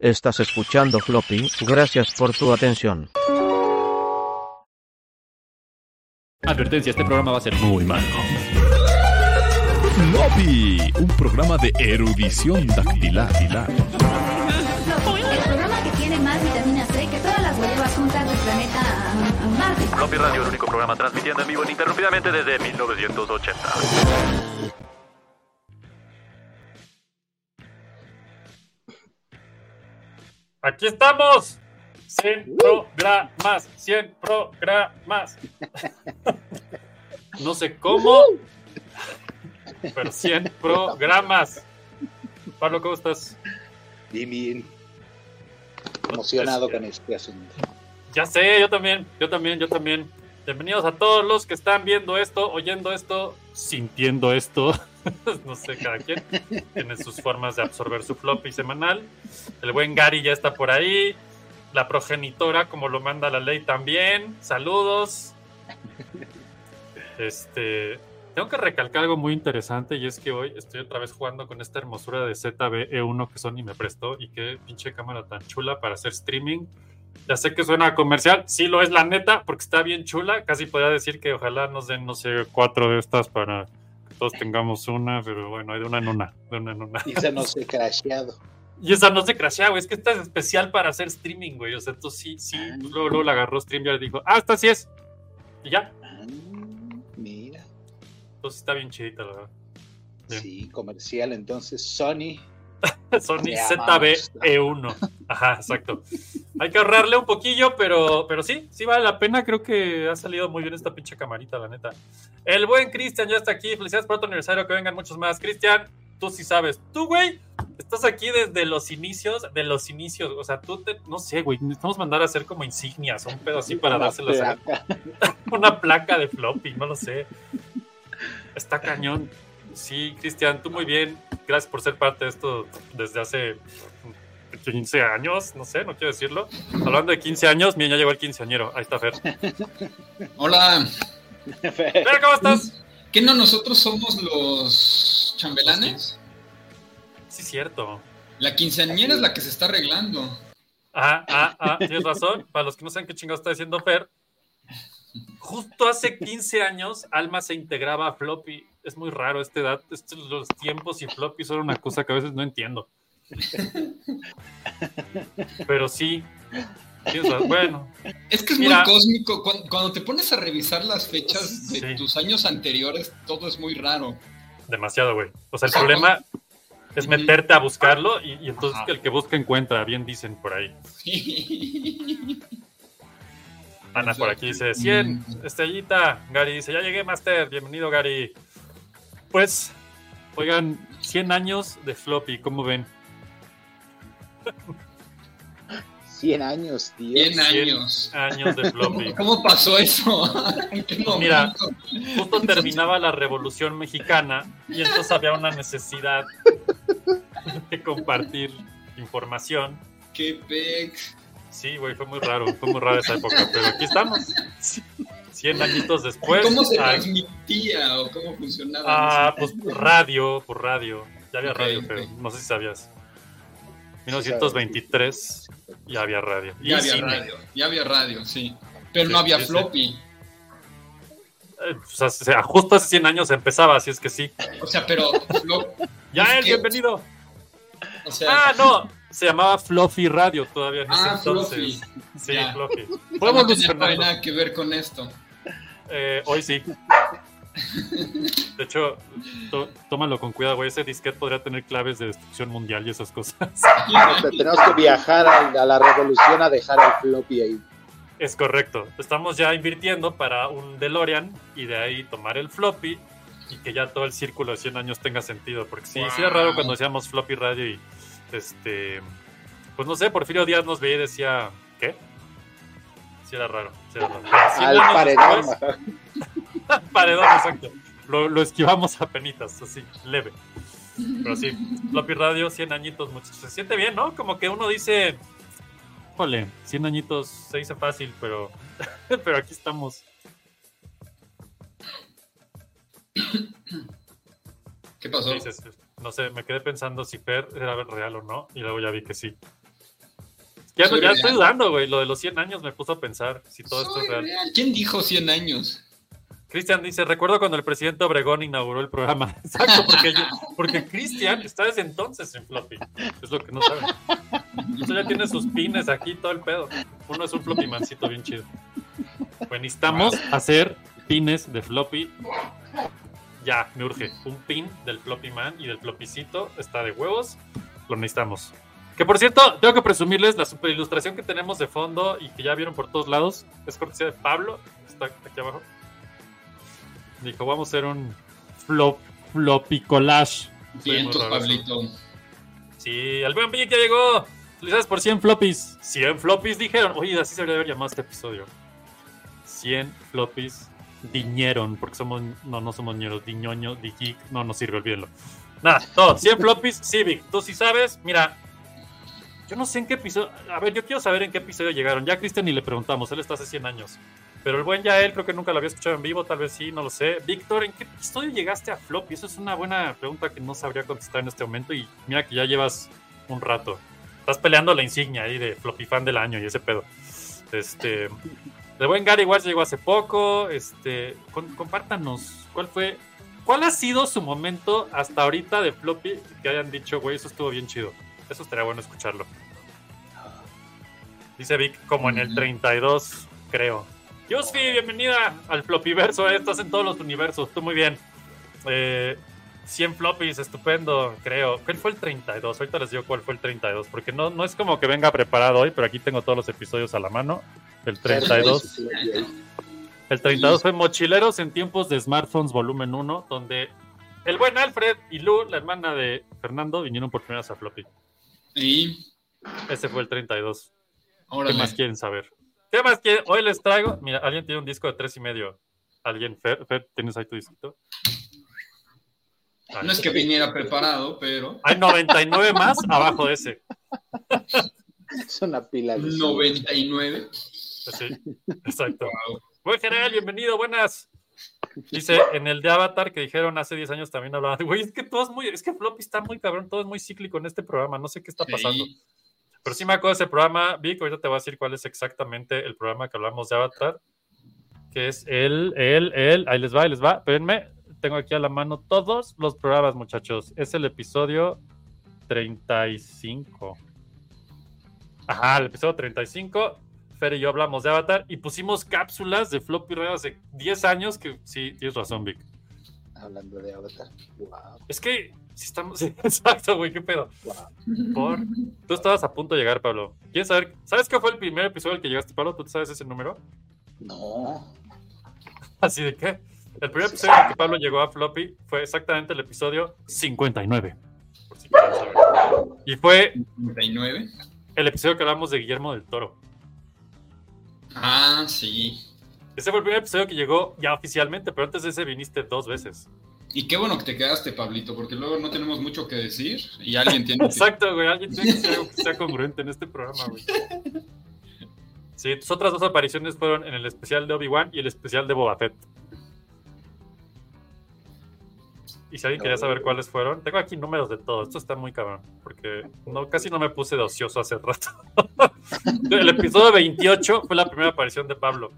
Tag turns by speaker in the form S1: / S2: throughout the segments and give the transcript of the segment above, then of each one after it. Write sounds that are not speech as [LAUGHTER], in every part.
S1: Estás escuchando Floppy, gracias por tu atención.
S2: Advertencia, este programa va a ser muy malo.
S3: Floppy, un programa de erudición dactilar.
S4: El programa que tiene más vitamina C que todas las huevas juntas del planeta a- a Marte.
S2: Floppy Radio, el único programa transmitiendo en vivo ininterrumpidamente desde 1980.
S5: Aquí estamos. 100 programas, 100 programas. No sé cómo, pero 100 programas. Pablo, ¿cómo estás?
S6: Bien, bien. Emocionado con este asunto.
S5: Ya sé, yo también, yo también, yo también. Bienvenidos a todos los que están viendo esto, oyendo esto, sintiendo esto. [LAUGHS] no sé, cada quien tiene sus formas de absorber su floppy semanal. El buen Gary ya está por ahí. La progenitora, como lo manda la ley también. Saludos. Este, tengo que recalcar algo muy interesante y es que hoy estoy otra vez jugando con esta hermosura de ZBE1 que Sony me prestó y qué pinche cámara tan chula para hacer streaming. Ya sé que suena comercial, sí lo es la neta, porque está bien chula. Casi podría decir que ojalá nos den, no sé, cuatro de estas para que todos tengamos una, pero bueno, hay de una en una, de una en una.
S6: Y se nos ha crasheado.
S5: Y esa no se crashea, güey. Es que esta es especial para hacer streaming, güey. O sea, entonces sí, sí. Luego, luego la agarró StreamYard y dijo, ah, esta sí es. Y ya.
S6: Ah, mira.
S5: Entonces está bien chidita, la verdad. Bien.
S6: Sí, comercial. Entonces, Sony.
S5: [LAUGHS] Sony
S6: Te amamos.
S5: ZB-E1. Ajá, exacto. Hay que ahorrarle un poquillo, pero, pero sí, sí vale la pena. Creo que ha salido muy bien esta pinche camarita, la neta. El buen Cristian ya está aquí. Felicidades por otro aniversario. Que vengan muchos más. Cristian, tú sí sabes. Tú, güey, estás aquí desde los inicios, de los inicios. O sea, tú te, no sé, güey. Necesitamos mandar a hacer como insignias, un pedo así para
S6: una
S5: dárselas a,
S6: placa.
S5: una placa de floppy, no lo sé. Está cañón. Sí, Cristian, tú muy bien. Gracias por ser parte de esto desde hace 15 años, no sé, no quiero decirlo. Hablando de 15 años, mira, ya llegó el quinceañero. Ahí está Fer.
S7: Hola.
S5: Fer, ¿cómo estás?
S7: ¿Qué no nosotros somos los chambelanes?
S5: Sí, cierto.
S7: La quinceañera es la que se está arreglando.
S5: Ah, ah, ah, tienes razón. Para los que no saben qué chingado está diciendo Fer, justo hace 15 años Alma se integraba a Floppy. Es muy raro esta edad. Estos, los tiempos y Floppy son una cosa que a veces no entiendo. Pero sí. tienes razón. Bueno,
S7: Es que es
S5: Mira.
S7: muy cósmico. Cuan- Cuando, te pones a revisar las fechas de
S5: Sí.
S7: tus años anteriores, todo es muy raro.
S5: demasiado, güey. O sea, el problema es meterte a buscarlo y, y entonces
S7: Ajá.
S5: el que busca encuentra, bien dicen por ahí. Ana por aquí dice 100, estrellita. Gary dice, ya llegué, Master. Bienvenido, Gary. Pues, oigan, 100 años de floppy, ¿cómo ven?
S6: 100 años, tío.
S7: 100 años.
S5: Años de floppy.
S7: [LAUGHS] ¿Cómo, cómo pasó eso? [LAUGHS] ¿En qué momento?
S5: Mira. Justo terminaba la Revolución Mexicana y entonces había una necesidad de compartir información.
S7: Qué pex.
S5: Sí, güey, fue muy raro, fue muy rara esa época, pero aquí estamos. 100 añitos después.
S7: ¿Cómo se
S5: Ah,
S7: transmitía o cómo funcionaba?
S5: Ah, pues radio, por radio. Ya había
S7: Ok,
S5: radio,
S7: ok.
S5: pero no sé si sabías. 1923 ya había radio. Y
S7: ya había
S5: cine.
S7: radio. Ya había radio, sí. Pero no
S5: Sí,
S7: había
S5: sí, sí.
S7: floppy.
S5: Eh, pues, o sea, justo hace 100 años empezaba, así es que sí.
S7: O sea, pero. flop-
S5: Ya el
S7: ¿Qué?
S5: bienvenido.
S7: o sea,
S5: Ah, no. Se llamaba Fluffy Radio todavía en ese
S7: Ah,
S5: entonces.
S7: floppy.
S5: Sí,
S7: Ya.
S5: Fluffy. Fue
S7: O sea, no tenía
S5: evolucionando.
S7: nada que ver con esto.
S5: Eh,
S7: [LAUGHS]
S5: hoy sí. De hecho, to- tómalo con cuidado, güey. Ese disquete podría tener claves de destrucción mundial y esas cosas.
S6: O sea, tenemos que viajar a, a la revolución a dejar el floppy ahí.
S5: Es correcto. Estamos ya invirtiendo para un DeLorean y de ahí tomar el floppy y que ya todo el círculo de 100 años tenga sentido. Porque sí, sí era
S7: Wow.
S5: raro cuando hacíamos floppy radio y este. Pues no sé, Porfirio Díaz nos veía y decía, ¿qué? Sí era raro. Sí era raro. Pero 100
S6: Al
S5: años
S6: paredón.
S5: después- [LAUGHS] paredón, exacto. Lo, lo esquivamos a penitas, así, leve. Pero sí, Floppy Radio, 100 añitos, muchachos. Se siente bien, ¿no? Como que uno dice, jole, 100 añitos se dice fácil, pero, [LAUGHS] pero aquí estamos.
S7: pasó?
S5: Dices, no sé, me quedé pensando si Fer era real o no, y luego ya vi que sí. Ya,
S7: Soy
S5: ya estoy
S7: real.
S5: dudando, güey. Lo de los 100 años me puso a pensar si todo esto
S7: Soy
S5: es real.
S7: real. ¿Quién dijo 100 años?
S5: Cristian dice, recuerdo cuando el presidente Obregón inauguró el programa. [LAUGHS] Exacto, porque, yo- porque Cristian está desde entonces en floppy. Es lo que no saben. Entonces ya tiene sus pines aquí, todo el pedo. Uno es un floppy mancito bien chido. Pues necesitamos hacer pines de floppy. Ya, me urge. Un pin del floppy man y del floppycito está de huevos. Lo necesitamos. Que por cierto, tengo que presumirles la super ilustración que tenemos de fondo y que ya vieron por todos lados. Es cortesía de Pablo, que está aquí abajo. Dijo, vamos a hacer un flop, floppy collage. Soy muy
S7: Vientos,
S5: raro, sí.
S7: Pablito.
S5: Sí, el buen Vic ya llegó. Felicidades por 100 floppies. 100 floppies dijeron. Oye, así se debería haber llamado este episodio. 100 floppies diñeron, porque somos, no, no somos ñeros, diñoño, di geek, no nos sirve, olvídenlo. Nada, todo, 100 floppies, Civic. Tú sí sabes, mira, yo no sé en qué episodio, a ver, yo quiero saber en qué episodio llegaron. Ya a Cristian y le preguntamos, él está hace 100 años. Pero el buen Yael creo que nunca lo había escuchado en vivo, tal vez sí, no lo sé. Víctor, ¿en qué episodio llegaste a Floppy? Eso es una buena pregunta que no sabría contestar en este momento y mira que ya llevas un rato. Estás peleando la insignia ahí de Floppy Fan del año y ese pedo. Este, el buen Gary Watts llegó hace poco. Este, con- compártanos, ¿cuál fue? ¿Cuál ha sido su momento hasta ahorita de Floppy que hayan dicho, güey, eso estuvo bien chido? Eso estaría bueno escucharlo. Dice Vic, como en el 32, creo. Yusfi, bienvenida al Floppyverso. eh, Estás en todos los universos. Tú muy bien. Eh, 100 floppies, estupendo, creo. ¿Cuál fue el 32? Ahorita les digo cuál fue el 32. Porque no, no es como que venga preparado hoy, pero aquí tengo todos los episodios a la mano. El 32. El 32 fue Mochileros en tiempos de smartphones volumen 1, donde el buen Alfred y Lu, la hermana de Fernando, vinieron por primera vez a Floppy.
S7: Y,
S5: Ese fue el 32. ¿Qué
S7: órale.
S5: más quieren saber? ¿Qué más quieren? Hoy les traigo. Mira, alguien tiene un disco de tres y medio. ¿Alguien? Fer, Fer, ¿tienes ahí tu disquito?
S7: No es que viniera preparado, pero
S5: Hay 99 más abajo de ese.
S6: Es una pila de...
S7: 99.
S5: Sí, exacto.
S7: Wow.
S5: Buen general, bienvenido, buenas. Dice, en el de Avatar que dijeron hace 10 años también hablaban, güey, es que todo es muy, es que Floppy está muy cabrón, todo es muy cíclico en este programa, no sé qué está pasando.
S7: Sí.
S5: Pero sí me acuerdo de ese programa, Vic, ahorita te voy a decir cuál es exactamente el programa que hablamos de Avatar, que es el, el, el, ahí les va, ahí les va, espérenme, tengo aquí a la mano todos los programas, muchachos. Es el episodio 35. Ajá, el episodio 35. Fer y yo hablamos de Avatar y pusimos cápsulas de Floppy Red hace 10 años que sí, tienes razón, Vic.
S6: Hablando de Avatar. Wow,
S5: Es que si estamos... [LAUGHS] sí, Exacto, güey, qué pedo.
S6: wow.
S5: Por- Tú estabas a punto de llegar, Pablo. ¿Quieres saber? ¿Sabes qué fue el primer episodio al que llegaste, Pablo? ¿Tú sabes ese número? [LAUGHS]
S6: No.
S5: Así de qué. El primer episodio al que Pablo llegó a Floppy fue exactamente el episodio 59. Por si quieren saber. Y fue
S7: 99.
S5: el episodio que hablamos de Guillermo del Toro.
S7: Ah, sí.
S5: Ese fue el primer episodio que llegó ya oficialmente, pero antes de ese viniste dos veces.
S7: Y qué bueno que te quedaste, Pablito, porque luego no tenemos mucho que decir y alguien tiene que...
S5: Exacto, güey. Alguien tiene que ser algo que sea congruente en este programa, güey. Sí, tus otras dos apariciones fueron en el especial de Obi-Wan y el especial de Boba Fett. Y si alguien quería saber cuáles fueron, tengo aquí números de todo. Esto está muy cabrón, porque no, casi no me puse de ocioso hace rato. [LAUGHS] el episodio 28 fue la primera aparición de Pablo.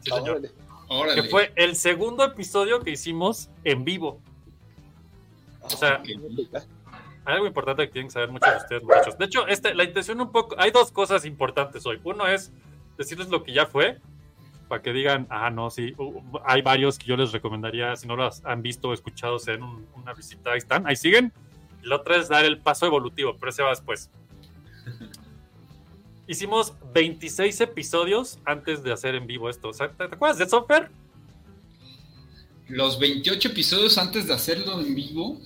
S5: Sí, señor.
S6: Órale.
S7: [LAUGHS] Órale.
S5: Que fue el segundo episodio que hicimos en vivo. O sea, hay algo importante que tienen que saber muchos de ustedes, muchachos. De hecho, este, la intención un poco. Hay dos cosas importantes hoy. Uno es decirles lo que ya fue, para que digan, ah, no, sí. u- u- hay varios que yo les recomendaría, si no las han visto o escuchado, se den un- una visita. Ahí están, ahí siguen. Y la otra es dar el paso evolutivo, pero ese va después. Hicimos 26 episodios antes de hacer en vivo esto. O sea, ¿te, te acuerdas de software?
S7: Los 28 episodios antes de hacerlo en vivo.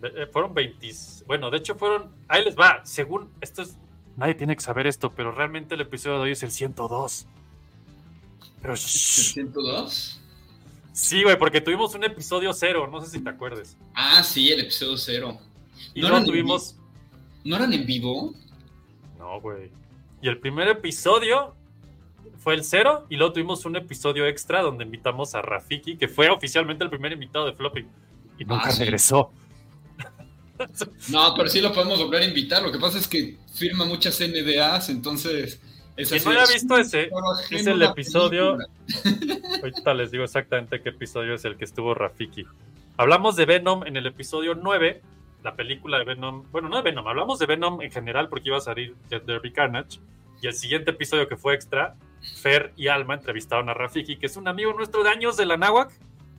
S5: Ve- eh, Fueron 20. Bueno, de hecho fueron. Ahí les va. Según. Esto es. Nadie tiene que saber esto, pero realmente el episodio de hoy es el 102. Pero. shh,
S7: 102.
S5: Sí, güey, porque tuvimos un episodio cero. No sé si te acuerdes.
S7: Ah, sí, el episodio 0.
S5: Y
S7: No
S5: luego
S7: eran
S5: tuvimos.
S7: ¿No eran en vivo?
S5: No, güey. Y el primer episodio fue el cero. Y luego tuvimos un episodio extra donde invitamos a Rafiki, que fue oficialmente el primer invitado de Floppy. y nunca
S8: Ah, sí. [LAUGHS]
S5: regresó.
S8: No, pero sí lo podemos volver a invitar. Lo que pasa es que firma muchas NDAs, entonces. Es
S5: Si
S8: así
S5: no
S8: de-
S5: ha visto ese,
S8: Pero ajeno
S5: es el
S8: a la
S5: episodio-
S8: película.
S5: ahorita les digo exactamente qué episodio es el que estuvo Rafiki. Hablamos de Venom en el episodio 9, la película de Venom. Bueno, no de Venom, hablamos de Venom en general porque iba a salir Jet Derby Carnage. Y el siguiente episodio que fue extra, Fer y Alma entrevistaron a Rafiki, que es un amigo nuestro de años de la Nahuac,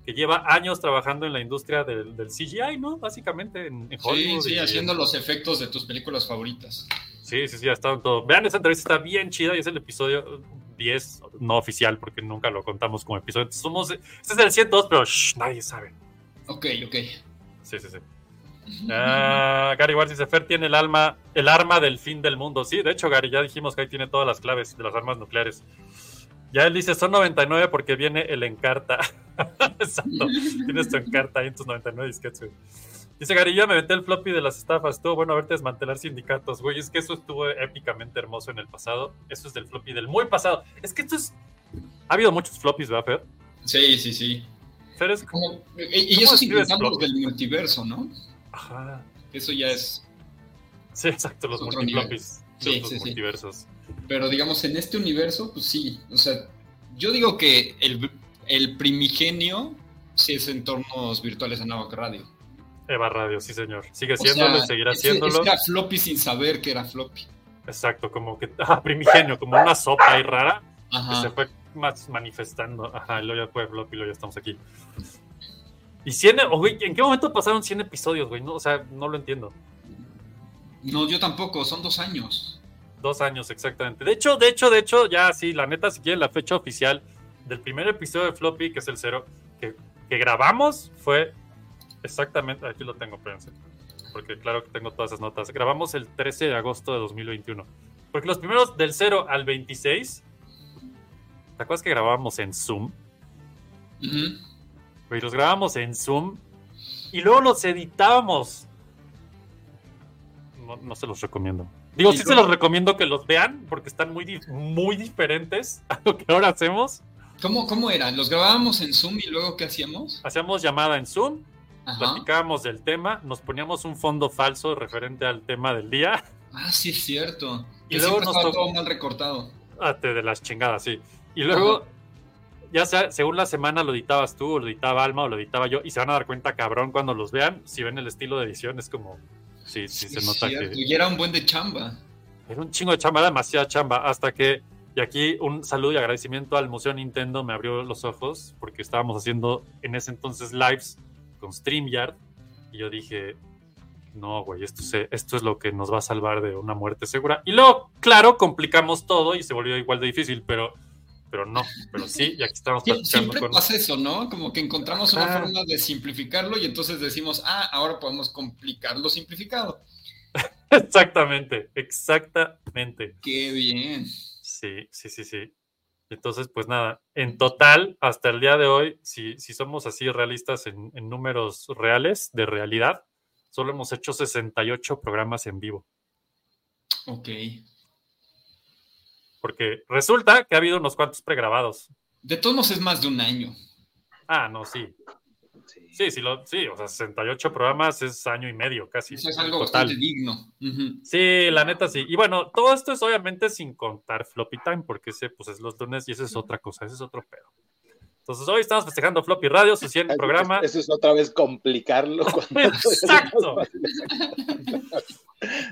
S5: que lleva años trabajando en la industria del, del CGI, ¿no? Básicamente en, en
S8: Sí,
S5: Hollywood.
S8: sí,
S5: y-
S8: haciendo los efectos de tus películas favoritas.
S5: Sí, sí, sí, ha estado en todo. Vean esa entrevista, está bien chida y es el episodio 10, no oficial, porque nunca lo contamos como episodio. Entonces, somos, este es el 102, pero shh, nadie sabe.
S8: Ok, ok.
S5: Sí, sí, sí. Ah, Gary Ward dice, Fer tiene el alma, el arma del fin del mundo. Sí, de hecho, Gary, ya dijimos que ahí tiene todas las claves de las armas nucleares. Ya él dice, son 99 porque viene el encarta. [LAUGHS] Exacto. Tienes tu encarta ahí en tus 99 disquetes, güey. Dice Gary, yo ya me aventé el floppy de las estafas. Estuvo bueno verte desmantelar sindicatos, güey. Es que eso estuvo épicamente hermoso en el pasado. Eso es del floppy del muy pasado. Es que esto es... Ha habido muchos floppies, ¿verdad, Fer?
S8: Sí, sí, sí.
S5: Fer es...
S8: Como- y, y
S5: ¿Cómo
S8: eso sin
S5: escribes
S8: contar los
S5: floppy?
S8: del multiverso, ¿no?
S5: Ajá.
S8: Eso ya es.
S5: Sí, exacto, los
S8: Es otro
S5: multifloppies.
S8: nivel. Sí,
S5: los
S8: sí, sí.
S5: multiversos.
S8: Pero digamos, en este universo, pues sí. O sea, yo digo que el, el primigenio sí es entornos virtuales Nahuac Radio.
S5: Eva Radio, sí señor. Sigue
S8: O sea,
S5: Pues haciéndolo y seguirá
S8: ese-
S5: haciéndolo.
S8: ese Era floppy sin saber que era floppy.
S5: Exacto, como que [LAUGHS] ah, primigenio, como una sopa ahí rara que se
S8: Ajá.
S5: fue más manifestando. Ajá, y luego ya fue flop y luego ya estamos aquí. Y 100, oh, güey, ¿en qué momento pasaron 100 episodios, güey? No, o sea, no lo entiendo.
S8: No, yo tampoco, son dos años.
S5: Dos años exactamente. De hecho, de hecho, de hecho, ya sí, la neta, si quieren la fecha oficial del primer episodio de Floppy, que es el cero, que, que grabamos, fue exactamente, aquí lo tengo, espérense, porque claro que tengo todas esas notas. Grabamos el 13 de agosto de 2021. Porque los primeros del 0 al 26, ¿te acuerdas que grabábamos en Zoom?
S8: Ujú.
S5: Güey, los grabábamos en Zoom y luego los editábamos. No, no se los recomiendo. Digo, sí se los recomiendo que los vean porque están muy, di- muy diferentes [LAUGHS] a lo que ahora hacemos.
S8: ¿Cómo, ¿Cómo era? ¿Los grabábamos en Zoom y luego qué hacíamos?
S5: Hacíamos llamada en Zoom,
S8: Ajá.
S5: platicábamos del tema, nos poníamos un fondo falso referente al tema del día. [LAUGHS]
S8: Ah, sí, es cierto.
S5: Y
S8: Que
S5: luego
S8: siempre
S5: nos
S8: estaba
S5: tocó-
S8: todo mal recortado.
S5: Ah, te de las chingadas, sí. Y luego, ya sea, según la semana lo editabas tú, o lo editaba Alma, o lo editaba yo, y se van a dar cuenta, cabrón, cuando los vean, si ven el estilo de edición, es como, sí, sí, se
S8: es
S5: nota que...
S8: cierto. Y era un buen de chamba.
S5: Era un chingo de chamba, era demasiada chamba. Hasta que, y aquí un saludo y agradecimiento al Museo Nintendo, me abrió los ojos porque estábamos haciendo en ese entonces lives con StreamYard. Y yo dije, no, güey, esto, se- esto es lo que nos va a salvar de una muerte segura. Y luego, claro, complicamos todo y se volvió igual de difícil, pero, pero no, pero sí, y aquí estamos
S8: Sie-
S5: platicando
S8: Siempre
S5: con.
S8: pasa eso, ¿no? Como que encontramos una
S5: Claro.
S8: forma de simplificarlo y entonces decimos, ah, ahora podemos complicarlo simplificado.
S5: [LAUGHS] Exactamente, exactamente.
S8: Qué bien.
S5: Sí, sí, sí, sí. Entonces, pues nada, en total, hasta el día de hoy, si, si somos así realistas en, en números reales, de realidad, solo hemos hecho 68 programas en vivo.
S8: Ok.
S5: Porque resulta que ha habido unos cuantos pregrabados.
S8: De todos modos es más de un año.
S5: Ah, no, sí. Sí, sí, lo, sí, o sea, 68 programas es año y medio casi.
S8: Eso es algo
S5: total.
S8: bastante digno. Ujú.
S5: Sí, la neta sí. Y bueno, todo esto es obviamente sin contar Floppy Time, porque ese pues es los lunes y eso es otra cosa, ese es otro pedo. Entonces hoy estamos festejando Floppy Radio, su 100 programa.
S6: Eso es otra vez complicarlo. cuando-
S5: [LAUGHS] Exacto. Pues,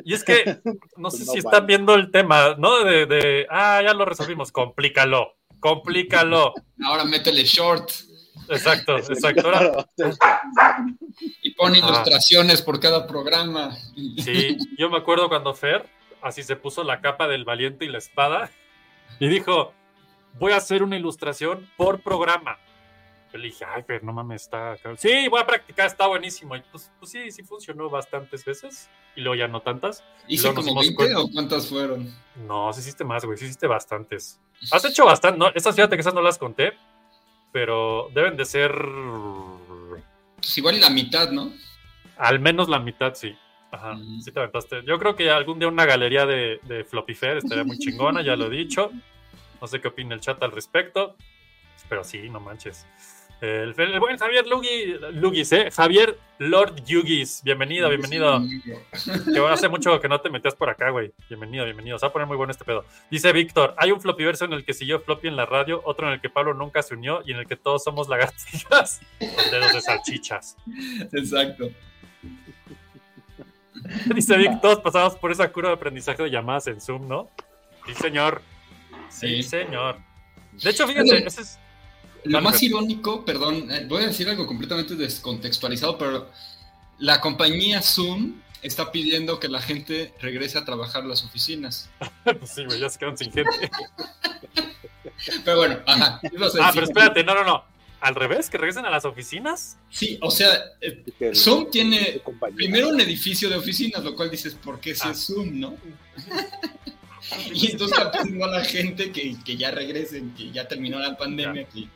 S5: Y es que no sé
S6: Pues no
S5: si
S6: vale.
S5: están viendo el tema, ¿no? De, de, ah, ya lo resolvimos, complícalo, complícalo.
S8: Ahora métele short
S6: [LAUGHS]
S5: Exacto, Pues, exacto. Ahora-
S6: Claro,
S8: y pon
S5: Ajá.
S8: ilustraciones por cada programa.
S5: sí, yo me acuerdo cuando Fer así se puso la capa del valiente y la espada y dijo, voy a hacer una ilustración por programa. Yo le dije, ay, Fer, no mames, está... cabrón". Sí, voy a practicar, está buenísimo. Y pues, pues sí, sí funcionó bastantes veces y luego ya no tantas.
S8: ¿Hice
S5: luego nos
S8: como
S5: dimos
S8: 20
S5: cuenta.
S8: o cuántas fueron?
S5: No, sí hiciste más, güey. Sí hiciste bastantes. Has hecho bastantes. No, estas, fíjate que esas no las conté. Pero deben de ser.
S8: Pues igual y la mitad, ¿no?
S5: Al menos la mitad, sí. Ajá,
S8: Mm.
S5: sí te aventaste. Yo creo que algún día una galería de, de Floppy Fair estaría muy chingona, ya lo he dicho. No sé qué opina el chat al respecto. Pero sí, no manches. El, fe- el buen Javier Lugi- Lugis, ¿eh? Javier Lord Yugis. Bienvenido, bienvenido. Que bueno, hace mucho que no te metías por acá, güey. Bienvenido, bienvenido. Se va a poner muy bueno este pedo. Dice Víctor, hay un floppyverso en el que siguió Floppy en la radio, otro en el que Pablo nunca se unió y en el que todos somos lagartijas [LAUGHS] con dedos de salchichas. [LAUGHS]
S8: [LAUGHS] Exacto.
S5: Dice Vic, todos pasamos por esa curva de aprendizaje de llamadas en Zoom, ¿no? Sí, señor. Sí,
S8: Sí.
S5: señor. De hecho, fíjate, ese es... [LAUGHS]
S8: Lo
S5: Dale,
S8: más
S5: Fer.
S8: irónico, perdón, eh, voy a decir algo completamente descontextualizado, pero la compañía Zoom está pidiendo que la gente regrese a trabajar a las oficinas.
S5: Pues sí, güey, ya se quedan sin gente.
S8: Pero bueno, ajá. ibas a
S5: Ah,
S8: decir-
S5: pero espérate, no, no, no. Al revés, que regresen a las oficinas.
S8: Sí, o sea, eh,
S6: Que el-
S8: Zoom tiene
S6: su compañía.
S8: primero un edificio de oficinas, lo cual dices, ¿por qué si
S5: Ah.
S8: es
S5: [LAUGHS]
S8: Zoom, no? [LAUGHS] Y entonces está pidiendo a la gente que, que ya regresen, que ya terminó la pandemia, que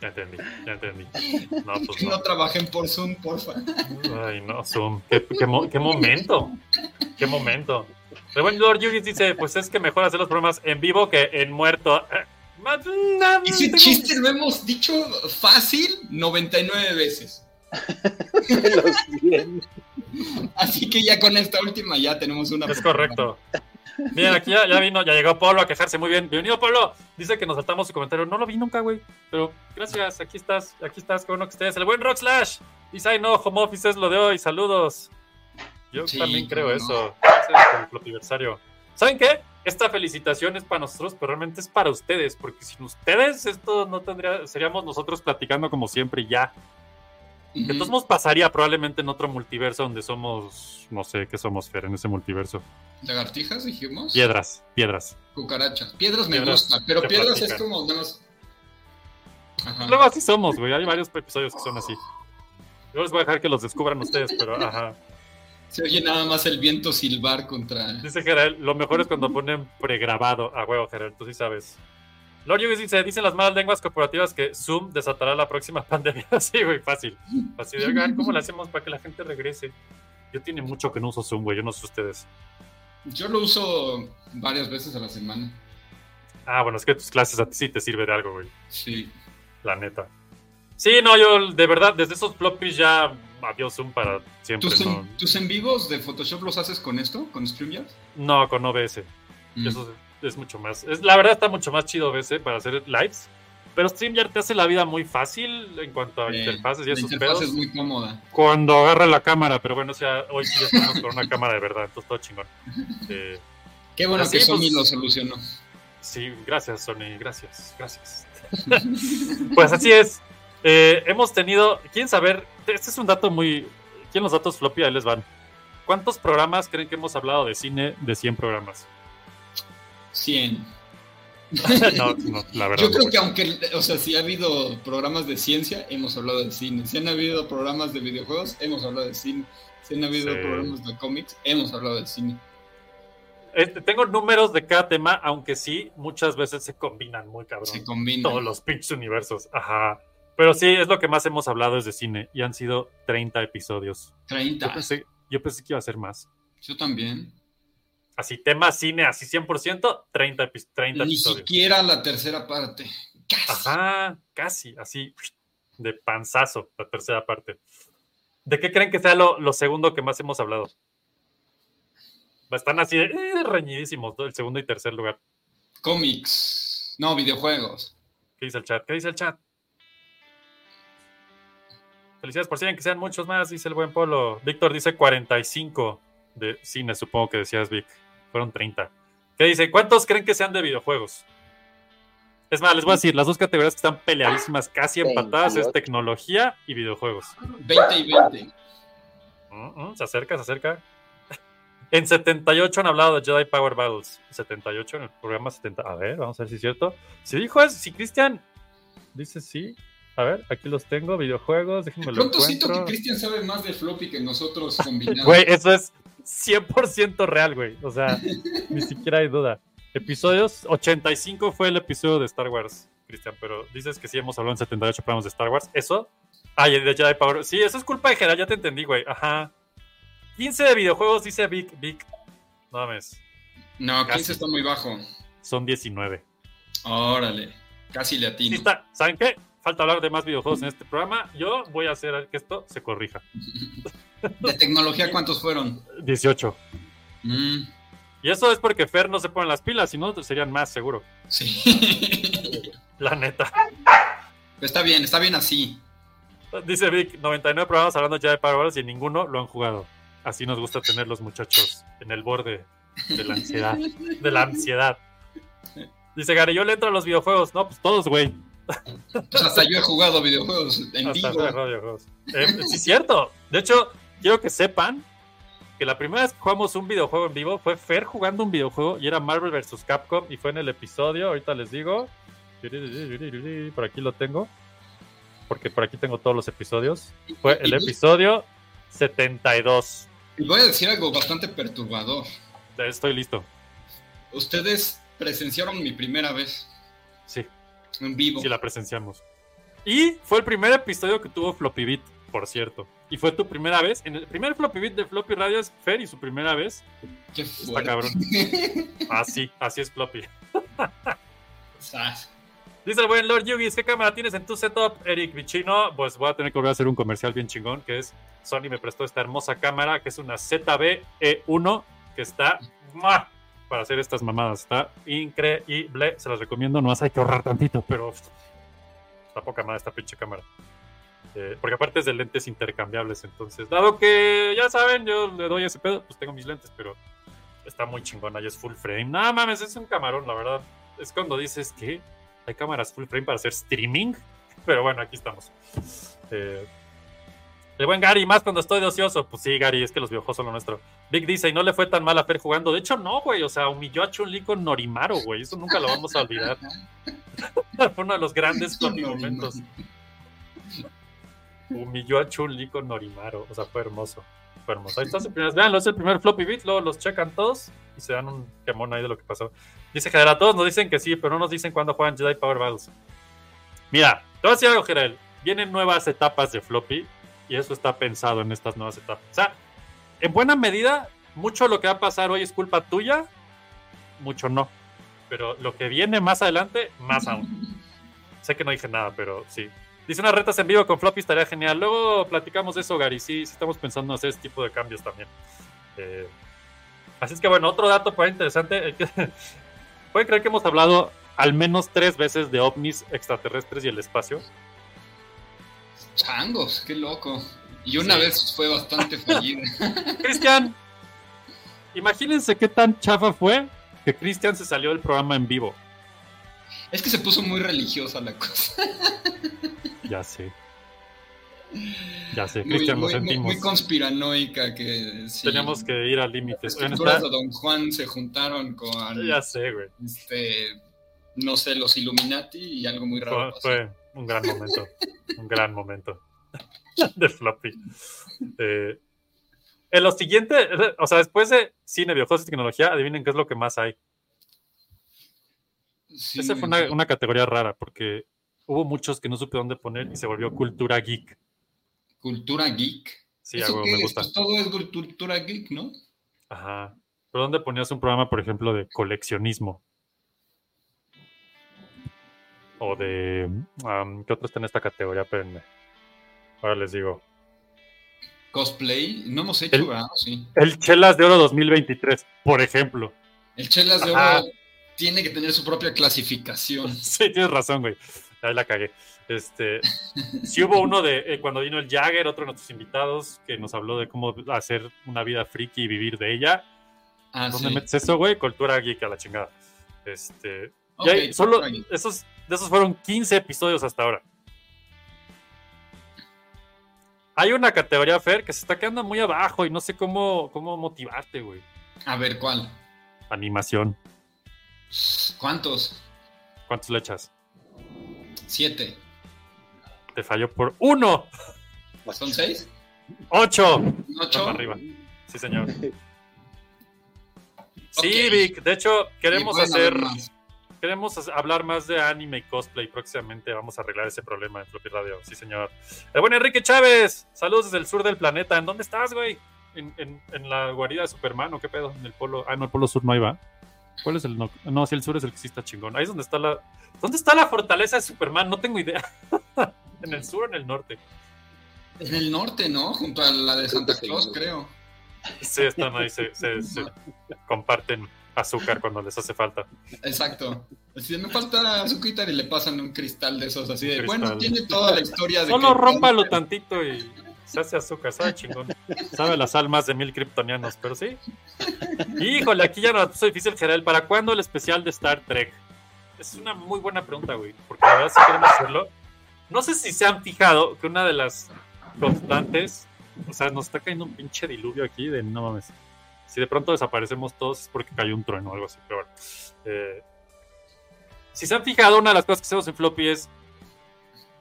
S5: Ya entendí, ya entendí. No, pues
S8: [LAUGHS] que no
S5: no.
S8: trabajen por Zoom, porfa.
S5: Ay, no, Zoom. ¿Qué, qué mo- qué momento? ¿Qué momento? El buen Lord Yugis dice, pues es que mejor hacer los programas en vivo que en muerto. Eh, más- no,
S8: Ese
S5: tengo-
S8: chiste lo hemos dicho fácil 99 veces.
S6: Los bien.
S8: Así que ya con esta última ya tenemos una.
S5: Es correcto. Bien, aquí ya, ya vino, ya llegó Pablo a quejarse muy bien. Bienvenido, Pablo. Dice que nos saltamos su comentario. No lo vi nunca, güey. Pero gracias, aquí estás, aquí estás, qué bueno que estés. El buen Rock Slash. Dice, "Ay, no, home office es lo de hoy. Saludos. Yo
S8: Sí,
S5: también creo
S8: cómo no.
S5: eso. Gracias por el flotiversario. ¿Saben qué? Esta felicitación es para nosotros, pero realmente es para ustedes, porque sin ustedes esto no tendría, seríamos nosotros platicando como siempre y ya.
S8: Ujú.
S5: Que nos pasaría probablemente en otro multiverso donde somos, no sé qué somos, Fer, en ese multiverso.
S8: Lagartijas, dijimos.
S5: Piedras, piedras.
S8: Cucarachas. Piedras me
S5: Piedras
S8: gusta, pero
S5: que
S8: piedras
S5: platican.
S8: es como. nada más- Ajá.
S5: Luego así somos, güey. Hay varios episodios que son así. Yo les voy a dejar que los descubran ustedes, pero ajá.
S8: Se oye nada más el viento silbar contra.
S5: Dice Gerald, lo mejor es cuando ponen pregrabado. A huevo, Gerald, tú sí sabes. Lord Yugis dice, dicen las malas lenguas corporativas que Zoom desatará la próxima [LAUGHS] pandemia. Sí, güey, fácil. Así de, oigan, ¿cómo le hacemos para que la gente regrese? Yo tiene mucho que no uso Zoom, güey. Yo no sé ustedes.
S8: Yo lo uso varias veces a la semana.
S5: Ah, bueno, es que tus clases a ti sí te sirve de algo, güey.
S8: Sí.
S5: La neta. Sí, no, yo de verdad, desde esos floppies ya adiós Zoom para siempre.
S8: ¿Tus
S5: No,
S8: en, tus en vivos de Photoshop los haces con esto? ¿Con StreamYard?
S5: no con OBS.
S8: Mm.
S5: Eso es, es mucho más. Es, la verdad está mucho más chido veces para hacer lives. Pero StreamYard te hace la vida muy fácil en cuanto a
S8: Sí,
S5: interfaces y
S8: La
S5: esos
S8: interfaz
S5: pedos.
S8: es muy cómoda.
S5: Cuando agarra la cámara, pero bueno, o sea, hoy sí ya estamos con una cámara de verdad, entonces todo
S8: [LAUGHS]
S5: chingón. Eh,
S8: Qué bueno
S5: Así,
S8: que Sony
S5: pues-
S8: lo solucionó.
S5: sí, gracias, Sony, gracias, gracias. [LAUGHS] pues así es. Eh, hemos tenido, quién saber, este es un dato muy. ¿Quién los datos floppy? Ahí les van. ¿Cuántos programas creen que hemos hablado de cine de 100 programas? [LAUGHS]
S8: 100.
S5: no, no, la verdad.
S8: Yo
S5: no,
S8: creo
S5: güey.
S8: que aunque, o sea, si ha habido programas de ciencia, hemos hablado de cine. Si han habido programas de videojuegos, hemos hablado de cine. Si han habido
S5: Sí.
S8: programas de cómics, hemos hablado de cine.
S5: Este, tengo números de cada tema, aunque sí, muchas veces se combinan muy cabrón.
S8: Se combina.
S5: Todos los pinches universos. Ajá. Pero sí, es lo que más hemos hablado es de cine. Y han sido 30 episodios. Yo
S8: 30.
S5: pensé, yo pensé que iba a ser más.
S8: Yo también.
S5: Así, tema cine, así 100%, 30, epi- 30
S8: Ni
S5: episodios.
S8: siquiera la tercera parte. Casi.
S5: Ajá, casi, así, de panzazo, la tercera parte. ¿De qué creen que sea lo, lo segundo que más hemos hablado? Están así, de, eh, reñidísimos, ¿no? el segundo y tercer lugar.
S8: Cómics. No, videojuegos.
S5: ¿Qué dice el chat? ¿Qué dice el chat? Felicidades por 100, que sean muchos más, dice el buen Polo. Víctor dice 45 de cine, supongo que decías, Vic. Fueron 30. ¿Qué dice? ¿Cuántos creen que sean de videojuegos? Es más, les voy a decir, las dos categorías que están peleadísimas, casi empatadas, es
S9: 28.
S5: tecnología y videojuegos.
S8: 20 y 20.
S5: Mm, mm, se acerca, se acerca. En 78 han hablado de Jedi Power Battles. 78 en el programa 70. A ver, vamos a ver si es cierto. Si dijo eso, si Cristian dice sí. A ver, aquí los tengo, videojuegos, déjenme
S8: De
S5: lo
S8: pronto siento que
S5: encuentro.
S8: Cristian sabe más de floppy que nosotros combinados.
S5: Güey, eso es 100% real, güey. O sea, [LAUGHS] ni siquiera hay duda. Episodios 85 fue el episodio de Star Wars, Cristian, pero dices que sí hemos hablado en 78 programas de Star Wars. ¿Eso? Ah, y el de Jedi Power. Sí, eso es culpa de Gerard, ya te entendí, güey. Ajá. 15 de videojuegos, dice Vic. Vic. No mames.
S8: No, 15
S5: Casi.
S8: está muy bajo.
S5: Son 19.
S8: Órale. Casi
S5: Sí
S8: latino.
S5: está, ¿Saben qué? falta hablar de más videojuegos en este programa. Yo voy a hacer que esto se corrija.
S8: ¿De tecnología cuántos fueron?
S5: 18.
S8: Mm,
S5: Y eso es porque Fer no se pone las pilas, si no serían más seguro.
S8: sí. [LAUGHS]
S5: La neta.
S8: está bien, está bien así.
S5: Dice Vic, 99 programas hablando ya de Power Wars y ninguno lo han jugado. Así nos gusta tener los muchachos en el borde de la ansiedad. De la ansiedad. Dice Gary, yo le entro a los videojuegos. No, pues todos, güey.
S8: Pues hasta yo he jugado videojuegos en
S5: Hasta
S8: vivo.
S5: hacer radiojuegos. Eh, sí, es cierto. De hecho, quiero que sepan que la primera vez que jugamos un videojuego en vivo fue Fer jugando un videojuego y era Marvel vs. Capcom y fue en el episodio, ahorita les digo. Por aquí lo tengo. Porque por aquí tengo todos los episodios. Fue el episodio 72.
S8: Y voy a decir algo bastante perturbador.
S5: Estoy listo.
S8: Ustedes presenciaron mi primera vez
S5: Sí,
S8: en vivo.
S5: sí la presenciamos. Y fue el primer episodio que tuvo Floppy Beat, por cierto. Y fue tu primera vez. En el primer Floppy Beat de Floppy Radio es Fer y su primera vez
S8: Qué
S5: Está
S8: fuerte. [LAUGHS]
S5: cabrón. Así, Ah, así es floppy.
S8: Sas.
S5: Dice el buen Lord Yugis, ¿qué cámara tienes en tu setup, Eric Vichino? Pues voy a tener que volver a hacer un comercial bien chingón, que es Sony me prestó esta hermosa cámara, que es una ZB-E1, que está ¡mua! para hacer estas mamadas. Está increíble, se las recomiendo, nomás hay que ahorrar tantito, pero está poca madre esta pinche cámara. Eh, porque aparte es de lentes intercambiables, entonces, dado que ya saben, yo le doy ese pedo, pues tengo mis lentes, pero está muy chingona y es full frame. No mames, es un camarón, la verdad. Es cuando dices que hay cámaras full frame para hacer streaming, pero bueno, aquí estamos. Eh, el buen Gary, más cuando estoy de ocioso. Pues sí, Gary, es que los videojuegos son lo nuestro. Vic dice, y no le fue tan mal a Fer jugando. De hecho, no, güey. O sea, humilló a Chun-Li con Norimaro, güey. Eso nunca lo vamos a olvidar. [LAUGHS] fue uno de los grandes floppy momentos. Humilló a Chun-Li con Norimaro. O sea, fue hermoso. Fue hermoso. Ahí están sus primeras. Veanlo, es el primer floppy beat. Luego los checan todos y se dan un quemón ahí de lo que pasó. Dice Gerald, a todos nos dicen que sí, pero no nos dicen cuándo juegan Jedi Power Battles. Mira, te voy a decir algo, Gerald. Vienen nuevas etapas de floppy y eso está pensado en estas nuevas etapas. O sea, en buena medida, mucho lo que va a pasar hoy es culpa tuya, mucho no. Pero lo que viene más adelante, más aún. Sé que no dije nada, pero sí. Dice unas retas en vivo con floppy, estaría genial. Luego platicamos de eso, Gary. Sí, sí estamos pensando en hacer este tipo de cambios también. Eh, así es que bueno, otro dato para interesante. eh, que- [LAUGHS] Pueden creer que hemos hablado al menos tres veces de ovnis extraterrestres y el espacio.
S8: Changos, qué loco. Y una
S5: Sí.
S8: vez fue bastante
S5: [LAUGHS]
S8: fallida.
S5: Cristian, imagínense qué tan chafa fue que Cristian se salió del programa en vivo.
S8: es que se puso muy religiosa la cosa.
S5: Ya sé. Ya sé,
S8: Muy,
S5: Cristian, lo
S8: muy- muy-
S5: sentimos.
S8: muy conspiranoica que sí.
S5: Tenemos que ir al límite.
S8: Las
S5: Bueno,
S8: esculturas
S5: está-
S8: de Don Juan se juntaron con
S5: Ya sé, güey.
S8: este no sé, los Illuminati y algo muy
S5: Fue,
S8: raro. pasó.
S5: Ah, fue un gran momento. Un gran momento. [LAUGHS] De floppy. Eh, en lo siguiente, o sea, después de cine, videojuegos y tecnología, adivinen qué es lo que más hay.
S8: Sí,
S5: Esa fue
S8: güey.
S5: una, una categoría rara porque hubo muchos que no supe dónde poner y se volvió cultura geek.
S8: Cultura geek.
S5: Sí, a
S8: ¿Eso
S5: huevo,
S8: qué
S5: me
S8: es?
S5: gusta.
S8: Pues todo es cul- cultura geek, ¿no?
S5: Ajá. ¿Pero dónde ponías un programa, por ejemplo, de coleccionismo? O de. am, ¿Qué otro está en esta categoría? Espérenme. Ahora les digo.
S8: Cosplay, no hemos hecho,
S5: El-
S8: ¿verdad? Sí.
S5: El Chelas de Oro 2023, por ejemplo. [LAUGHS]
S8: El Chelas de
S5: Ajá.
S8: Oro tiene que tener su propia clasificación.
S5: Sí, tienes razón, güey. Ahí la cagué. Este, sí hubo uno de eh, cuando vino el Jagger, otro de nuestros invitados, que nos habló de cómo hacer una vida friki y vivir de ella.
S8: Ah,
S5: ¿Dónde
S8: sí.
S5: metes eso, güey? Cultura geek a la chingada. Este,
S8: Ok,
S5: Y hay solo
S8: cultura geek.
S5: esos, de esos fueron 15 episodios hasta ahora. Hay una categoría, Fer, que se está quedando muy abajo y no sé cómo, cómo motivarte, güey.
S8: A ver, ¿cuál?
S5: Animación.
S8: ¿Cuántos?
S5: ¿Cuántos le echas?
S8: Siete.
S5: Te falló por uno.
S8: ¿Son seis?
S5: ¡Ocho!
S8: ¿Ocho?
S5: Para arriba. Sí, señor.
S8: [LAUGHS]
S5: Sí,
S8: Ok.
S5: Vic. De hecho, queremos
S8: Y pueden
S5: hacer.
S8: haber más.
S5: Queremos as- hablar más de anime y cosplay. Próximamente vamos a arreglar ese problema en Floppy Radio. Sí, señor. El buen Enrique Chávez. Saludos desde el sur del planeta. ¿En dónde estás, güey? ¿En, en- en la guarida de Superman o qué pedo? En el polo. Ah, no, el polo sur no ahí va. ¿Cuál es el no? No, sí, el sur es el que sí está chingón. Ahí es donde está la. ¿Dónde está la fortaleza de Superman? No tengo idea. [LAUGHS] ¿En el sur o en el norte?
S7: En el norte, ¿no? Junto a la de Santa Claus, creo.
S5: Sí, están ahí, se, se- se comparten azúcar cuando les hace falta.
S7: Exacto. Si me falta azúcar y le pasan un cristal de esos así de.
S5: Un
S7: Bueno,
S5: cristal.
S7: tiene toda la historia de. que-
S5: Solo rómpalo tantito y se hace azúcar, sabe chingón. Sabe las almas de mil kryptonianos, pero sí. Híjole, aquí ya no puso difícil, Gerald. ¿Para cuándo el especial de Star Trek? Es una muy buena pregunta, güey. Porque la verdad, si queremos hacerlo. No sé si se han fijado que una de las constantes. O sea, nos está cayendo un pinche diluvio aquí de no mames. Si de pronto desaparecemos todos es porque cayó un trueno o algo así, pero bueno. Eh, si se han fijado, una de las cosas que hacemos en Floppy es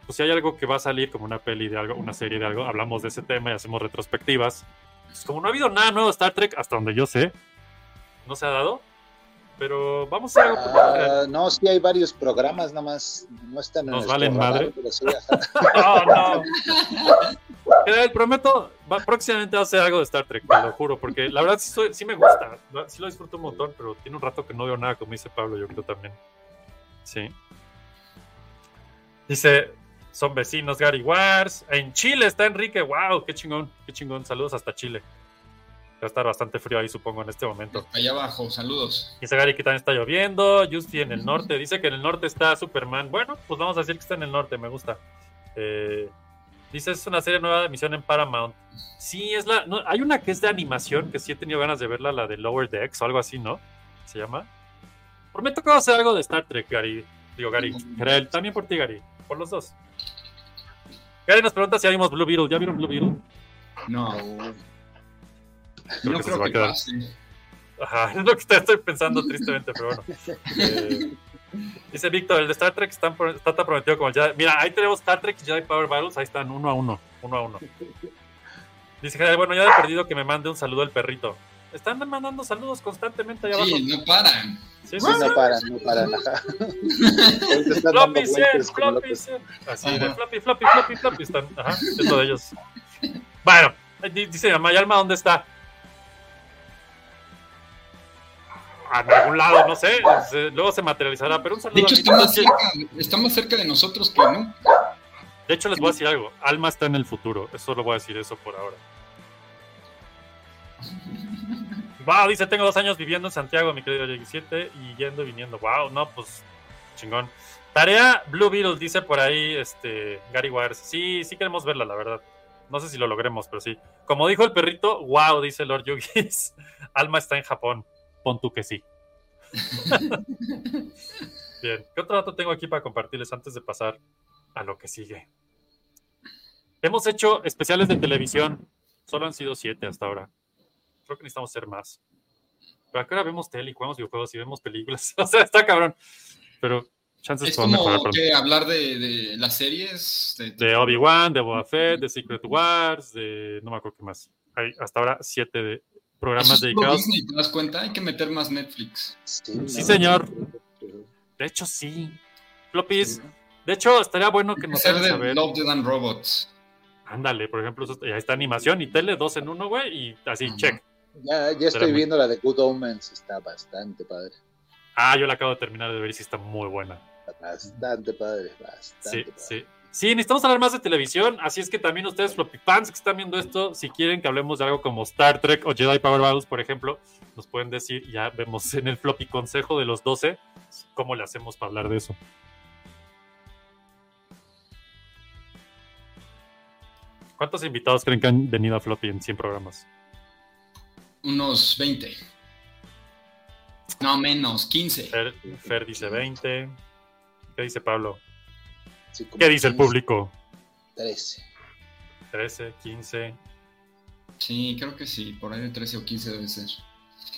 S5: pues si hay algo que va a salir como una peli de algo, una serie de algo, hablamos de ese tema y hacemos retrospectivas. Pues como no ha habido nada nuevo de Star Trek, hasta donde yo sé, no se ha dado. Pero vamos a hacer algo. por Star
S6: Ah, no, sí hay varios programas, nada más no están en
S5: Nos
S6: nuestro
S5: valen
S6: radar,
S5: madre.
S6: pero sí, ajá.
S5: Trek. No, no. Pero prometo, va- próximamente va a hacer algo de Star Trek, te lo juro, porque la verdad sí, soy- sí me gusta, la- sí lo disfruto un montón, pero tiene un rato que no veo nada, como dice Pablo, yo creo también. Sí. Dice, son vecinos Gary Wars. En Chile está Enrique. ¡Wow! ¡Qué chingón! ¡Qué chingón! Saludos hasta Chile. Va a estar bastante frío ahí, supongo, en este momento.
S7: Allá abajo, saludos.
S5: Dice Gary que también está lloviendo. Justy en el norte. Dice que en el norte está Superman. Bueno, pues vamos a decir que está en el norte. Me gusta. Eh, dice, es una serie nueva de emisión en Paramount. Sí, es la... no, hay una que es de animación, que sí he tenido ganas de verla, la de Lower Decks o algo así, ¿no? Se llama. Prometo que vamos a hacer algo de Star Trek, Gary. Digo, Gary. Gerald, también por ti, Gary. Por los dos. Gary nos pregunta si ya vimos Blue Beetle. ¿Ya vieron Blue Beetle?
S7: No.
S5: Creo
S7: no
S5: que se
S7: creo
S5: va a
S7: que
S5: quedar.
S7: pase.
S5: Ajá, [LAUGHS] es lo que estoy pensando tristemente, pero bueno. Eh, dice Víctor, el de Star Trek está, pro- está tan prometido como el Jedi. Mira, ahí tenemos Star Trek y Jedi Power Battles, ahí están, uno a uno, uno a uno. Dice Gerard, bueno, ya he perdido que me mande un saludo el perrito. Están mandando saludos constantemente allá abajo.
S7: Sí, no paran.
S5: Sí, sí,
S6: Sí,
S5: sí.
S6: no paran, no paran. ajá. Ahorita están dando
S5: Floppy 100,
S6: vueltas como
S5: floppy
S6: locos.
S5: 100. Así de
S7: Ajá.
S5: floppy, floppy, floppy, floppy están. Ajá, es lo de ellos. Bueno, di- dice mamá, ¿y Alma dónde está? A algún lado, no sé. se- luego se materializará, pero un saludo.
S7: De hecho,
S5: a
S7: está más
S5: mi-
S7: cerca, está más cerca de nosotros que no.
S5: De hecho, les voy a decir algo. Alma está en el futuro. Eso lo voy a decir eso por ahora. Wow, dice, tengo dos años viviendo en Santiago, mi querido 17, y yendo y viniendo. Wow, no, pues, chingón. Tarea Blue Beetle, dice por ahí este Gary Wires. Sí, sí queremos verla, la verdad. No sé si lo logremos, pero sí. Como dijo el perrito, wow, dice Lord Yugis. [LAUGHS] Alma está en Japón. Pon tú
S7: [LAUGHS]
S5: que sí. Bien, ¿qué otro dato tengo aquí para compartirles antes de pasar a lo que sigue. Hemos hecho especiales de televisión. Solo han sido siete hasta ahora. Creo que necesitamos hacer más. Pero acá ahora vemos tele y jugamos videojuegos y vemos películas. [LAUGHS] O sea, está cabrón. Pero chances
S7: Es
S5: son mejorar
S7: como
S5: pronto.
S7: que hablar de, de las series. de-
S5: De Obi-Wan, de Boba Fett, de Secret Wars, de... No me acuerdo qué más. Hay hasta ahora siete de
S7: Eso
S5: programas
S7: es puro
S5: dedicados.
S7: Disney, ¿te das cuenta? Hay que meter más Netflix.
S6: Sí,
S5: Sí,
S6: no,
S5: señor.
S6: pero-
S5: De hecho, sí. Floppies. De hecho, estaría bueno que nos
S7: Hacer
S5: hagan
S7: de
S5: saber.
S7: Love, Dead and Robots.
S5: Ándale, por ejemplo, eso- ahí está animación y tele, dos en uno, güey, y así,
S7: Ajá.
S5: check.
S6: Ya, ya estoy
S5: Espérame.
S6: viendo la de Good Omens, está bastante padre.
S5: Ah, yo la acabo de terminar de ver y sí está muy buena.
S6: Bastante padre, bastante
S5: Sí,
S6: padre.
S5: sí. Sí, necesitamos hablar más de televisión, así es que también ustedes, floppy fans que están viendo esto, si quieren que hablemos de algo como Star Trek o Jedi Power Battles, por ejemplo, nos pueden decir, ya vemos en el floppy consejo de los 12, cómo le hacemos para hablar de eso. ¿Cuántos invitados creen que han venido a floppy en 100 programas?
S7: Unos 20. No, menos, 15.
S5: Fer, Fer dice 20. ¿Qué dice Pablo?
S6: Sí, como
S5: ¿Qué dice el
S6: 15,
S5: público?
S6: 13.
S5: 13, 15.
S7: Sí, creo que sí, por ahí de 13 o 15 debe
S5: [LAUGHS]
S7: ser.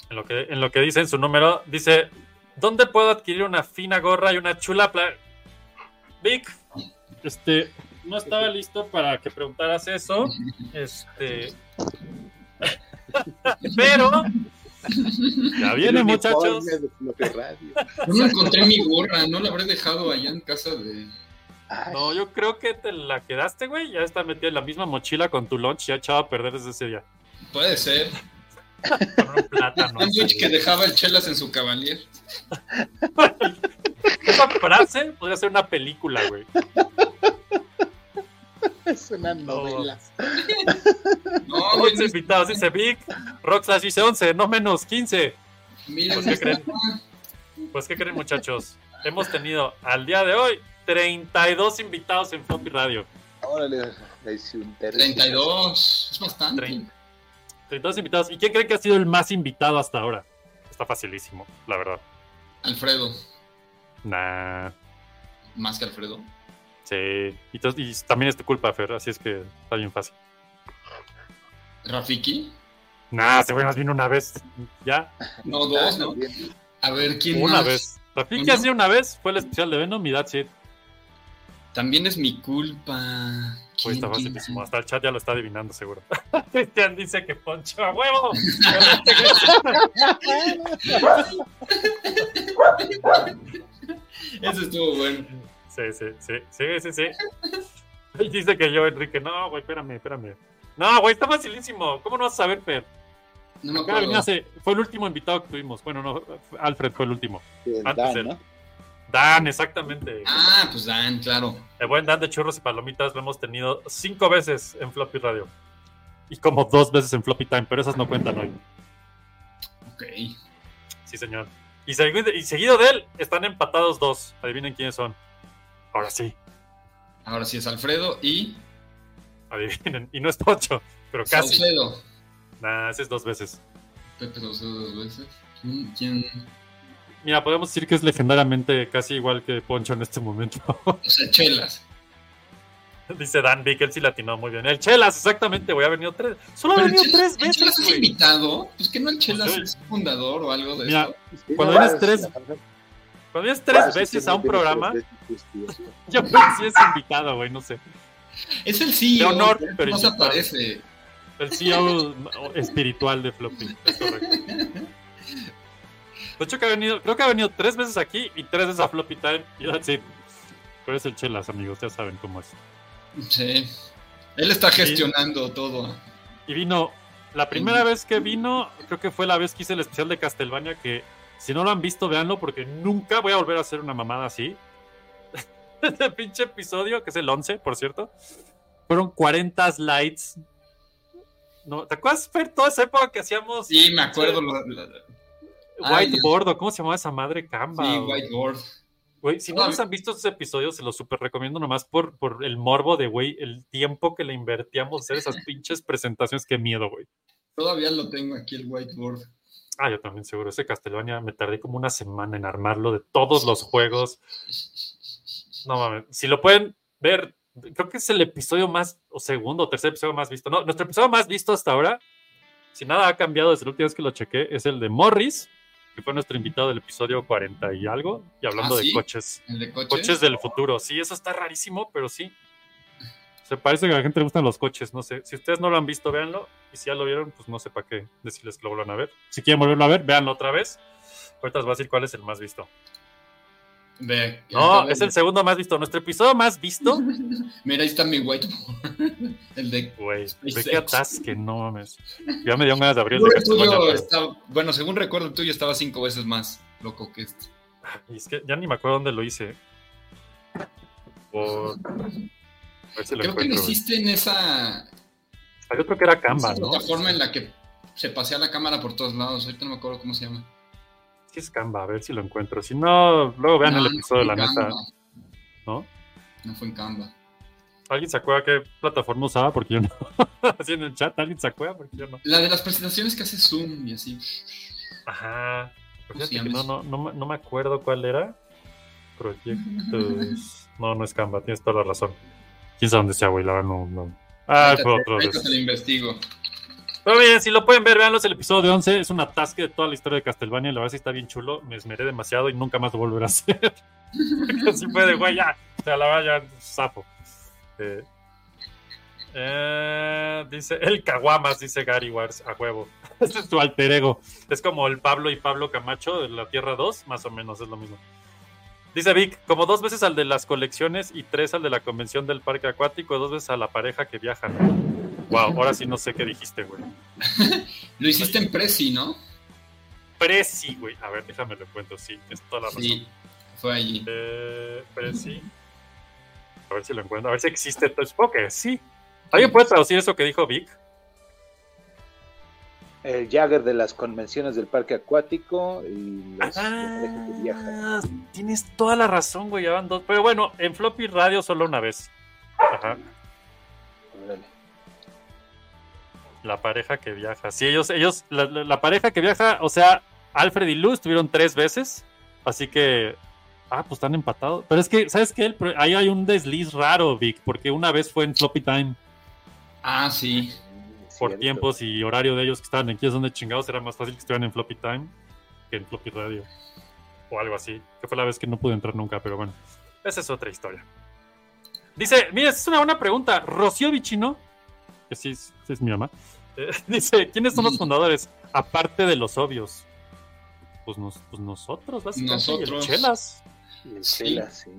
S5: En lo que, en lo que dice en su número, dice: ¿Dónde puedo adquirir una fina gorra y una chula pla-?" Vic, este, no estaba listo para que preguntaras eso. Este. [LAUGHS] Pero. Ya viene,
S6: El
S5: muchachos.
S6: uniforme de Floppy Radio. [LAUGHS]
S7: Yo no encontré mi gorra, no la habré dejado allá en casa de.
S6: Ay,
S5: No, yo creo que te la quedaste, güey. Ya está metida en la misma mochila con tu lunch. Ya echaba a perder desde ese día.
S7: Puede ser.
S5: Con un
S8: [LAUGHS]
S5: plátano.
S7: Sándwich que dejaba el chelas en su
S5: [LAUGHS]
S7: cabalier.
S5: Esa frase podría ser una película, güey.
S6: Es una novela.
S8: No, güey,
S5: 11 invitados, dice Vic. Roxas dice 11, no menos 15.
S8: mira,
S5: ¿Por
S8: no
S5: qué
S8: está-
S5: creen? Pues, ¿qué creen, muchachos? Hemos tenido al día de hoy 32 invitados en Floppy Radio.
S6: Órale, es un tercio.
S8: 32, es bastante.
S5: Trein- 32 invitados. ¿Y quién creen que ha sido el más invitado hasta ahora? Está facilísimo, la verdad.
S8: Alfredo,
S5: Nah.
S8: más que Alfredo.
S5: Sí. Y, tos- y también es tu culpa, Fer, así es que está bien fácil.
S8: Rafiki,
S5: Nah, se fue más bien una vez. Ya,
S8: no
S6: Ah,
S8: dos, ¿no?
S6: bien.
S8: A ver, ¿quién
S5: una
S8: más?
S5: vez. Rafiki
S8: Uno.
S5: hacía una vez, fue el especial de Venom y that's it. Pues,
S8: También es mi culpa.
S5: Uy, está
S8: ¿Quién, quién?
S5: facilísimo. Hasta el chat ya lo está adivinando, seguro. [LAUGHS] Cristian dice que Poncho a
S8: [LAUGHS]
S5: huevo.
S8: Eso estuvo bueno.
S5: Sí, sí, sí, sí, sí, [LAUGHS] sí. Y dice que yo, Enrique. No, güey, espérame, espérame. No, güey, está facilísimo. ¿Cómo no vas a saber, Fer?
S8: No me
S5: Acá
S8: acuerdo.
S5: hace- fue el último invitado que tuvimos. Bueno, no, Alfred fue el último.
S6: Bien,
S5: Antes
S6: Dan,
S5: del-
S6: ¿no?
S5: Dan, exactamente.
S8: Ah, pues Dan, claro.
S5: El buen Dan de Churros y Palomitas lo hemos tenido cinco veces en Floppy Radio. Y como dos veces en Floppy Time, pero esas no cuentan hoy.
S8: Ok.
S5: Sí, señor. Y seguido, y seguido de él están empatados dos. Adivinen quiénes son. Ahora sí,
S8: Ahora sí es Alfredo y
S5: adivinen. Y no es Pocho, pero casi.
S8: Saucedo.
S5: Nah, ese es dos veces.
S8: Pepe Saucedo dos veces. ¿Quién? quién?
S5: Mira, podemos decir que es legendariamente casi igual que Poncho en este momento. [LAUGHS]
S8: O sea, Chelas.
S5: Dice Dan Vick, él sí latinó muy bien. El Chelas, exactamente, güey, ha venido tres. Solo ha
S8: Pero
S5: venido
S8: Chelas-
S5: Ah, tres
S8: ¿el Chelas
S5: veces,
S8: es
S5: güey.
S8: invitado? Pues que no el Chelas
S5: Pues,
S8: es fundador o algo de
S5: Mira,
S8: eso.
S6: Sí,
S5: Cuando
S6: no,
S5: eres
S6: es
S5: tres-
S6: la canción.
S5: Cuando vienes tres
S6: Ah, sí,
S5: veces
S6: sí,
S5: a un
S6: tienes
S5: [LAUGHS]
S6: tres
S5: programa,
S6: veces, pues, tío.
S5: yo creo que sí es invitado, güey, no sé.
S8: Es el CEO,
S5: De honor,
S8: pero
S5: pero
S8: no se
S5: invitado.
S8: aparece.
S5: El CEO espiritual de Floppy, es correcto. De hecho, que ha venido, creo que ha venido tres veces aquí y tres veces a Floppy Time y that's it. Pero es el chelas, amigos, ya saben cómo es.
S8: Sí. Él está gestionando todo.
S5: Y vino, la primera vez que vino, creo que fue la vez que hice el especial de Castlevania, que si no lo han visto, véanlo, porque nunca voy a volver a hacer una mamada así. [LAUGHS] Este pinche episodio, que es el 11, por cierto, fueron 40 slides. No, ¿Te acuerdas, Fer, toda esa época que hacíamos
S8: Sí, me acuerdo. lo- lo- Ay,
S5: Whiteboard, ¿o ¿cómo se llamaba esa madre? Canva.
S8: sí,
S5: o-
S8: Whiteboard.
S5: Güey, si no
S8: Todavía-
S5: les han visto esos episodios, se los super recomiendo nomás por, por el morbo de, güey, el tiempo que le invertíamos hacer
S8: [LAUGHS]
S5: esas pinches presentaciones. Qué miedo, güey.
S8: Todavía lo tengo aquí el Whiteboard.
S5: Ah, yo también seguro. Ese Castlevania me tardé como una semana en armarlo de todos los juegos. No mames. Si lo pueden ver, creo que es el episodio más, o segundo o tercer episodio más visto. No, nuestro episodio más visto hasta ahora, si nada ha cambiado desde la última vez que lo chequé, es el de Morris, que fue nuestro invitado del episodio 40 y algo, y hablando
S8: Ah,
S5: de
S8: ¿sí?
S5: coches.
S8: El de coches.
S5: Coches del futuro. Sí, eso está rarísimo, pero sí. Se parece que a la gente le gustan los coches, no sé. Si ustedes no lo han visto, véanlo. Y si ya lo vieron, pues no sé para qué decirles que lo vuelvan a ver. Si quieren volverlo a ver, véanlo otra vez. Ahorita les voy a decir cuál es el más visto.
S8: Ve,
S5: No,
S8: acabo
S5: es
S8: de-
S5: el segundo más visto. Nuestro episodio más
S8: [LAUGHS]
S5: visto.
S8: Mira, ahí está mi whiteboard. [LAUGHS] El de.
S5: Güey, ve qué
S8: Sex.
S5: atasque, no mames. Ya me dio ganas de abrir el
S8: Según
S5: de
S8: el tuyo este.
S5: Castlevania, pero-
S8: está- bueno, según recuerdo, el tuyo estaba cinco veces más loco que este.
S5: Y es que ya ni me acuerdo dónde lo hice. Por- A ver si lo
S8: Creo que lo
S5: encuentro, güey.
S8: hiciste en esa,
S5: Ah, Yo creo que era
S8: esa
S5: Canva, ¿no?
S8: plataforma en la que se pasea la cámara por todos lados. Ahorita no me acuerdo cómo se llama.
S5: Sí es Canva, a ver si lo encuentro. Si no, luego vean
S8: No,
S5: el
S8: no
S5: episodio,
S8: fue
S5: la
S8: en
S5: neta,
S8: Canva,
S5: ¿no?
S8: No fue en Canva.
S5: ¿Alguien se acuerda qué plataforma usaba? Porque yo no. [LAUGHS] Así en el chat, ¿alguien se acuerda? Porque yo no.
S8: La de las presentaciones que hace Zoom y así.
S5: Ajá. Pero
S8: ¿Cómo se
S5: fíjate que
S8: llama
S5: no, no, no, me- no me acuerdo cuál era.
S8: [LAUGHS]
S5: Proyectos. No, no es Canva, tienes toda la razón. Quién sabe dónde sea, güey, la verdad no. no. Ah,
S8: Ahorita
S5: fue
S8: te-
S5: otro. de
S8: ahorita
S5: esos.
S8: te lo investigo.
S5: Pero bien, si lo pueden ver, veanlos el episodio 11. Es un atasque de toda la historia de Castlevania. y La verdad sí está bien chulo. Me esmeré demasiado y nunca más lo volveré a [LAUGHS] hacer. Porque así fue de, güey, ya. O sea, la verdad ya, sapo. Eh, eh, dice, el Caguamas, dice Gary Wars, a huevo. [LAUGHS] Este es tu alter ego. Es como el Pablo y Pablo Camacho de la Tierra 2, más o menos, es lo mismo. Dice Vic, como dos veces al de las colecciones y tres al de la convención del parque acuático, dos veces a la pareja que viajan. Wow, ahora sí no sé qué dijiste, güey.
S8: Lo hiciste en Prezi, ¿no?
S5: Prezi, güey. A ver, déjame lo encuentro, sí, es toda la razón.
S8: Sí, fue allí.
S5: Eh, Prezi. A ver si lo encuentro, a ver si existe. Supongo que sí, ¿Alguien puede traducir eso que dijo Vic?
S6: El Jagger de las convenciones del parque acuático y los, la pareja que viaja.
S5: Ah, tienes toda la razón, güey. Ya van dos. Pero bueno, en floppy radio solo una vez. Ajá.
S6: Órale.
S5: La pareja que viaja. Sí, ellos, ellos, la, la- la pareja que viaja, o sea, Alfred y Luz tuvieron tres veces. Así que. Ah, pues están empatados. Pero es que, ¿sabes qué? El pro- Ahí hay un desliz raro, Vic, porque una vez fue en floppy time
S8: Ah, sí.
S5: por
S6: Cierto.
S5: tiempos y horario de ellos que estaban en quién es donde chingados era más fácil que estuvieran en floppy time que en floppy radio o algo así que fue la vez que no pude entrar nunca pero bueno esa es otra historia dice mira esa es una buena pregunta Rocío Vichino que sí es, sí es mi mamá [LAUGHS] eh, dice quiénes son los fundadores aparte de los obvios pues, nos- pues nosotros básicamente y el
S8: Nosotros.
S5: chelas
S6: El
S8: Sí.
S6: Chela, eh, sí.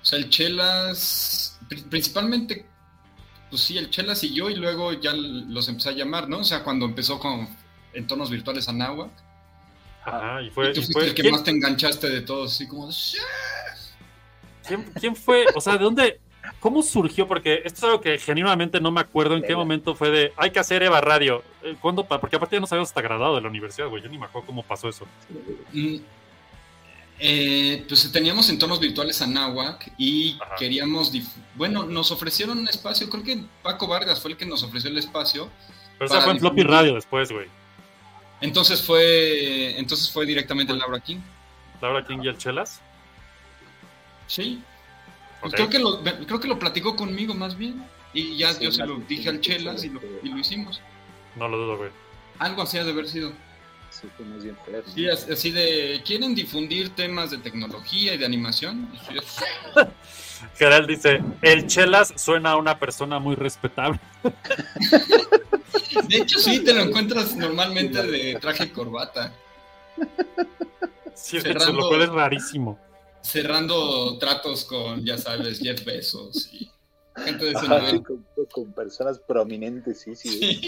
S8: O sea, el Chelas, pri- principalmente, pues sí, el Chelas y yo, y luego ya los empecé a llamar, ¿no? O sea, cuando empezó con entornos virtuales Anáhuac,
S5: Ajá, y
S8: y
S5: fue,
S8: tú
S5: y
S8: fuiste
S5: fue-
S8: el que
S5: ¿quién-
S8: más te enganchaste de todos, así como, "Sí".
S5: ¿Quién, quién fue? O sea, ¿de dónde? ¿Cómo surgió? Porque esto es algo que genuinamente no me acuerdo en qué momento fue de hay que hacer Eva Radio. Eh, ¿Cuándo? pa- Porque aparte ya nos habíamos hasta graduado de la universidad, güey. Yo ni me acuerdo cómo pasó eso.
S8: Mm, eh, pues teníamos entornos virtuales Anáhuac y
S5: Ajá.
S8: queríamos, dif- bueno, nos ofrecieron un espacio, creo que Paco Vargas fue el que nos ofreció el espacio,
S5: Pero esa
S8: Para
S5: fue en floppy
S8: difundir.
S5: radio después, güey.
S8: entonces fue, entonces fue directamente Laura King.
S5: Laura King y el Chelas.
S8: Sí. Pues
S5: Ok.
S8: Creo, que lo, me- creo que lo platicó conmigo más bien. Y ya
S6: Sí,
S8: yo se
S6: más
S8: lo
S6: bien,
S8: dije al
S6: sí,
S8: Chelas
S6: sí,
S8: y lo,
S6: sí.
S8: y lo hicimos.
S5: No lo dudo, güey.
S8: Algo así ha de haber sido.
S6: Sí, fue más bien Fer, ¿no?
S8: Sí, as- así de, ¿quieren difundir temas de tecnología y de animación? Y yo, "Sí".
S5: Gerald dice, el Chelas suena a una persona muy respetable. [LAUGHS]
S8: De hecho, sí, te lo encuentras normalmente de traje y corbata,
S5: Sí, de
S8: Cerrando.
S5: hecho, lo cual es rarísimo.
S8: cerrando tratos con, ya sabes, Jeff Bezos y gente de ese
S6: Ajá, sí,
S8: nivel.
S6: con, con personas prominentes, sí, [LAUGHS] sí.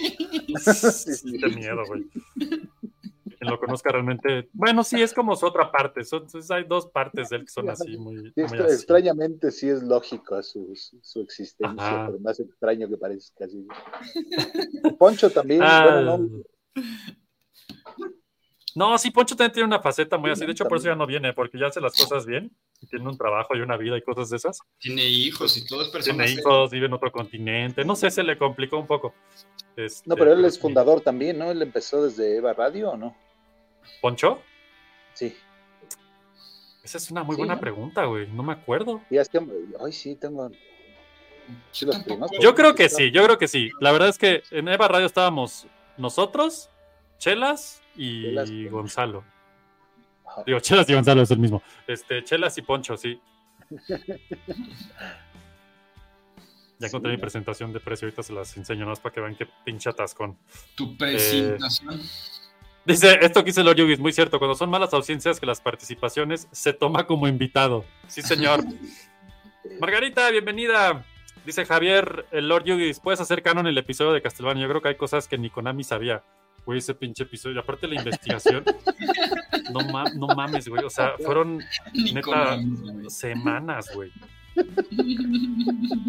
S6: sí.
S5: Qué miedo, güey. Quien lo conozca realmente. Bueno, sí, es como su otra parte. Son, son- hay dos partes de él que son así, muy,
S6: Sí,
S5: muy
S6: esto-
S5: así.
S6: extrañamente sí es lógico su, su- su existencia,
S5: Ajá.
S6: por más extraño que parezca.
S5: [LAUGHS]
S6: sí. Poncho también,
S5: Ah.
S6: bueno, no,
S5: No, sí, Poncho también tiene una faceta muy
S6: Sí,
S5: así. De
S6: también.
S5: hecho, por eso ya no viene, porque ya hace las cosas bien. y Tiene un trabajo y una vida y cosas de esas.
S8: [LAUGHS] Tiene hijos y todo es persona.
S5: Tiene hijos, vive en otro continente. No sé, se le complicó un poco. Este,
S6: no, pero él es
S5: sí.
S6: fundador también, ¿no? Él empezó desde Eva Radio, ¿o no?
S5: ¿Poncho?
S6: Sí.
S5: Esa es una muy
S6: Sí,
S5: buena
S6: ¿no?
S5: pregunta, güey. No me acuerdo.
S6: Y hasta, ay, sí, tengo. Sí, los primeros.
S5: Yo creo que sí, yo creo que sí. La verdad es que en Eva Radio estábamos nosotros, Chelas y
S6: Chelas.
S5: Gonzalo.
S6: Ajá.
S5: Digo, Chelas y Gonzalo es el mismo. Este, Chelas y Poncho, sí. Ya encontré
S6: Sí,
S5: mi
S6: ¿no?
S5: presentación de precio, ahorita se las enseño más para que vean qué pinche atascón.
S8: Tu presentación.
S5: Eh, Dice, esto que dice Lord Yugi es muy cierto, cuando son malas ausencias que las participaciones, se toma como invitado. Sí, señor. Margarita, bienvenida. Dice Javier, el Lord Yugi, ¿puedes hacer canon el episodio de Castlevania? Yo creo que hay cosas que ni Konami sabía. Güey, ese pinche episodio. Aparte la investigación. no, ma- no mames, güey. O sea, fueron
S8: Ni
S5: Neta.
S8: con la-
S5: semanas, güey.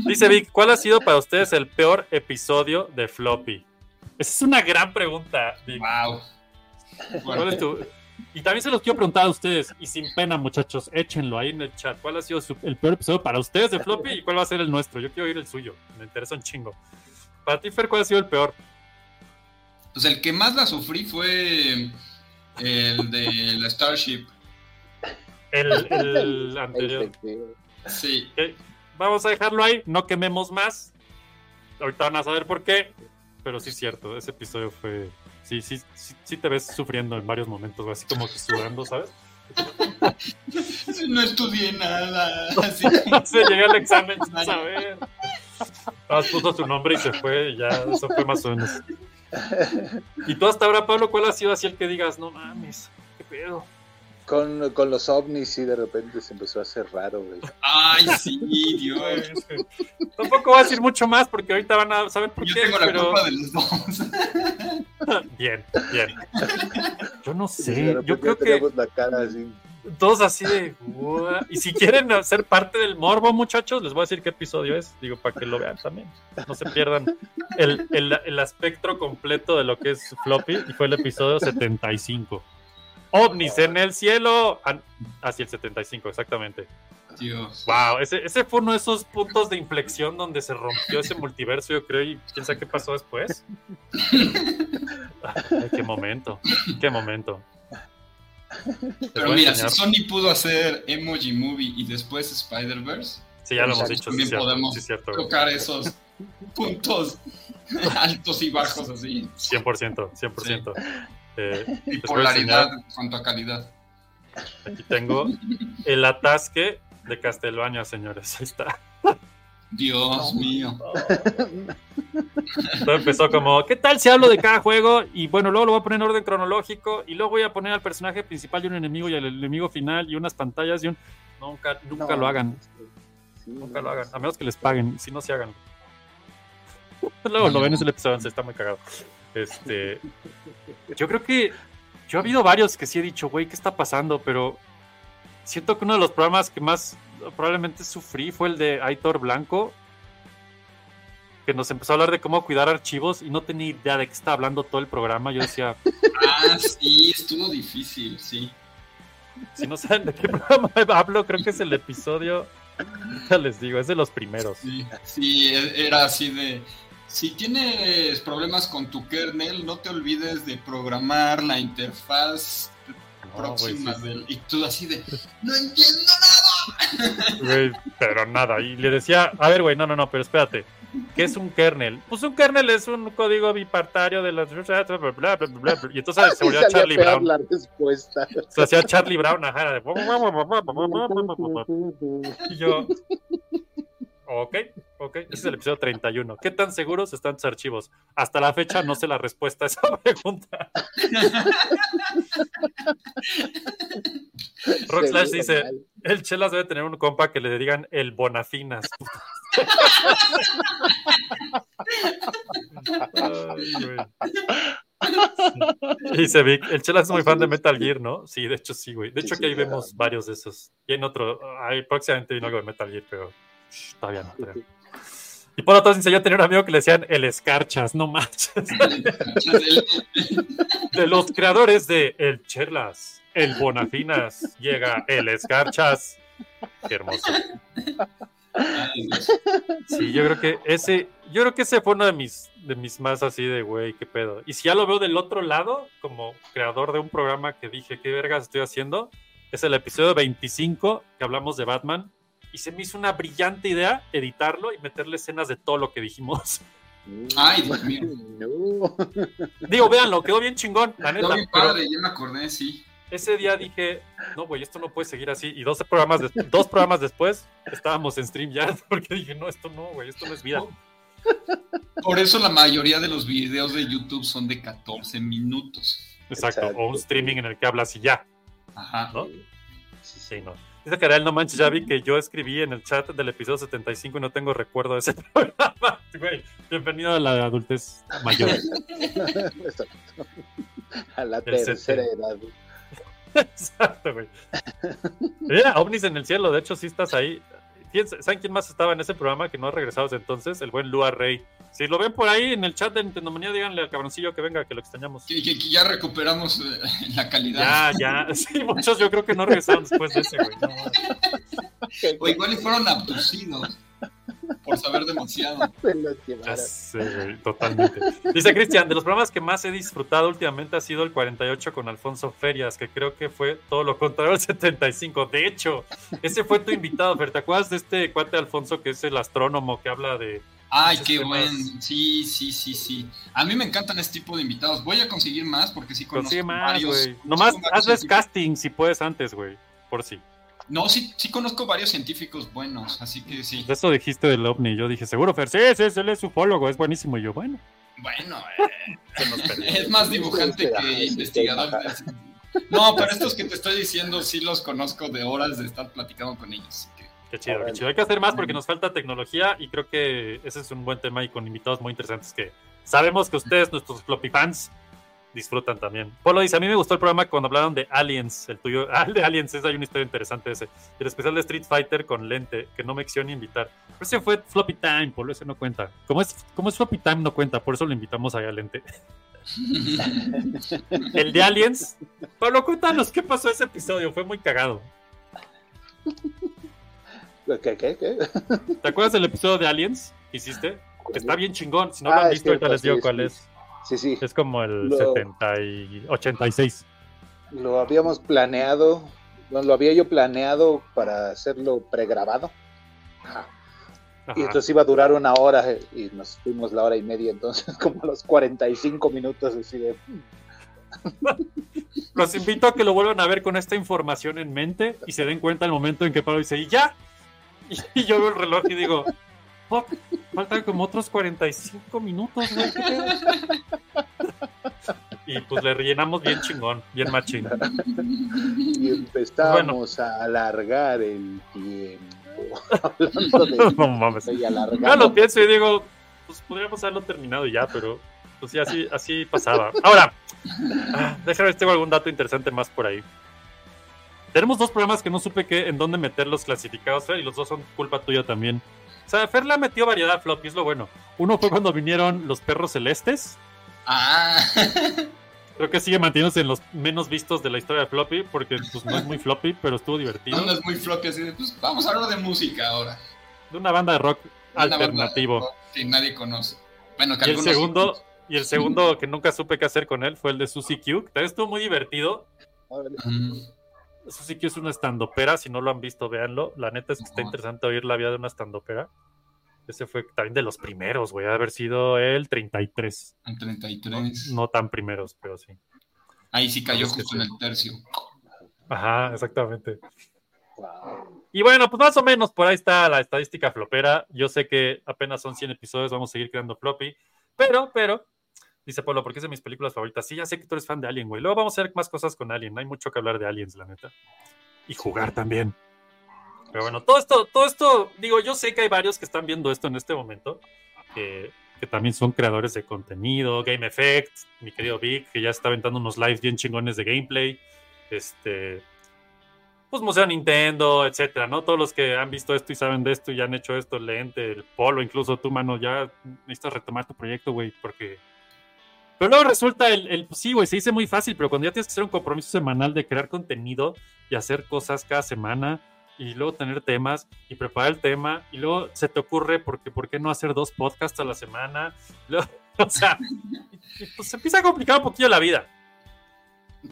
S5: Dice Vic, ¿cuál ha sido para ustedes el peor episodio de Floppy? Esa es una gran pregunta, Vic.
S8: Wow.
S5: ¿Cuál es tu- Y también se los quiero preguntar a ustedes, y sin pena, muchachos, échenlo ahí en el chat. ¿Cuál ha sido su- el peor episodio para ustedes de Floppy y cuál va a ser el nuestro? Yo quiero oír el suyo, me interesa un chingo. Para ti, Fer, ¿cuál ha sido el peor?
S8: Pues el que más la sufrí fue el de la Starship.
S5: El, el anterior.
S8: Sí.
S5: Ok, Vamos a dejarlo ahí, no quememos más. Ahorita van a saber por qué, pero sí es cierto, ese episodio fue. Sí, sí, sí, sí te ves sufriendo en varios momentos, así como que sudando, ¿sabes?
S8: No estudié nada. así.
S5: Se llegué al examen sin saber. Nada más puso su nombre y se fue, y ya, eso fue más o menos. Y tú hasta ahora, Pablo, ¿cuál ha sido así el que digas, no mames, qué pedo?
S6: Con, con los ovnis, sí, de repente se empezó a hacer raro, güey.
S8: Ay, sí, Dios.
S5: Tampoco voy a decir mucho más porque ahorita van a saber por
S8: Yo
S5: qué,
S8: tengo la
S5: pero.
S8: culpa de los dos. [LAUGHS]
S5: Bien, bien. Yo no
S6: Y de
S5: sé,
S6: repente
S5: yo creo
S6: ya
S5: que.
S6: Tenemos la cara así.
S5: Todos así de. "What?". Y si quieren ser parte del morbo, muchachos, les voy a decir qué episodio es. Digo, para que lo vean también. No se pierdan el, el, el espectro completo de lo que es floppy. Y fue el episodio 75. OVNIS en el cielo. Ah, Así el 75, exactamente.
S8: Dios.
S5: Wow, ese, ese fue uno de esos puntos de inflexión donde se rompió ese multiverso, yo creo, y quién sabe qué pasó después. Ay, qué momento, qué momento. Les
S8: Pero
S5: voy a
S8: mira, si
S5: enseñar.
S8: Sony pudo hacer Emoji Movie y después Spider-Verse,
S5: Sí, ya lo hemos
S8: Exacto,
S5: dicho, sí, es
S8: también
S5: cierto,
S8: podemos
S5: sí, es cierto, güey.
S8: tocar esos [LAUGHS] puntos altos y bajos así.
S5: 100%, 100%. Eh,
S8: [LAUGHS] Y
S5: les voy a enseñar,
S8: polaridad en cuanto a calidad.
S5: aquí
S8: [LAUGHS]
S5: tengo el atasque de Castelbaña, señores. Ahí está.
S8: Dios mío.
S5: Todo empezó como, ¿qué tal si hablo de cada juego? Y bueno, luego lo voy a poner en orden cronológico y luego voy a poner al personaje principal y un enemigo y al enemigo final y unas pantallas y un... Nunca, nunca lo hagan,
S6: Sí,
S5: nunca
S6: no,
S5: lo hagan, a menos que les paguen, si no se hagan. [LAUGHS] Luego lo ven es el episodio 11, está muy cagado. Este, yo creo que yo ha habido varios que sí he dicho, güey, ¿qué está pasando? Pero siento que uno de los programas que más probablemente sufrí fue el de Aitor Blanco, que nos empezó a hablar de cómo cuidar archivos y no tenía idea de qué estaba hablando todo el programa. Yo decía, [LAUGHS]
S8: Ah, sí, estuvo difícil, sí.
S5: si no saben de qué programa [LAUGHS] hablo, creo que es el episodio, [LAUGHS] ya les digo, es de los primeros.
S8: Sí, sí, e- era así de. Si tienes problemas con tu kernel, no te olvides de programar la interfaz
S5: No, güey, sí,
S8: próxima del. Y tú así de. ¡No entiendo nada!
S5: Güey, pero nada. Y le decía, a ver, güey, no, no, no, pero espérate. ¿Qué es un kernel? Pues un kernel es un código bipartario de las. bla, bla, bla, bla, bla, bla. Y entonces se
S10: [LAUGHS] Y
S5: volvió a
S10: salía
S5: Charlie
S10: peor
S5: Brown.
S10: la
S5: [LAUGHS]
S10: respuesta.
S5: Se hacía Charlie Brown, ajá. era de-
S6: [LAUGHS]
S5: Y yo. Ok, ok. Ese es el episodio 31. ¿Qué tan seguros están tus archivos? Hasta la fecha no sé la respuesta a esa [LAUGHS] pregunta. Rock Slash dice: El Chelas debe tener un compa que le digan el Bonafinas. Ay, güey. Dice Vic, el Chelas es muy fan de Metal Gear, ¿no? Sí, de hecho sí, güey. De hecho
S6: Sí,
S5: que ahí
S6: sí,
S5: vemos varios de esos. Y en otro, ahí próximamente vino algo de Metal Gear, pero shh, todavía no. todavía no. Y por otro, yo tenía un amigo que le decían el Escarchas, no manches. De los creadores de El Chelas, El Bonafinas, llega El Escarchas. Qué hermoso. Sí, yo creo que ese, yo creo que ese fue uno de mis, de mis más así de güey, qué pedo. Y si ya lo veo del otro lado, como creador de un programa que dije, qué vergas estoy haciendo, es el episodio 25 que hablamos de Batman. Y se me hizo una brillante idea editarlo y meterle escenas de todo lo que dijimos. [LAUGHS]
S8: Ay, Dios mío.
S6: No.
S5: Digo, véanlo, quedó bien chingón, la neta.
S8: Está bien
S5: pero-
S8: padre, ya me acordé, sí.
S5: ese día dije, no, güey, esto no puede seguir así. Y dos programas, des- dos programas después estábamos en StreamYard [LAUGHS] porque dije, no, esto no, güey, esto no es vida.
S8: Por eso la mayoría de los videos de YouTube son de 14 minutos.
S5: Exacto.
S6: Exacto.
S5: O un streaming en el que hablas y ya,
S8: Ajá.
S5: ¿no? Sí, no. Dice Karel, no manches, ya vi que yo escribí en el chat del episodio 75 y no tengo recuerdo de ese [LAUGHS] programa. Güey, bienvenido a la adultez mayor.
S6: [LAUGHS] Exacto. A la
S5: El
S6: tercera edad.
S5: Exacto, güey. Mira, ovnis en el cielo, de hecho, sí estás ahí. ¿Quién- ¿Saben quién más estaba en ese programa que no ha regresado desde entonces? El buen Lua Rey. Si lo ven por ahí en el chat de Nintendomanía, díganle al cabroncillo que venga, que lo extrañamos.
S8: Que, que- que ya recuperamos eh, [LAUGHS] la calidad.
S5: Ya, ya. [LAUGHS] Sí, muchos yo creo que no regresaron después de ese, güey. No,
S8: O igual y fueron abducidos por saber demasiado.
S6: [LAUGHS] Se los
S5: ya
S6: llevaron.
S5: sé, güey, totalmente. Dice Cristian, de los programas que más he disfrutado últimamente ha sido el 48 con Alfonso Ferias, que creo que fue todo lo contrario al 75. De hecho, ese fue tu invitado, Fer. ¿Te acuerdas de este cuate Alfonso que es el astrónomo que habla de
S8: Ay,
S5: Muchos
S8: qué
S5: temas.
S8: buen. Sí, sí, sí, sí. A mí me encantan este tipo de invitados. Voy a conseguir más porque sí conozco
S5: Consigue pues, más,
S8: varios.
S5: güey.
S8: conozco
S5: Nomás
S8: varios
S5: hazles
S8: científicos-
S5: casting si puedes antes, güey. Por si.
S8: No, sí, sí conozco varios científicos buenos, así que sí.
S5: Eso dijiste del ovni. Yo dije, seguro, Fer. Sí, sí, sí, él es ufólogo, es buenísimo. Y yo, bueno.
S8: Bueno,
S5: se nos perdió.
S8: Es más dibujante que investigador. de- No, pero estos que te estoy diciendo sí los conozco de horas de estar platicando con ellos. así que-
S5: Qué chido, qué
S6: Órale.
S5: chido. Hay que hacer más porque nos falta tecnología y creo que ese es un buen tema y con invitados muy interesantes que sabemos que ustedes, nuestros floppy fans, disfrutan también. Polo dice, a mí me gustó el programa cuando hablaron de Aliens, el tuyo, [LAUGHS] ah, el de Aliens, es, hay una historia interesante ese, el especial de Street Fighter con lente, que no me quisieron invitar. Pero ese fue Floppy Time, Polo, ese no cuenta. Como es, como es Floppy Time, no cuenta, por eso lo invitamos allá a lente. el de Aliens, Pablo, cuéntanos qué pasó ese episodio, fue muy cagado.
S6: ¿Qué, qué, qué?
S5: ¿Te acuerdas del episodio de Aliens que hiciste? Que está bien chingón, si no lo
S6: Ah,
S5: han
S6: es
S5: visto, ahorita
S6: cierto,
S5: les digo
S6: sí,
S5: cuál
S6: sí.
S5: es.
S6: Sí, sí,
S5: Es como el
S6: Lo-
S5: 70 y 86.
S6: lo habíamos planeado, bueno, lo había yo planeado para hacerlo pregrabado. Ajá.
S5: Ajá.
S6: Y entonces iba a durar una hora eh, y nos fuimos la hora y media, entonces [LAUGHS] como a los 45 minutos así de...
S5: Los invito a que lo vuelvan a ver con esta información en mente y se den cuenta el momento en que Pablo dice, ¡y ya! [LAUGHS] Y yo veo el reloj y digo, "Fuck, faltan como otros 45 minutos, güey. ¿qué pedo?". Y pues le rellenamos bien chingón, bien machín.
S6: Y empezamos a alargar el
S5: [LAUGHS]
S6: tiempo. [LAUGHS] Hablando
S5: No
S6: de...
S5: mames.
S6: Y
S5: Ahora
S6: alargando.
S5: lo pienso y digo, pues podríamos haberlo terminado ya, pero pues sí, así, así pasaba. Ahora, ah, déjame ver si tengo algún dato interesante más por ahí. Tenemos dos programas que no supe qué, en dónde meter los clasificados, Fer, y los dos son culpa tuya también. O sea, Fer le ha metido variedad a Floppy, es lo bueno. Uno fue cuando vinieron los perros celestes. [LAUGHS]
S7: Ah,
S5: Creo que sigue manteniéndose en los menos vistos de la historia de Floppy, porque pues no es muy Floppy, pero
S7: [LAUGHS]
S5: estuvo divertido.
S7: ondas muy floppy así de, pues vamos a hablar de música ahora.
S5: De una banda de rock
S7: Una banda
S5: alternativo.
S7: Que nadie conoce. Bueno, que
S5: Y el
S7: algunos-
S5: segundo, y el segundo que nunca supe qué hacer con él fue el de Susie Q, que también estuvo muy divertido.
S6: Órale.
S7: Ujú.
S5: Susie Q es una estandopera, si no lo han visto, véanlo. La neta es que está
S7: Ajá.
S5: interesante oír la vida de una estandopera. Ese fue también de los primeros, güey, ha de haber sido el 33.
S7: En
S5: No,
S7: 33.
S5: no tan primeros, pero sí.
S7: Ahí sí cayó
S5: Es que
S7: justo en el tercio.
S5: Ajá, exactamente.
S6: Wow. [LAUGHS]
S5: Y bueno, pues más o menos por ahí está la estadística flopera. Yo sé que apenas son 100 episodios, vamos a seguir creando floppy. Pero, pero, dice Polo, porque es de mis películas favoritas. Sí, ya sé que tú eres fan de Alien, güey. Luego vamos a hacer más cosas con Alien. Hay mucho que hablar de Aliens, la neta. Y jugar también. Pero bueno, todo esto, todo esto, digo, yo sé que hay varios que están viendo esto en este momento, que, que también son creadores de contenido, Game Effect, mi querido Vic, que ya está aventando unos lives bien chingones de gameplay. Este, pues Museo Nintendo, etcétera, ¿no? Todos los que han visto esto y saben de esto y han hecho esto, Lente, el Polo, incluso tú, mano, ya necesitas retomar tu proyecto, güey, porque... Pero luego resulta el, el- sí, güey, se dice muy fácil, pero cuando ya tienes que hacer un compromiso semanal de crear contenido y hacer cosas cada semana y luego tener temas y preparar el tema y luego se te ocurre porque por qué no hacer dos podcasts a la semana, [LAUGHS] Luego, o sea, y- y, pues se empieza a complicar un poquillo la vida.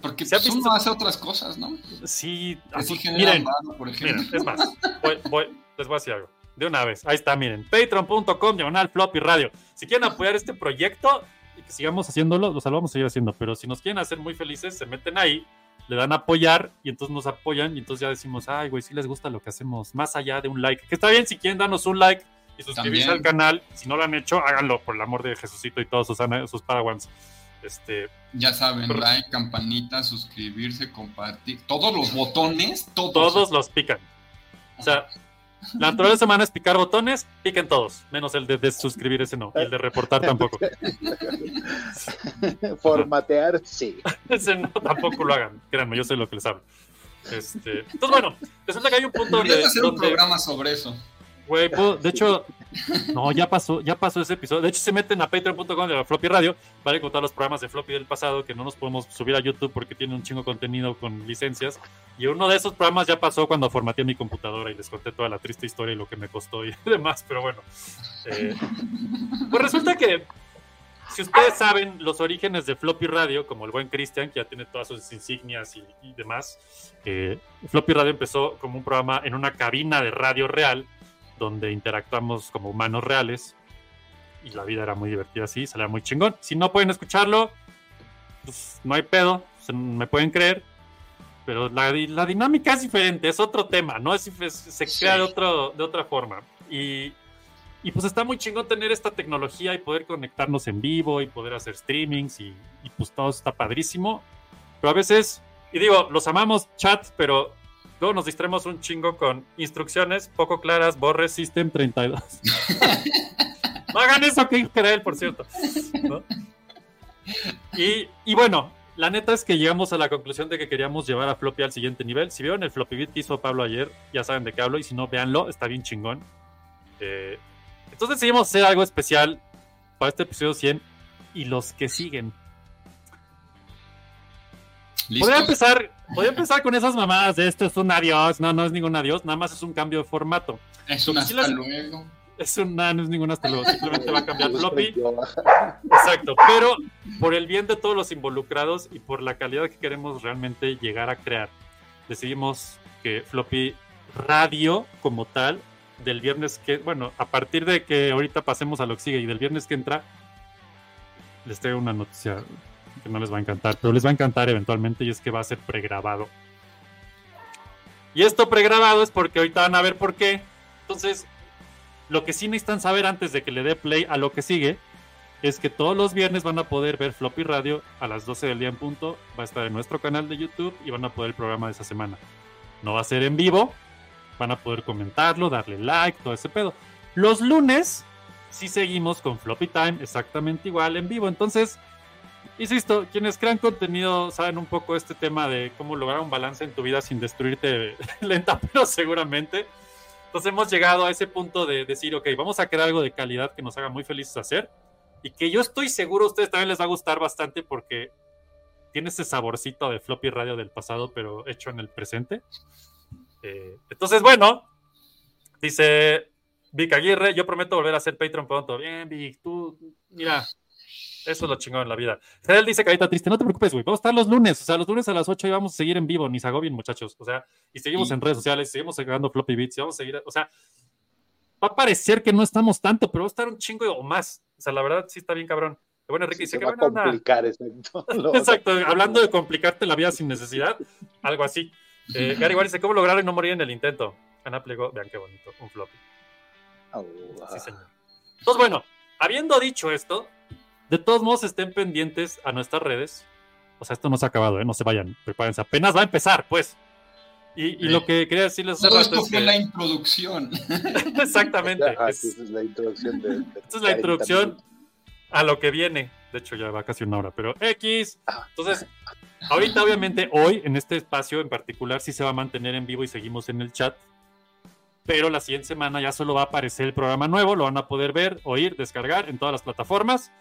S7: Porque
S5: ¿Se ha
S7: pues,
S5: visto?
S7: uno hace otras cosas, ¿no?
S5: Sí,
S8: Pues
S7: Así
S5: así,
S7: genera
S5: miren,
S7: varo, por ejemplo.
S5: Pues Miren, es más, voy- voy- les voy a decir algo. De una vez, ahí está, miren, patreon.com, diagonal floppy radio. Si quieren apoyar este proyecto y que sigamos haciéndolo, o sea, lo vamos a seguir haciendo, pero si nos quieren hacer muy felices, se meten ahí, le dan a apoyar y entonces nos apoyan y entonces ya decimos, ay, güey, si les gusta lo que hacemos, más allá de un like, que está bien si quieren darnos un like y suscribirse
S7: También.
S5: al canal, si no lo han hecho, háganlo, por el amor de Jesucito y todos sus, ana- sus padawans. Este,
S7: Ya saben,
S5: Pero-
S7: like, campanita, suscribirse, compartir. Todos los botones, todos.
S5: todos los pican. O sea, la naturaleza humana es picar botones, piquen todos, menos el de, de suscribir ese no, y el de reportar tampoco.
S6: Formatear,
S5: [LAUGHS]
S6: sí.
S5: Ese no, tampoco lo hagan, créanme, yo sé lo que les hablo. Este, entonces, bueno, resulta que hay un punto donde,
S7: Deberías hacer un
S5: donde
S7: programa sobre eso.
S5: Güey, puedo- de hecho, no, ya pasó, ya pasó ese episodio. De hecho, se meten a patreon.com de la Floppy Radio para encontrar los programas de Floppy del pasado que no nos podemos subir a YouTube porque tiene un chingo de contenido con licencias. Y uno de esos programas ya pasó cuando formateé mi computadora y les conté toda la triste historia y lo que me costó y [LAUGHS] demás. Pero bueno, eh, pues resulta que si ustedes saben los orígenes de Floppy Radio, como el buen Cristian, que ya tiene todas sus insignias y, y demás, eh, Floppy Radio empezó como un programa en una cabina de radio real donde interactuamos como humanos reales y la vida era muy divertida así, salía muy chingón. Si no pueden escucharlo, pues no hay pedo, se- me pueden creer, pero la, di- la dinámica es diferente, es otro tema, ¿no? Es, es- se
S7: Sí.
S5: crea de, otro, de otra forma. Y, y pues está muy chingón tener esta tecnología y poder conectarnos en vivo y poder hacer streamings y, y pues todo está padrísimo, pero a veces, y digo, los amamos chat, pero Luego nos distraemos un chingo con instrucciones poco claras, borre System 32. no hagan eso que Israel, por cierto. ¿no? Y, y bueno, la neta es que llegamos a la conclusión de que queríamos llevar a Floppy al siguiente nivel. Si vieron el Floppy Beat que hizo Pablo ayer, ya saben de qué hablo. Y si no, véanlo, está bien chingón. Eh, entonces decidimos hacer algo especial para este episodio 100 y los que siguen.
S7: ¿Listo?
S5: Podría empezar, podría empezar con esas mamadas de esto es un adiós. No, no es ningún adiós, nada más es un cambio de formato.
S7: Es un
S5: Sí, las-
S7: hasta luego.
S5: Es un, nah, no es ningún hasta luego, simplemente va a
S6: [LAUGHS]
S5: cambiar
S6: Los
S5: Floppy.
S6: precios.
S5: Exacto, pero por el bien de todos los involucrados y por la calidad que queremos realmente llegar a crear, decidimos que Floppy Radio como tal, del viernes que, bueno, a partir de que ahorita pasemos a lo que sigue y del viernes que entra, les traigo una noticia que no les va a encantar, pero les va a encantar eventualmente y es que va a ser pregrabado. Y esto pregrabado es porque ahorita van a ver por qué. Entonces, lo que sí necesitan saber antes de que le dé play a lo que sigue es que todos los viernes van a poder ver Floppy Radio a las 12 del día en punto. Va a estar en nuestro canal de YouTube y van a poder el programa de esa semana. No va a ser en vivo. Van a poder comentarlo, darle like, todo ese pedo. Los lunes sí seguimos con Floppy Time exactamente igual en vivo. Entonces, insisto, quienes crean contenido saben un poco este tema de cómo lograr un balance en tu vida sin destruirte [LAUGHS] lenta, pero seguramente. Entonces hemos llegado a ese punto de decir, ok, vamos a crear algo de calidad que nos haga muy felices hacer y que yo estoy seguro a ustedes también les va a gustar bastante porque tiene ese saborcito de floppy radio del pasado, pero hecho en el presente. Eh, entonces, bueno, dice Vic Aguirre, yo prometo volver a ser Patreon pronto. Bien, Vic, tú, mira, eso es lo chingón en la vida. Fidel dice, carita triste, no te preocupes, güey, vamos a estar los lunes, o sea, los lunes a las 8 y vamos a seguir en vivo, ni se agobien, muchachos, o sea, y seguimos
S7: Sí.
S5: en redes sociales, seguimos sacando floppy beats, y vamos a seguir, o sea, va a parecer que no estamos tanto, pero va a estar un chingo o más, o sea, la verdad sí está bien cabrón. El buen Enrique
S6: [LAUGHS] Se
S5: dice, que
S6: va a
S5: buena onda.
S6: complicar, [LAUGHS] exacto. Lo-
S5: Exacto, hablando de complicarte la vida sin necesidad, algo así. Eh, Gary Wall dice, ¿cómo lograrlo y no morir en el intento? Ana plegó, vean qué bonito, un floppy.
S6: Oh,
S5: Sí, señor. Entonces, bueno, habiendo dicho esto, de todos modos estén pendientes a nuestras redes. O sea, esto no se ha acabado, ¿eh? no se vayan, prepárense. Apenas va a empezar, pues. Y, y
S7: Sí.
S5: lo que quería decirles
S7: [LAUGHS]
S5: hace
S7: Todo
S5: rato
S7: esto
S5: es
S7: fue
S5: que- [LAUGHS]
S7: la introducción. [LAUGHS]
S6: [LAUGHS]
S5: Exactamente.
S6: Ajá,
S5: es-
S6: Ah, sí, esa es la
S5: [LAUGHS]
S6: introducción de- de
S5: Esta es la introducción a lo que viene. De hecho, ya va casi una hora, pero X. Entonces, ahorita, obviamente, hoy, en este espacio en particular, sí se va a mantener en vivo y seguimos en el chat. Pero la siguiente semana ya solo va a aparecer el programa nuevo. Lo van a poder ver, oír, descargar en todas las plataformas.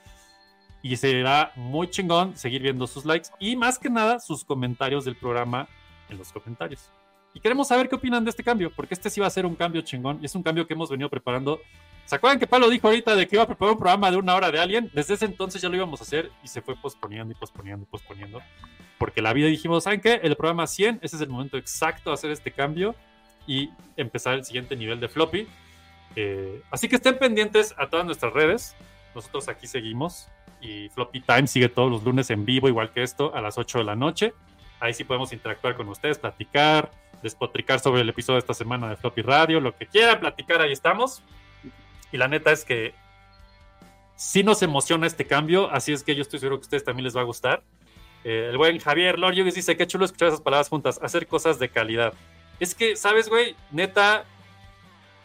S5: Y será muy chingón seguir viendo sus likes y, más que nada, sus comentarios del programa en los comentarios. Y queremos saber qué opinan de este cambio, porque este sí va a ser un cambio chingón y es un cambio que hemos venido preparando ¿Se acuerdan que Pablo dijo ahorita de que iba a preparar un programa de una hora de Alien? Desde ese entonces ya lo íbamos a hacer y se fue posponiendo y posponiendo y posponiendo. Porque la vida dijimos, ¿saben qué? El programa 100, ese es el momento exacto de hacer este cambio y empezar el siguiente nivel de floppy. Eh, así que estén pendientes a todas nuestras redes. Nosotros aquí seguimos y Floppy Time sigue todos los lunes en vivo, igual que esto, a las 8 de la noche. Ahí sí podemos interactuar con ustedes, platicar, despotricar sobre el episodio de esta semana de Floppy Radio, lo que quieran platicar, ahí estamos. Y la neta es que sí nos emociona este cambio, así es que yo estoy seguro que a ustedes también les va a gustar. Eh, el buen Javier Lorius dice, qué chulo escuchar esas palabras juntas, hacer cosas de calidad. Es que, ¿sabes, güey? Neta,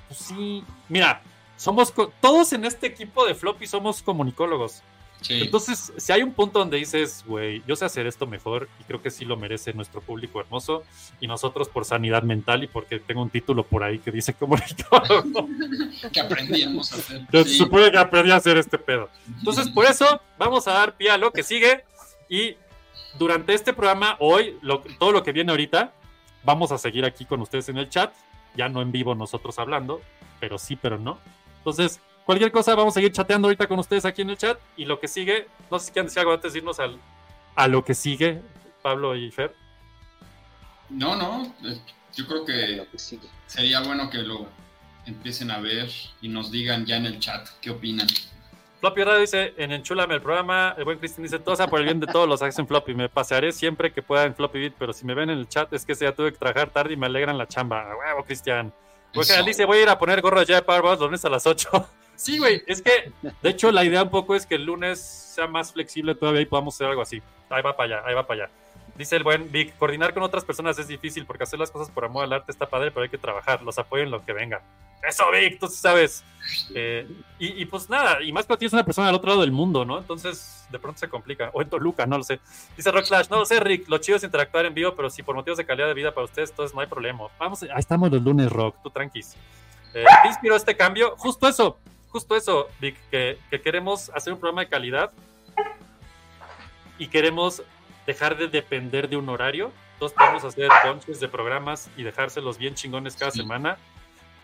S5: pues sí. Mira, somos co- todos en este equipo de Floppy somos comunicólogos.
S7: Sí.
S5: Entonces, si hay un punto donde dices, güey, yo sé hacer esto mejor y creo que sí lo merece nuestro público hermoso y nosotros por sanidad mental y porque tengo un título por ahí que dice [LAUGHS] comunicólogo.
S7: que aprendíamos a
S5: [LAUGHS]
S7: hacer.
S5: Yo
S7: Sí.
S5: supone que aprendí a hacer este pedo. pues, Entonces, por eso vamos a dar pie a lo que sigue. Y durante este programa, hoy, lo- todo lo que viene ahorita, vamos a seguir aquí con ustedes en el chat. Ya no en vivo nosotros hablando, pero sí, pero no. Entonces, cualquier cosa, vamos a seguir chateando ahorita con ustedes aquí en el chat. Y lo que sigue, no sé si quieren decir algo antes de irnos al, a lo que sigue, Pablo y Fer.
S7: No, no. eh, Yo creo que
S6: Lo que sigue.
S7: sería bueno que lo empiecen a ver y nos digan ya en el chat qué opinan.
S5: Floppy Radio dice, en Enchúlame el programa, el buen Cristian dice, todo sea por el bien de todos los hacen Floppy, me pasearé siempre que pueda en Floppy Beat, pero si me ven en el chat es que ese día tuve que trabajar tarde y me alegran la chamba. ¡A huevo, Cristian! Buen
S7: Eso.
S5: Javier dice, voy a ir a poner gorro de Jedi Power Boss los lunes a las 8. sí, güey, es que, de hecho, la idea un poco es que el lunes sea más flexible todavía y podamos hacer algo así. Ahí va para allá, ahí va para allá. Dice el buen Vic, coordinar con otras personas es difícil porque hacer las cosas por amor al arte está padre, pero hay que trabajar, los apoyo en lo que venga. Eso, Vic, tú sí sabes. Eh, y, y pues nada, y más cuando tienes una persona del otro lado del mundo, ¿no? Entonces, de pronto se complica. O en Toluca, no lo sé. Dice Rock Clash, no lo sé, Rick. Lo chido es interactuar en vivo, pero si por motivos de calidad de vida para ustedes, entonces no hay problema. Vamos, ahí estamos los lunes, Rock, tú tranquis. Eh, ¿Te inspiró este cambio? Justo eso, justo eso, Vic, que, que queremos hacer un programa de calidad y queremos dejar de depender de un horario. Entonces podemos hacer bunches de programas y dejárselos bien chingones cada
S7: Sí.
S5: semana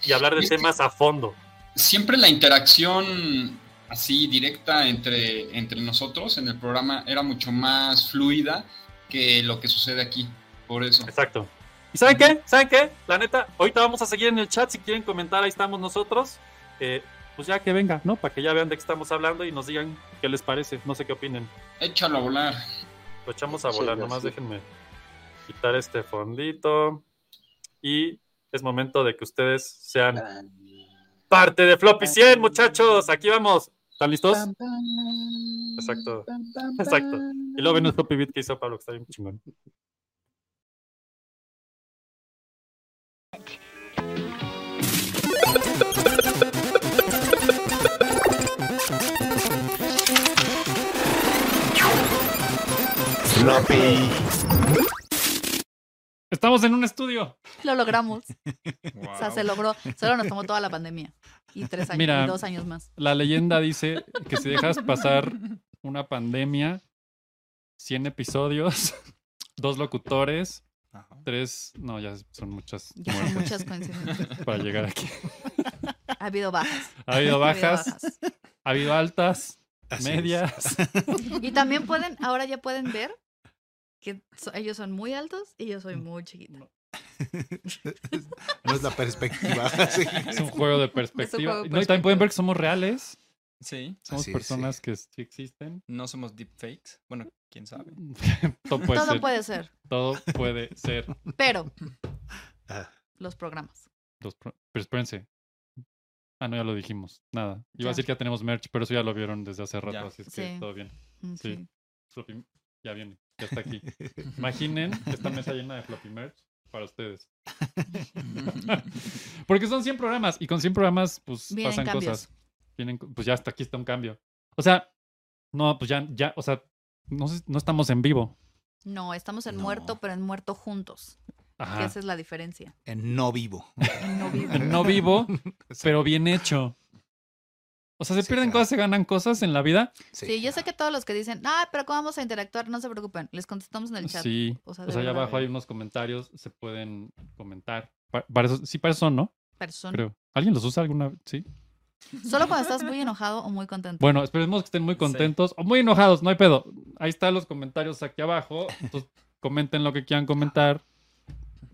S5: y hablar
S7: Y
S5: de
S7: es que-
S5: temas a fondo.
S7: Siempre la interacción así directa entre, entre nosotros en el programa era mucho más fluida que lo que sucede aquí. Por eso.
S5: Exacto. ¿Y saben qué? ¿Saben qué? La neta, ahorita vamos a seguir en el chat. Si quieren comentar, ahí estamos nosotros. Eh, pues ya que venga, ¿no? Para que ya vean de qué estamos hablando y nos digan qué les parece. No sé qué opinen.
S7: Échalo a volar.
S5: Lo echamos a
S6: Sí,
S5: volar.
S6: ya
S5: Nomás
S6: sé.
S5: déjenme quitar este fondito. Y es momento de que ustedes sean parte de Floppy 100, muchachos. Aquí vamos. ¿Están listos? Exacto. Exacto. Y luego ven el Floppy Beat que hizo Pablo, que está bien chingón. Estamos en un estudio.
S4: Lo logramos. O sea, se logró. Solo nos tomó toda la pandemia. Y tres años,
S5: Mira.
S4: y dos años más.
S5: La leyenda dice que si dejas pasar una pandemia, 100 episodios, [LAUGHS] dos locutores, tres, no, ya son muchas
S4: Ya son
S5: muertes
S4: muchas coincidencias.
S5: para llegar aquí.
S4: Ha habido bajas.
S5: Ha habido bajas, ha habido altas,
S11: Así es.
S5: medias.
S4: Y también pueden, ahora ya pueden ver que so- ellos son muy altos y yo soy muy chiquita.
S11: No es la perspectiva. sí.
S5: Es un
S4: [LAUGHS]
S5: juego de perspectiva.
S4: juego de
S5: No, y también pueden ver que somos reales,
S8: Sí,
S5: somos
S11: Así es,
S5: personas
S11: sí.
S5: que sí existen. [LAUGHS]
S8: no somos deepfakes. Bueno, quién sabe.
S5: Todo puede
S4: Todo
S5: ser.
S4: puede ser,
S5: Todo puede ser.
S4: pero
S11: Ah,
S4: los programas.
S5: Los pro- Pero espérense. Ah, no, ya lo dijimos. Nada. Iba
S4: Ya.
S5: a decir que ya tenemos merch, pero eso ya lo vieron desde hace rato,
S8: Ya.
S5: así es que
S4: Sí.
S5: todo bien.
S4: Mm,
S5: Sí.
S4: sí.
S5: Floppy, ya viene, ya está aquí. Imaginen esta mesa llena de floppy merch para ustedes. [LAUGHS] Porque son 100 programas y con 100 programas pues
S4: Vienen
S5: pasan
S4: cambios.
S5: cosas. Vienen, co- pues ya hasta aquí está un cambio. O sea, no, pues ya, ya, o sea, no, sé- no estamos en vivo.
S4: No, estamos en
S11: No.
S4: muerto, pero en muerto juntos. Que
S5: Ajá.
S4: esa es la diferencia.
S11: en no vivo.
S4: En no
S11: [LAUGHS]
S4: vivo.
S5: No vivo, pero bien hecho. O sea, se
S11: Sí,
S5: pierden
S11: claro.
S5: cosas, se ganan cosas en la vida.
S4: Sí, yo sé que todos los que dicen, ah, pero ¿cómo vamos a interactuar? No se preocupen, les contestamos en el chat.
S5: Sí.
S4: O sea,
S5: O
S4: de
S5: sea, allá
S4: verdad.
S5: abajo hay unos comentarios, se pueden comentar. Pa- Para eso, sí, para eso son, ¿no?
S4: Persona.
S5: Creo. ¿Alguien los usa alguna vez? Sí.
S4: Solo cuando estás muy enojado o muy contento.
S5: Bueno, esperemos que estén muy contentos o muy enojados, no hay pedo. Ahí están los comentarios aquí abajo. Entonces, comenten lo que quieran comentar.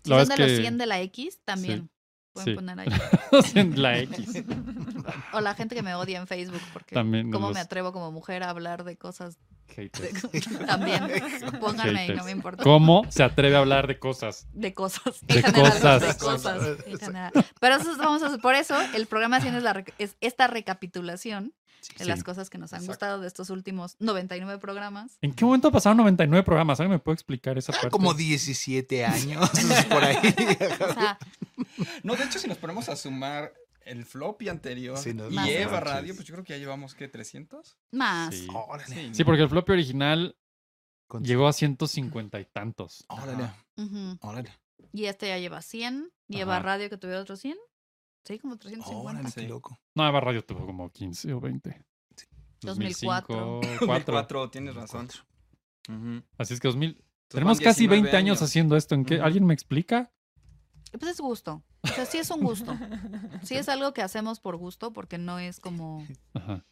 S4: si
S5: la
S4: son
S5: verdad
S4: de los
S5: es que-
S4: 100 de la X, también pueden
S5: [LAUGHS] sí.
S4: poner ahí.
S5: en la
S4: [LAUGHS]
S5: X.
S4: O la gente que me odia en Facebook, porque
S5: También
S4: cómo
S5: los
S4: me atrevo como mujer a hablar de
S5: [LAUGHS]
S4: cosas [LAUGHS] de-
S5: haters.
S4: también. Pónganme ahí, no
S5: Haters.
S4: me importa.
S5: ¿Cómo se atreve a hablar de cosas?
S4: De cosas.
S5: De
S4: En general,
S5: cosas.
S4: De cosas. en general. Pero eso es- vamos a por eso el programa haciendo es, la rec- es esta recapitulación
S5: Sí.
S4: de las cosas que nos han gustado de estos últimos 99 programas.
S5: ¿En qué momento pasaron 99 programas? ¿Alguien me puede explicar esa parte?
S11: Como 17 años por ahí.
S4: O sea,
S8: No, de hecho, si nos ponemos a sumar el floppy anterior
S11: Sí, no,
S8: y
S4: Más.
S8: Eva
S11: manches.
S8: Radio, pues yo creo que ya llevamos, ¿qué? ¿300?
S4: más.
S5: Sí.
S11: Órale.
S5: Sí, porque el floppy original
S11: Con-
S5: llegó a 150 y tantos.
S8: Órale.
S4: Ujú.
S11: Órale.
S4: Y este ya lleva 100. Lleva
S5: Ajá.
S4: radio que tuviera otros 100. Sí, como 350.
S11: Órale, qué
S8: Sí.
S11: loco.
S5: No, Eva Radio tuvo como 15 o 20.
S4: 2004.
S5: 2004.
S8: 2004, tienes razón. Ujú.
S5: Así es que 2000.
S8: Entonces
S5: Tenemos
S8: van
S5: casi
S8: 19
S5: 20 años haciendo esto. ¿En qué?
S8: Ujú.
S5: ¿Alguien me explica?
S4: Pues es gusto. O sea, sí es un gusto. Sí es algo que hacemos por gusto porque no es como...
S5: Ajá.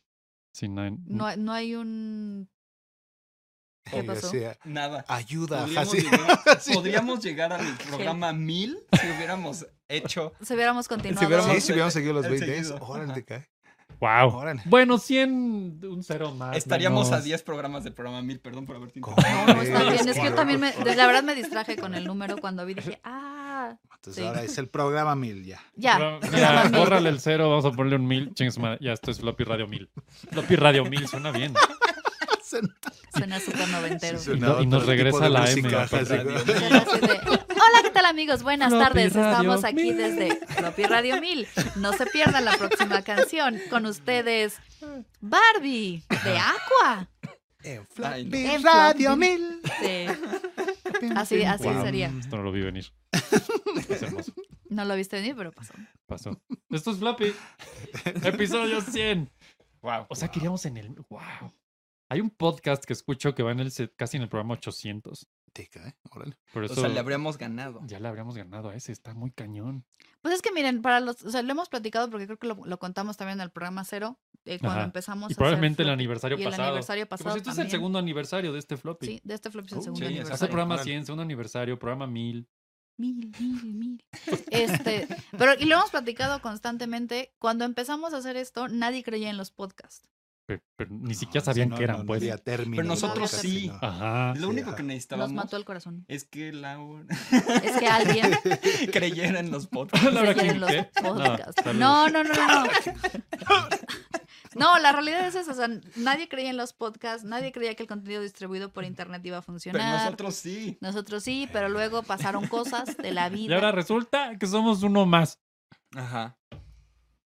S5: Sí, no, hay-
S4: No, hay- no hay un... ¿Qué
S11: Y
S4: pasó?
S11: decía,
S8: Nada.
S11: ayuda. ajá,
S8: Podríamos
S11: sí. [LAUGHS]
S8: llegar,
S11: Sí.
S8: podríamos llegar al programa 1000 si hubiéramos hecho.
S4: Si hubiéramos continuado...
S11: Si hubiéramos,
S8: Continuado.
S11: sí, si hubiéramos seguido los
S8: El
S11: 20 años.
S8: seguido.
S11: Órale, te cae.
S5: Wow.
S11: Órale.
S5: Bueno, 100, un cero más.
S8: Estaríamos a
S5: menos.
S8: 10 programas del programa 1000, perdón por haberte
S11: Ah, ¿Cómo?
S5: [LAUGHS]
S8: interrumpido.
S4: No, no, está
S11: Sí,
S5: Pues,
S4: bien. Es que yo
S11: claro.
S4: también, me, de- la verdad, me distraje con el número cuando
S5: [LAUGHS]
S4: vi. Dije, ah,
S11: Entonces
S4: Sí.
S11: ahora es el programa mil ya.
S4: [LAUGHS] ya.
S5: Pero, mira, bórrale el cero, vamos a ponerle un mil. Chingue su madre, Ya, esto es Floppy Radio 1000. Floppy Radio 1000, suena bien.
S4: Suena súper noventero.
S5: Y,
S11: Sí, suena
S5: no- y
S11: otro
S5: nos
S11: tipo
S5: regresa
S11: de
S5: la M.
S11: música, ajá, sí.
S4: Suena así de, Hola, ¿qué tal, amigos? Buenas
S5: Floppy
S4: tardes.
S5: Radio
S4: Estamos aquí
S5: Mil.
S4: desde Floppy Radio 1000. No se pierdan la próxima canción. Con ustedes, Barbie de Aqua.
S11: En
S8: Ay,
S11: Flappy
S8: no.
S4: En
S11: Radio
S4: Flappy.
S11: Mil.
S4: Sí. Así, así
S5: Wow.
S4: sería.
S5: Esto no lo vi venir. Es hermoso.
S4: No lo viste venir, pero pasó.
S5: Pasó. Esto es Flappy. Episodio 100.
S8: Wow.
S5: O sea, queríamos en el. ¡Wow! Hay un podcast que escucho que va en el, se- casi en el programa 800.
S11: Teca, ¿eh? Órale.
S5: Por
S8: O
S5: eso
S8: sea, le habríamos ganado.
S5: ya le habríamos ganado a ese. Está muy cañón.
S4: Pues es que miren, para los, o sea, lo hemos platicado porque creo que lo, lo contamos también en el programa cero, eh, cuando
S5: Ajá.
S4: empezamos.
S5: Y
S4: a hacer
S5: probablemente el
S4: flop-
S5: aniversario
S4: y el
S5: pasado.
S4: aniversario
S5: Que, por
S4: pasado
S5: cierto, es el
S4: también.
S5: segundo aniversario de este floppy.
S4: Sí, de este flop es el
S8: Oh,
S4: segundo
S8: sí, exacto.
S5: Hace
S4: aniversario.
S5: programa
S8: Órale.
S5: 100, segundo aniversario, programa 1000.
S4: Mil, mil, mil. Este, pero y lo hemos platicado constantemente. Cuando empezamos a hacer esto, nadie creía en los podcasts.
S5: Pero, pero ni siquiera
S11: No,
S5: sabían
S11: Ah, no,
S5: que eran,
S11: no, no
S5: pues.
S11: había término
S8: Pero
S11: de
S8: nosotros
S11: podcast,
S8: sí.
S11: sino-
S5: Ajá.
S8: Lo
S11: Sí,
S8: único
S11: ajá.
S8: que
S4: Nos
S8: necesitábamos
S4: mató el corazón.
S8: es que Laura
S4: Es
S5: [LAUGHS]
S4: que alguien
S8: [LAUGHS] creyera en los podcasts.
S5: Laura
S4: se cree
S5: King,
S4: en los
S5: ¿qué? No,
S4: podcasts.
S5: saludos.
S4: No, no, no, no. [LAUGHS] no. No, la realidad es esa. O sea, nadie creía en los podcasts, nadie creía que el contenido distribuido por internet iba a
S8: Pero
S4: funcionar.
S8: nosotros sí.
S4: Nosotros sí, pero luego pasaron cosas de la
S5: Y ahora
S4: vida.
S5: resulta que somos uno más.
S8: Ajá.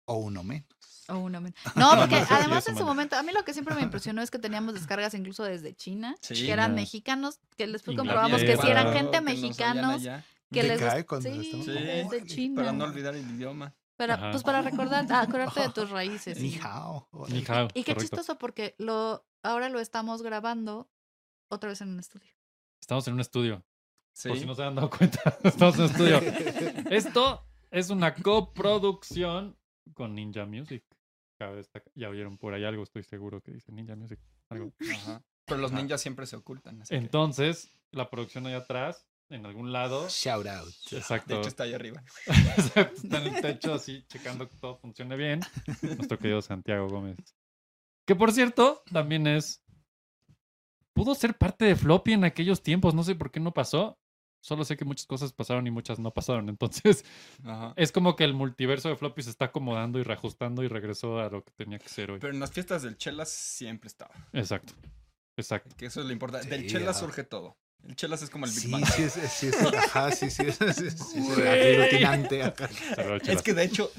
S11: O uno menos.
S4: Oh, no,
S8: [LAUGHS]
S4: men- no, porque
S5: no, sí,
S4: además
S5: eso,
S4: en su
S5: mano.
S4: momento, a mí lo que siempre me impresionó es que teníamos descargas incluso desde China,
S8: Sí.
S4: que eran
S5: China.
S4: mexicanos, que después
S5: Inglaterra.
S4: comprobamos que sí eran
S5: Claro,
S4: gente
S8: nos oían
S4: mexicanos,
S8: allá.
S4: que
S11: Te
S4: les gust-
S11: cae cuando
S4: sí,
S11: estamos-
S8: Sí.
S4: desde
S11: Órale.
S4: China.
S8: Para no olvidar el idioma.
S4: Para-
S5: Ajá.
S4: pues para recordar, ah, acordarte de tus raíces.
S11: Ni hao, órale.
S5: Ni hao,
S4: Y qué
S5: correcto.
S4: chistoso porque lo ahora lo estamos grabando otra vez en un estudio.
S5: Estamos en un estudio.
S8: Sí.
S5: Por si no se han dado cuenta, [LAUGHS] estamos en un estudio. Esto es una coproducción con Ninja Music. Cabe destacar- Ya oyeron por ahí algo, estoy seguro que dice Ninja Music. algo.
S8: Ajá. Pero los
S5: Ajá.
S8: ninjas siempre se ocultan. así que,
S5: Entonces, la producción allá atrás, en algún lado.
S11: Shout out.
S8: de
S5: Exacto.
S8: hecho, está ahí arriba.
S5: Exacto, Está en el techo así, checando que todo funcione bien. Nuestro querido Santiago Gómez. Que por cierto, también es. Pudo ser parte de Floppy en aquellos tiempos. No sé por qué no pasó. Solo sé que muchas cosas pasaron y muchas no pasaron. Entonces, [LAUGHS]
S8: Ajá.
S5: es como que el multiverso de Floppy se está acomodando y reajustando y regresó a lo que tenía que ser hoy.
S8: Pero en las fiestas del Chelas siempre estaba.
S5: Exacto.
S8: [LAUGHS]
S5: Exacto.
S8: Que eso es lo importante. del
S11: Sí,
S8: Chelas
S11: ajá.
S8: surge todo. El Chelas es como el Big
S11: Sí,
S8: Bang.
S11: sí, es, sí, es, ajá, sí, sí, es, sí, sí, es,
S8: Güey.
S11: aglutinante, ajá.
S5: Saludos,
S8: Es
S5: chelas.
S8: que de hecho,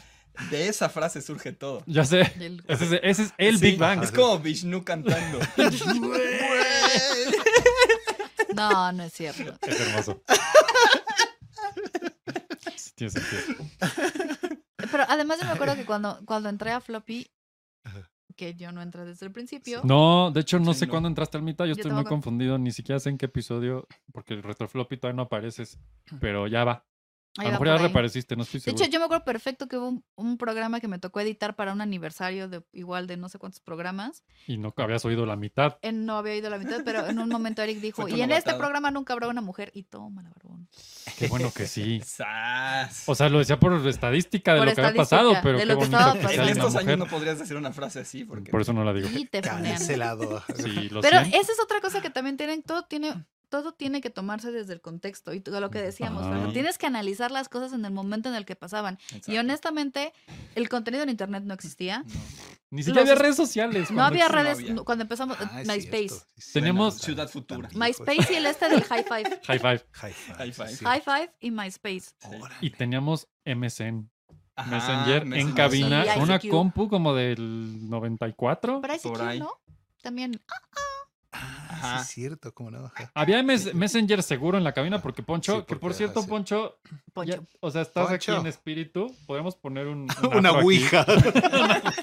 S8: de esa frase surge todo.
S5: Ya sé.
S8: [LAUGHS]
S4: Del-
S5: Ese es, ese es el
S8: Sí,
S5: Big Bang.
S8: Es como
S5: [LAUGHS]
S8: Vishnu cantando.
S4: No, no es cierto.
S5: Es
S8: [LAUGHS]
S5: hermoso. Sí, tiene sentido.
S4: Pero además yo me acuerdo que cuando, cuando entré a Floppy, que yo no entré desde el principio,
S5: No, de hecho no
S8: Sí,
S5: sé
S8: no.
S5: cuándo entraste al mitad, yo,
S4: Yo
S5: estoy muy
S4: tampoco.
S5: confundido, ni siquiera sé en qué episodio, porque el retrofloppy todavía no apareces, pero ya va. A
S4: ahí
S5: lo mejor
S4: va por
S5: ya
S4: ahí.
S5: reapareciste, no estoy
S4: De
S5: seguro.
S4: hecho, yo me acuerdo perfecto que hubo un, un programa que me tocó editar para un aniversario de igual de no sé cuántos programas.
S5: Y no habías oído la mitad.
S4: Eh, no había oído la mitad, pero en un
S5: [LAUGHS]
S4: momento Eric dijo,
S8: Fue tu
S4: y en este
S8: novatada".
S4: programa nunca habrá una mujer. Y toma la barbón.
S5: Qué bueno que
S8: [LAUGHS]
S5: sí.
S8: ¡Sas!
S5: O sea, lo decía por estadística de
S4: Por
S5: lo que había pasado,
S4: estadística,
S5: pero
S4: de
S5: qué
S4: lo que
S5: bonito
S4: estaba
S5: que
S8: en
S5: sea
S4: pasando.
S5: una
S8: estos años
S5: mujer.
S8: no podrías decir una frase así porque
S5: Por eso no la
S8: [LAUGHS]
S5: digo.
S4: Y te funean. [LAUGHS]
S11: Cancelado.
S5: Sí, lo
S4: Pero
S5: siento. Mm.
S4: esa es otra cosa que también tienen, todo tiene, todo tiene que tomarse desde el contexto y todo lo que decíamos,
S5: Ajá.
S4: Fernando, tienes que analizar las cosas en el momento en el que pasaban. Y honestamente, el contenido en internet no existía.
S5: Mm.
S8: No.
S5: Ni siquiera
S4: los-
S5: había redes sociales.
S4: No
S5: cuando
S4: había
S5: exist-
S8: no
S4: redes
S8: había.
S4: no, cuando empezamos
S11: Ah, es
S4: MySpace.
S11: cierto, sí, sí.
S5: Teníamos
S11: Bueno,
S8: Ciudad
S11: también,
S8: Futura.
S11: pues,
S4: MySpace y el
S5: [LAUGHS]
S4: este del High Five.
S5: High five.
S11: High five.
S8: High five.
S11: sí, sí.
S4: High Five y MySpace.
S11: Órale.
S5: Y teníamos MSN,
S8: Ajá,
S5: Messenger, en
S8: Messenger.
S5: cabina,
S4: Y
S5: con una
S4: ICQ.
S5: compu como del 94.
S4: Pero
S8: Por ahí.
S4: ICQ, ¿no? También.
S11: Ah,
S8: Ajá.
S11: sí, es cierto, cómo
S8: [LAUGHS]
S11: no. ajá.
S5: Había mes- Messenger seguro en la cabina porque Poncho,
S11: Sí,
S5: que por
S11: porque, ajá,
S8: ah,
S5: cierto,
S11: sí.
S5: Poncho,
S4: Poncho.
S5: ya- o sea, estás aquí
S11: Poncho.
S5: en espíritu, podemos poner
S8: [LAUGHS]
S5: un, un
S11: Una
S5: afro aquí
S11: ouija.
S5: para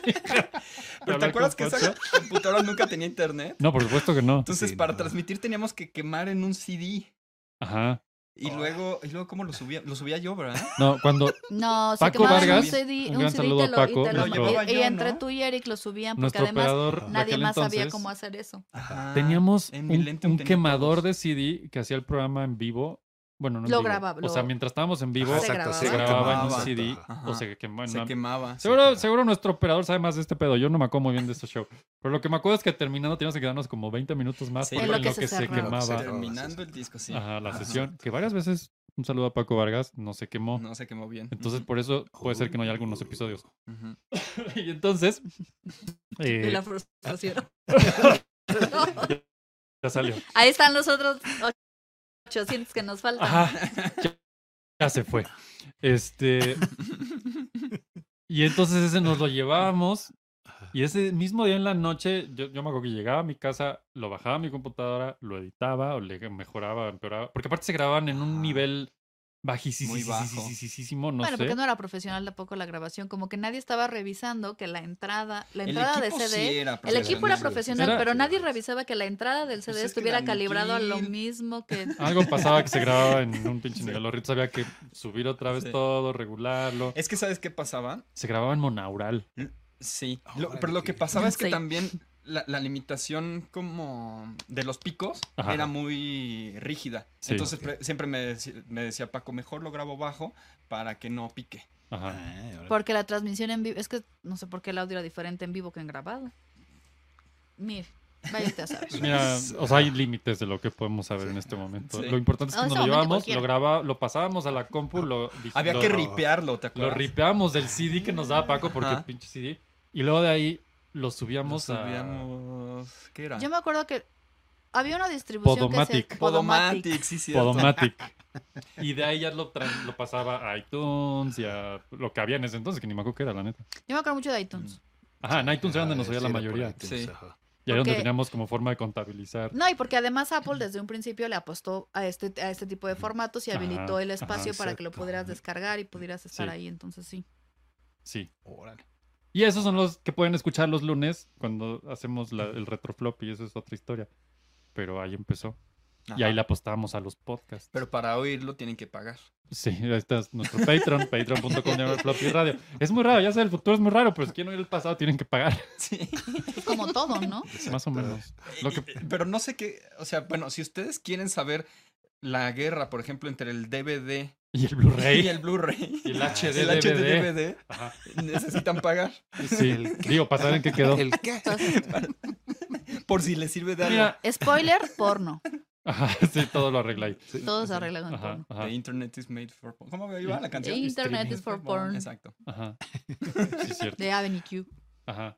S8: Pero ¿te
S5: hablar
S8: acuerdas que
S5: con
S8: esa
S5: Poncho.
S8: computadora nunca tenía internet?
S5: No, por supuesto que no.
S8: Entonces,
S11: Sí,
S8: para
S11: no.
S8: transmitir teníamos que quemar en un CD.
S5: Ajá.
S8: Y
S11: Órale.
S8: luego, y luego ¿cómo lo subía? Lo subía yo, ¿verdad?
S5: No, cuando
S4: [LAUGHS] No, se
S5: Paco
S4: quemaban
S5: Vargas,
S4: un CD,
S5: un
S4: un
S5: gran
S4: CD
S5: saludo
S4: y
S5: a
S4: te lo, y
S5: Paco,
S4: te lo-
S8: nuestro-
S4: y-
S8: llevaba
S4: y
S8: yo,
S4: entre
S8: ¿no?
S4: tú y Eric lo subían porque
S5: nuestro
S4: además
S5: operador de
S4: nadie
S5: aquel
S4: más sabía
S5: entonces,
S4: cómo hacer eso.
S8: Ajá.
S5: teníamos
S8: Ah, en
S5: un,
S8: Millennium
S5: un
S8: tenía
S5: quemador
S8: todos.
S5: de CD que hacía el programa en vivo. Bueno, no en
S4: Lo
S5: vivo.
S4: grababa,
S5: O sea,
S4: lo- Ah,
S5: mientras estábamos en vivo,
S11: Ajá,
S4: se
S5: se,
S4: grababa.
S11: sí,
S5: grababa en un
S8: quemaba.
S5: CD
S8: Ajá.
S5: o se quemaba en
S8: Se
S5: una-
S8: quemaba.
S5: Seguro,
S11: quemaba.
S5: seguro nuestro operador sabe más de este pedo. Yo no me acuerdo muy bien de este show. Pero lo que me acuerdo es que terminando teníamos que quedarnos como 20 minutos más
S8: Sí.
S5: porque
S8: En lo
S5: en
S8: que
S5: lo
S4: se
S5: que se
S4: cerraba.
S5: quemaba.
S8: Terminando el disco, sí.
S5: Ajá, la
S8: Ajá.
S5: sesión. Que varias veces, un saludo a Paco Vargas, no se quemó.
S8: No se quemó bien.
S5: Entonces, por eso puede ser que no haya algunos
S11: Uh.
S5: episodios.
S8: Ujú.
S5: y
S4: [LAUGHS]
S5: entonces. eh,
S4: Y la frustración.
S5: ya
S4: [LAUGHS]
S5: salió.
S4: Ahí están los otros 800 que nos faltan.
S5: Ajá. Ya, ya se fue. Este. Y entonces ese nos lo llevábamos Y ese mismo día en la noche, yo, yo me acuerdo que llegaba a mi casa, lo bajaba a mi computadora, lo editaba o le mejoraba, empeoraba. Porque aparte se grababan en un nivel bajísimo,
S8: Muy bajo.
S5: no
S4: bueno,
S5: sé.
S4: porque no era profesional tampoco la grabación, como que nadie estaba revisando que la entrada, la entrada de
S8: equipo
S4: CD,
S8: sí era
S4: el equipo era
S8: profesional.
S4: profesional,
S5: Era-
S4: pero nadie revisaba que la entrada del
S8: Pues
S4: CD
S8: es que
S4: estuviera
S8: la
S4: calibrado a lo
S8: Nukil.
S4: mismo que
S5: Algo pasaba que se grababa en un pinche nivel horrible. Había que subir otra vez
S8: Sí.
S5: todo, regularlo.
S8: Es que, ¿sabes qué pasaba?
S5: Se grababa en monaural.
S8: Sí.
S11: Oh,
S8: Lo-
S11: madre
S8: pero lo
S11: mía.
S8: que pasaba es que
S4: Sí.
S8: también la, la limitación como de los picos
S5: Ajá.
S8: era muy rígida.
S5: Sí.
S8: Entonces pre- siempre me, deci- me decía Paco, mejor lo grabo bajo para que no pique.
S5: Ajá.
S11: Ah, ahora-
S4: porque la transmisión en vivo, es que no sé por qué el audio era diferente en vivo que en grabado. Mire, váyate a saber.
S5: Pues Mira, o sea, hay límites de lo que podemos saber en este momento.
S8: Sí.
S5: Lo importante es
S4: No,
S5: que
S4: en
S5: nos lo
S4: este
S5: llevamos,
S4: momento cualquiera.
S5: lo graba, lo pasábamos a la compu, lo
S8: Había
S5: lo-
S8: que ripearlo, ¿te
S5: Lo
S8: acuerdas?
S5: ripeamos del CD que nos daba Paco porque
S8: Ajá.
S5: pinche CD. Y luego de ahí lo
S8: Lo
S5: subíamos, a.
S8: subíamos- ¿Qué era?
S4: Yo me acuerdo que había una distribución que
S5: Podomatic.
S4: se
S8: Podomatic, sí, sí.
S5: Podomatic. Y de ahí ya lo, tran- lo pasaba a iTunes y a lo que había en ese entonces, que ni me acuerdo qué era, la neta.
S4: Yo me acuerdo mucho de iTunes.
S5: Ajá, en iTunes era donde
S11: Ah,
S5: nos oía
S11: sí,
S5: la
S11: era por
S5: mayoría.
S11: iTunes,
S8: Sí.
S11: ajá.
S5: Y era donde
S4: Porque-
S5: teníamos como forma de contabilizar.
S4: No, y porque además Apple desde un principio le apostó a este, a este tipo de formatos y
S5: Ajá,
S4: habilitó el
S5: ajá,
S4: espacio para que lo
S11: exacto.
S4: pudieras descargar y pudieras estar
S5: Sí.
S4: ahí, entonces sí.
S5: Sí.
S11: Órale.
S5: Y esos son los que pueden escuchar los lunes cuando hacemos la- el retroflop y eso es otra historia. Pero ahí empezó. Y ahí le apostamos a los podcasts.
S8: Pero para oírlo tienen que pagar.
S5: Sí, ahí está nuestro Patreon, patreon.com diagonal floppy radio. Es muy raro, ya sé, el futuro es muy raro, pero si quieren oír el pasado tienen que pagar, [LAUGHS]
S8: [LAUGHS] Sí.
S4: Pues como todo, ¿no?
S5: más o menos. Lo que-
S8: Y- [LAUGHS] Pero no sé qué, o sea, bueno, si ustedes quieren saber la guerra, por ejemplo, entre el DVD
S5: Y el Blu-ray
S8: [LAUGHS] y el Blu-ray,
S5: y el HD,
S8: el
S5: DVD.
S8: HD
S5: Ajá.
S8: necesitan pagar
S5: Sí, digo, para saber en qué quedó.
S11: ¿El qué?
S4: Entonces,
S8: por si les sirve de algo.
S5: Mira,
S4: spoiler, porno.
S5: ajá, sí, todo lo arregla ahí.
S4: Todo se arregla con
S5: Ajá,
S4: porno.
S5: ajá,
S8: The Internet is made for porn. ¿Cómo iba la canción?
S4: Internet
S5: streaming.
S4: is for porn.
S8: Exacto.
S5: ajá. Sí, es cierto.
S4: De Avenue Q.
S5: Ajá.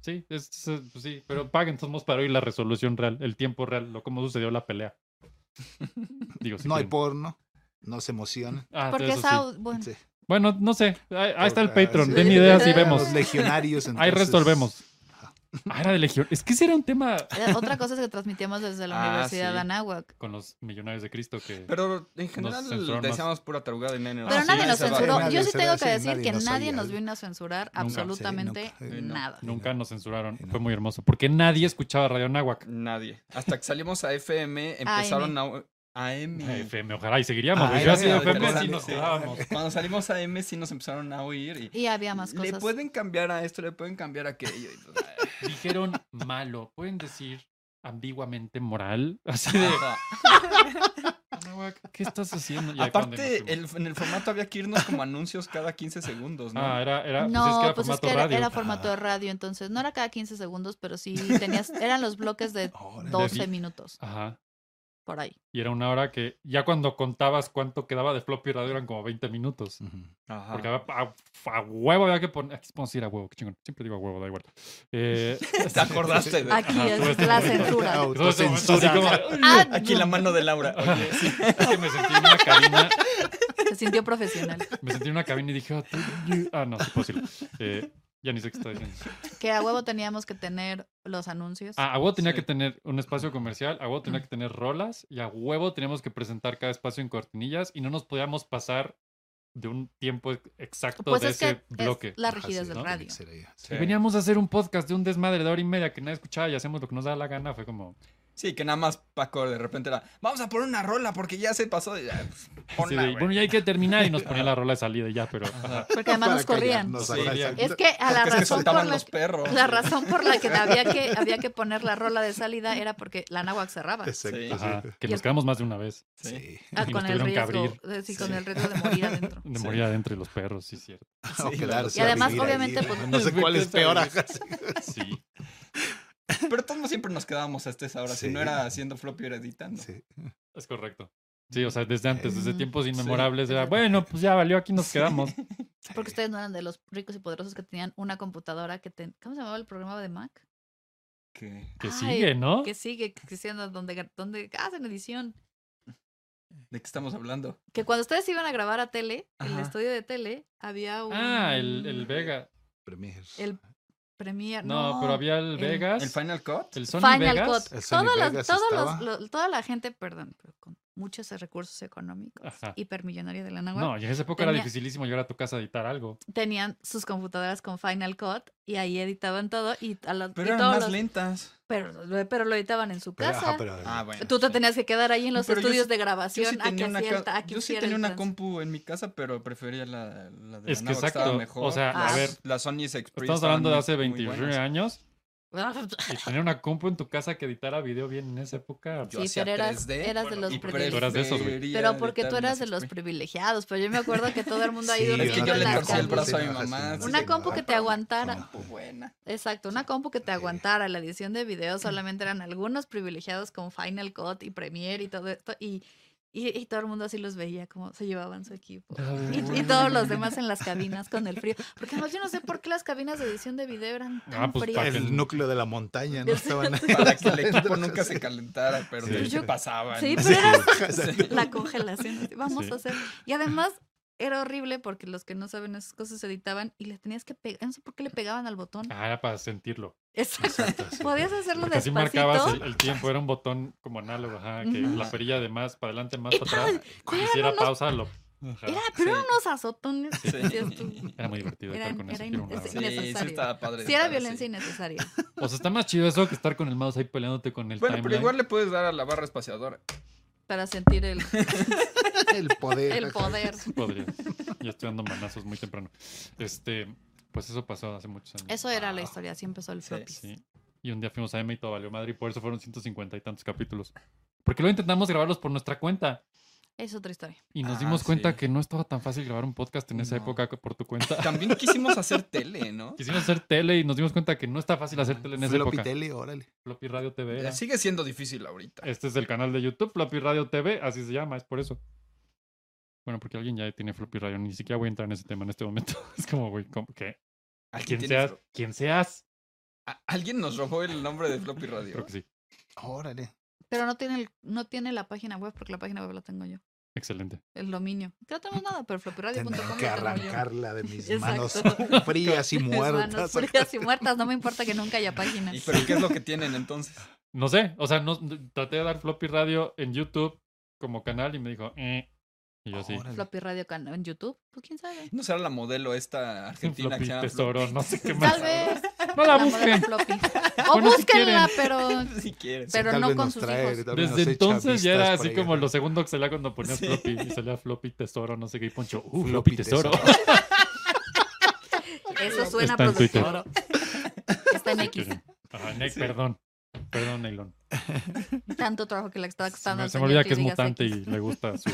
S5: Sí, es, es- pues sí, pero paguen somos para oír la resolución real, el tiempo real, lo cómo sucedió la pelea. Digo, si
S11: No hay
S5: quieren.
S11: porno. No se emocionan.
S5: Ah,
S4: Porque
S5: eso
S4: es
S5: sí.
S4: audio. Bueno,
S11: Sí.
S5: Bueno, no sé. Ahí, ahí está el
S11: Porque,
S5: Patreon.
S11: sí.
S5: Den ideas y vemos.
S11: Los legionarios.
S5: Ahí
S11: entonces-
S5: resolvemos. Ah, era de Legión. Es que ese era un tema
S4: eh, otra cosa es que transmitíamos desde la
S8: Ah,
S4: Universidad
S8: sí.
S4: de Anáhuac.
S5: con los millonarios de Cristo que.
S8: Pero en
S5: censuran
S8: general
S5: más.
S8: decíamos pura tarugada y Ah, nene.
S4: Pero
S5: sí,
S4: nadie
S5: nadie
S4: nos
S5: se va.
S4: censuró.
S11: Nadie
S4: Yo sí
S11: se va,
S4: tengo que
S11: sí,
S4: decir
S11: nadie
S4: que
S11: nos
S4: nadie
S11: oía.
S4: nos vino a censurar
S5: Nunca, sí,
S4: absolutamente
S11: nunca.
S8: Sí, no.
S4: nada.
S5: Nunca nos censuraron.
S11: Sí, no.
S5: Fue muy hermoso. Porque nadie escuchaba Radio Nahuac.
S8: Nadie. Hasta que salimos a FM empezaron a
S11: Mm.
S8: AM.
S5: FM, Eh, ojalá y seguiríamos.
S11: Ah,
S5: güey.
S11: era
S5: Yo así
S11: de
S5: FM
S11: Avenida
S5: sí
S11: de-
S5: nos
S11: de- [LAUGHS]
S5: quedábamos.
S8: Cuando salimos a AM sí nos empezaron a oír y
S4: Y había más
S8: Le
S4: cosas.
S8: pueden cambiar a esto, le pueden cambiar a aquello. y
S5: [LAUGHS]
S8: pues, ay,
S5: Dijeron malo. Pueden decir ambiguamente
S11: [LAUGHS]
S5: moral. Así de.
S8: o sea,
S5: "Anáhuac, ¿Qué estás haciendo? Y ahí fue donde nos
S8: aparte,
S5: fuimos.
S8: el- en el formato había que irnos como anuncios cada 15 segundos, ¿no?
S5: Ah, era. era pues es que
S4: No,
S5: era
S4: pues es
S5: formato
S4: que era,
S5: radio.
S4: era formato de radio, entonces no era cada 15 segundos, pero sí
S5: [LAUGHS]
S4: tenías, eran los bloques de
S11: Órale.
S4: 12 minutos,
S5: Ajá.
S4: por ahí.
S5: Y era una hora que. Ya cuando contabas cuánto quedaba de floppy radio eran como 20 minutos.
S11: Ujú.
S8: Ajá.
S5: Porque a, a- a huevo había que poner. Aquí podemos ir a huevo, qué chingón. Siempre digo a huevo, da igual. Eh, [LAUGHS]
S8: ¿Te acordaste? De...
S4: Aquí
S5: [LAUGHS] Ajá, tú
S4: es
S5: estás-
S4: la censura.
S5: entonces, en ese momento,
S11: Autocensura.
S5: así como,
S4: Ah,
S8: Aquí la mano de Laura. [LAUGHS] Oye, sí.
S5: [LAUGHS] es que me sentí en una cabina.
S4: Se sintió profesional.
S5: Me sentí en una cabina y dije, ah, tú- yo- ah, no, sí puedo decirlo. Eh, ya ni sé qué está diciendo.
S4: Que a huevo teníamos que tener los anuncios.
S5: Ah, a huevo tenía
S8: Sí.
S5: que tener un espacio comercial, a huevo tenía que tener rolas y a huevo teníamos que presentar cada espacio en cortinillas y no nos podíamos pasar de un tiempo ex- exacto
S4: pues
S5: de
S4: es
S5: ese
S4: que
S5: bloque.
S4: es la
S11: Ajá,
S4: rigidez
S11: Ah, sí,
S4: del
S11: ¿no?
S4: radio.
S11: Tiene que ser ella, sí.
S5: Y veníamos a hacer un podcast de un desmadre de hora y media que nadie escuchaba y hacemos lo que nos da la gana. Fue como,
S8: Sí, que nada más Paco de repente era, vamos a poner una rola porque ya se pasó. Y, ah, pues,
S5: así
S8: ponla,
S5: de,
S8: güey.
S5: bueno, ya hay que terminar y nos ponía la rola de salida y ya, pero... ajá.
S4: Porque además
S11: Para
S4: nos corrían.
S11: callarnos,
S5: Sí,
S11: ahora
S5: bien.
S11: sí.
S4: Es que a la
S8: Porque es que
S4: razón por
S8: soltaban
S4: la
S8: los
S4: que,
S8: perros.
S4: la razón por la que había que había que poner la rola de salida era porque la náhuac cerraba.
S11: [LAUGHS] Exacto, sí.
S5: Ajá, que
S4: Y el-
S5: nos quedamos más de una vez.
S8: Sí.
S11: Sí. [LAUGHS]
S4: Ah,
S5: Y
S4: con
S5: nos
S4: el
S5: tuvieron que
S4: riesgo, eh, sí, con el riesgo de morir
S5: [LAUGHS]
S4: adentro.
S5: De morir adentro y los perros, sí,
S4: [LAUGHS]
S5: cierto.
S11: O
S8: Sí,
S11: quedarse
S4: Y
S11: a
S4: además,
S11: vivir ahí,
S4: obviamente, pues-
S11: no sé cuál es peor. ajá, sí.
S5: Sí.
S8: Pero todos siempre nos quedábamos hasta esa hora. Si
S11: Sí.
S8: no era haciendo floppy, era editando.
S11: Sí.
S5: Es correcto. Sí, o sea, desde antes, desde
S4: Mm,
S5: tiempos
S8: sí.
S5: inmemorables, era,
S4: Exacto.
S5: bueno, pues ya valió, aquí nos
S4: [LAUGHS]
S5: quedamos.
S4: Porque ustedes no eran de los ricos y poderosos que tenían una computadora que ten... ¿Cómo se llamaba el programa de Mac?
S8: Que-
S5: Que
S4: Ay,
S5: sigue, ¿no?
S4: Que sigue existiendo donde, donde hacen edición.
S8: ¿De qué estamos hablando?
S4: Que cuando ustedes iban a grabar a tele, en el
S8: Ajá.
S4: estudio de tele, había un...
S5: Ah, el, el Ah, Vega.
S11: Premier.
S4: El Premiere.
S5: No, pero había el Vegas.
S4: Pues
S8: ¿El Final Cut?
S5: El Sony
S4: Final
S5: Vegas.
S4: Cut.
S11: El Sony
S4: Todos los-
S11: Vegas
S4: todos los-
S11: estaba.
S4: lo- toda la gente, perdón, pero con muchos recursos económicos,
S5: Ajá.
S4: hipermillonaria de la náhuatl,
S5: No, y en esa época era
S4: Tenía-
S5: dificilísimo llegar a tu casa a editar algo.
S4: tenían sus computadoras con Final Cut y ahí editaban todo y, a la- y
S8: Pero eran
S4: todos
S8: más
S4: los-
S8: lentas.
S4: pero, lo- eh, pero lo editaban en su
S11: Pero,
S4: casa.
S11: ajá, pero-
S8: Ah, bueno.
S4: Tú te
S8: sí.
S4: tenías que quedar ahí en los
S8: Pero yo
S4: estudios
S8: sí-
S4: de
S8: Yo
S4: grabación
S8: sí
S4: a que
S8: tenía, una, ca-
S4: acierta- a que
S8: yo sí
S4: hiciera
S8: tenía
S4: el
S8: una
S4: trans-
S8: compu en mi casa, pero prefería la, la de
S5: Es
S8: la
S5: que
S8: Nava, que estaba
S5: exacto,
S8: mejor.
S5: o sea,
S4: a
S8: Las-
S5: ver,
S8: las Sony Xperia
S5: Estamos
S8: estaban
S5: hablando de
S8: muy-
S5: hace
S8: muy
S5: 29
S8: buenas.
S5: años y tener una compu en tu casa que editara video bien en esa época. pues,
S8: Yo
S4: Sí,
S8: hacía
S4: pero eras-
S8: 3D,
S4: [LAUGHS] eras de los
S8: y
S4: primeros.
S5: Tú eras de esos, güey.
S8: prefería
S4: Pero porque tú
S8: editar
S4: eras de
S8: unas
S4: los [LAUGHS]
S8: Xperia.
S4: privilegiados, pero yo me acuerdo que todo el mundo ahí
S11: Sí,
S8: Es
S4: durmiendo
S8: que
S11: no
S8: yo
S11: te
S8: le
S4: en la
S8: torcí el
S4: compu.
S8: brazo a mi
S11: Sí,
S8: mamá.
S11: sí,
S4: Una
S8: así,
S4: compu
S5: ah,
S4: que te aguantara.
S8: compu buena.
S4: Exacto, una compu que te aguantara la edición de video,
S5: Mm.
S4: solamente eran algunos privilegiados con Final Cut y Premiere y todo esto, y, y, y todo el mundo así los veía, como se llevaban su equipo. Y, y todos los demás en las cabinas con el frío. Porque además yo no sé por qué las cabinas de edición de video eran tan
S5: pues,
S4: frías.
S5: para que-
S11: El núcleo de la
S4: [LAUGHS]
S11: montaña, ¿no? Estaban
S8: Para
S11: [LAUGHS]
S8: que el equipo nunca se calentara, pero pues
S11: Sí.
S8: de
S11: Yo-
S8: hecho pasaba.
S4: Sí,
S8: ¿no?
S5: [LAUGHS]
S4: pero era [LAUGHS]
S11: Sí.
S4: la congelación. así, Vamos
S5: Sí.
S4: a hacer. Y además era horrible porque los que no saben esas cosas se editaban y le tenías que pegar. No sé por qué le pegaban al botón.
S5: Ah, era para sentirlo.
S4: Exacto. [LAUGHS] Podías hacerlo
S5: Porque así
S4: despacito.
S5: marcabas el, el tiempo, era un botón como análogo, ajá, que
S4: Ujú.
S5: la perilla de más, para adelante, más,
S4: Y
S5: para atrás.
S4: tal,
S5: Si
S4: eran
S5: hiciera
S4: unos-
S5: pausa, lo. ajá.
S4: Era, pero eran
S8: Sí.
S4: unos azotones.
S8: Sí.
S4: decías tú.
S5: Era muy divertido estar
S4: Eran-
S5: con eso.
S4: era
S5: quiero una verdad.
S4: innecesa-
S8: Sí,
S4: [LAUGHS]
S8: sí
S4: Innecesario.
S8: estaba padre.
S4: Sí, era
S8: editar así.
S4: violencia innecesaria.
S5: O sea, está más chido eso que estar con el mouse ahí peleándote con el
S8: Bueno, pero
S5: timeline.
S8: igual le puedes dar a la barra espaciadora.
S4: Para sentir el,
S11: El poder.
S4: el
S11: ajá.
S4: poder.
S5: Podría. Ya estoy dando manazos muy temprano. Este, pues eso pasó hace muchos años.
S4: Eso era la historia, así empezó el
S8: Sí.
S4: floppy.
S5: Sí. Y un día fuimos a M y todo valió madre y por eso fueron 150 y tantos capítulos. Porque luego intentamos grabarlos por nuestra cuenta
S4: Es otra historia.
S5: y nos
S8: Ah,
S5: dimos cuenta
S8: sí.
S5: que no estaba tan fácil grabar un podcast en esa
S8: No.
S5: época que por tu cuenta.
S8: [LAUGHS] También quisimos hacer
S5: [LAUGHS]
S8: tele, ¿no?
S5: Quisimos hacer tele y nos dimos cuenta que no está fácil hacer tele en esa
S11: Floppy
S5: época.
S11: tele, órale.
S5: Floppy Radio TV. era.
S8: Sigue siendo difícil ahorita.
S5: Este es el canal de YouTube, Floppy Radio TV, así se llama, es por eso. Bueno, porque alguien ya tiene Floppy Radio, ni siquiera voy a entrar en ese tema en este momento. [LAUGHS] Es como, güey, ¿cómo qué?
S8: ¿A quién
S5: ¿Quién
S8: tienes-
S5: seas? ¿Quién seas?
S8: ¿A- ¿Alguien nos robó el nombre de Floppy Radio?
S5: Creo que sí.
S11: Órale.
S4: Pero no tiene, el- no tiene la página web porque la página web la tengo yo.
S5: Excelente.
S4: El dominio. Que no tenemos nada, pero floppyradio.com.
S11: Tendré
S4: lo
S11: que
S4: tengo yo.
S11: arrancarla de mis
S4: Exacto. [LAUGHS]
S11: manos frías y
S4: Mis manos [LAUGHS]
S11: muertas.
S4: frías y muertas. No me importa que nunca haya página.
S8: ¿Y pero qué es lo que tienen entonces?
S5: No sé, o sea, no, no- traté de dar Floppy Radio en YouTube como canal y me dijo, eh. Y yo así,
S4: [LAUGHS]
S11: Órale.
S4: Floppy Radio can- en YouTube. Pues quién sabe.
S8: ¿No será la modelo esta argentina
S5: Floppy
S8: que se llama
S5: Tesoro, no sé qué más.
S4: Tal vez.
S5: No la
S4: la modelo
S5: busquen.
S4: floppy.
S5: [LAUGHS]
S4: O
S5: Bueno, si
S4: búsquenla,
S5: quieren.
S4: pero.
S8: Floppy? [LAUGHS] Si quieres.
S4: Pero
S11: tal
S4: no
S11: vez
S4: con
S11: nos
S4: sus
S11: trae,
S4: hijos.
S11: tal vez
S5: Desde
S11: nos echa
S5: entonces ya era
S11: vistas por
S5: así
S11: ahí,
S5: como
S11: ajá.
S5: lo segundo que salía cuando ponías
S8: Sí.
S5: Floppy y salía Floppy Tesoro, no sé qué, y Poncho, uh,
S11: Floppy
S5: Floppy Tesoro.
S4: Eso
S5: [LAUGHS]
S4: suena
S5: Está en Twitter.
S4: productor. Está en X.
S5: Ajá, Nick, perdón. Perdón, Neilon.
S4: Tanto trabajo que le está
S5: Se
S4: costando.
S5: me,
S4: al
S5: se me
S4: señor
S5: olvida que es
S4: digas
S5: mutante
S4: X.
S5: y le gusta su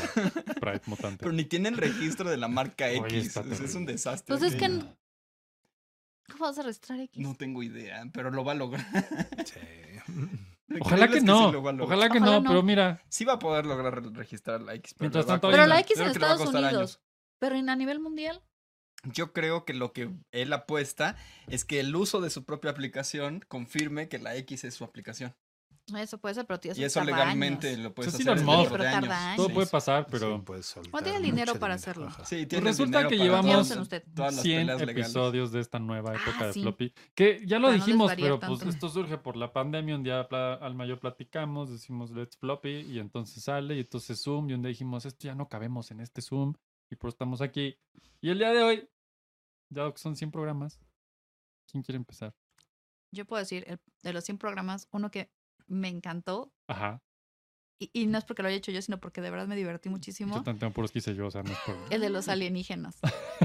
S5: Pride mutante.
S8: Pero ni tienen registro de la marca
S5: Oye,
S8: X.
S5: está
S8: es un
S5: terrible.
S8: desastre.
S4: Pues es que.
S8: Sí.
S4: ¿Cómo vas a registrar X?
S8: No tengo idea, pero lo va a lograr. [LAUGHS]
S11: [LAUGHS] Sí.
S8: Lo
S5: Ojalá
S8: increíble
S5: que
S8: es
S5: no.
S8: sí lo va a lograr.
S5: Ojalá que
S4: Ojalá
S5: no,
S4: no.
S5: pero mira.
S8: Sí va a poder lograr registrar la X.
S5: Mientras
S8: le va a
S5: tanto,
S8: costar-
S4: Pero la
S5: Oigan,
S4: X en
S8: creo que le va a
S4: Estados
S8: costar
S4: Unidos.
S8: años.
S4: Pero en a nivel mundial.
S8: Yo creo que lo que él apuesta es que el uso de su propia aplicación confirme que la X es su aplicación.
S4: Eso puede ser, pero tío,
S8: y eso
S4: tarda
S8: legalmente
S4: años.
S8: lo puedes
S5: Eso sí,
S8: hacer.
S5: normal.
S8: desde
S4: Pero
S8: de
S4: tarda años.
S5: Todo
S8: Sí,
S5: puede
S8: sí.
S5: pasar,
S11: Sí,
S5: [LAUGHS] pero
S11: puedes soltar
S4: ¿Cuánto dinero
S11: mucho
S4: para
S11: dinero,
S4: hacerlo?
S11: ajá.
S8: Sí,
S5: Pues
S8: tiene
S5: resulta que
S4: Confiamos
S5: llevamos
S4: en usted.
S8: todas las
S5: 100
S8: peleas legales.
S5: episodios de esta nueva
S4: Ah,
S5: época de
S4: sí.
S5: floppy. Que ya lo
S4: Para no
S5: dijimos,
S4: desvariar
S5: pero pues
S4: tanto.
S5: esto surge por la pandemia. Un día pla- Alma y yo platicamos, decimos let's floppy y entonces sale y entonces Zoom. Y un día dijimos esto ya no cabemos en este Zoom y por eso estamos aquí. Y el día de hoy, dado que son 100 programas, ¿quién quiere empezar?
S4: Yo puedo decir, el- de los 100 programas, uno que me encantó.
S5: Ajá,
S4: Y, y no es porque lo haya hecho yo, sino porque de verdad me divertí muchísimo.
S5: yo tanteo puros que hice yo, o sea, no es por...
S4: El de
S5: [LAUGHS]
S4: los alienígenas.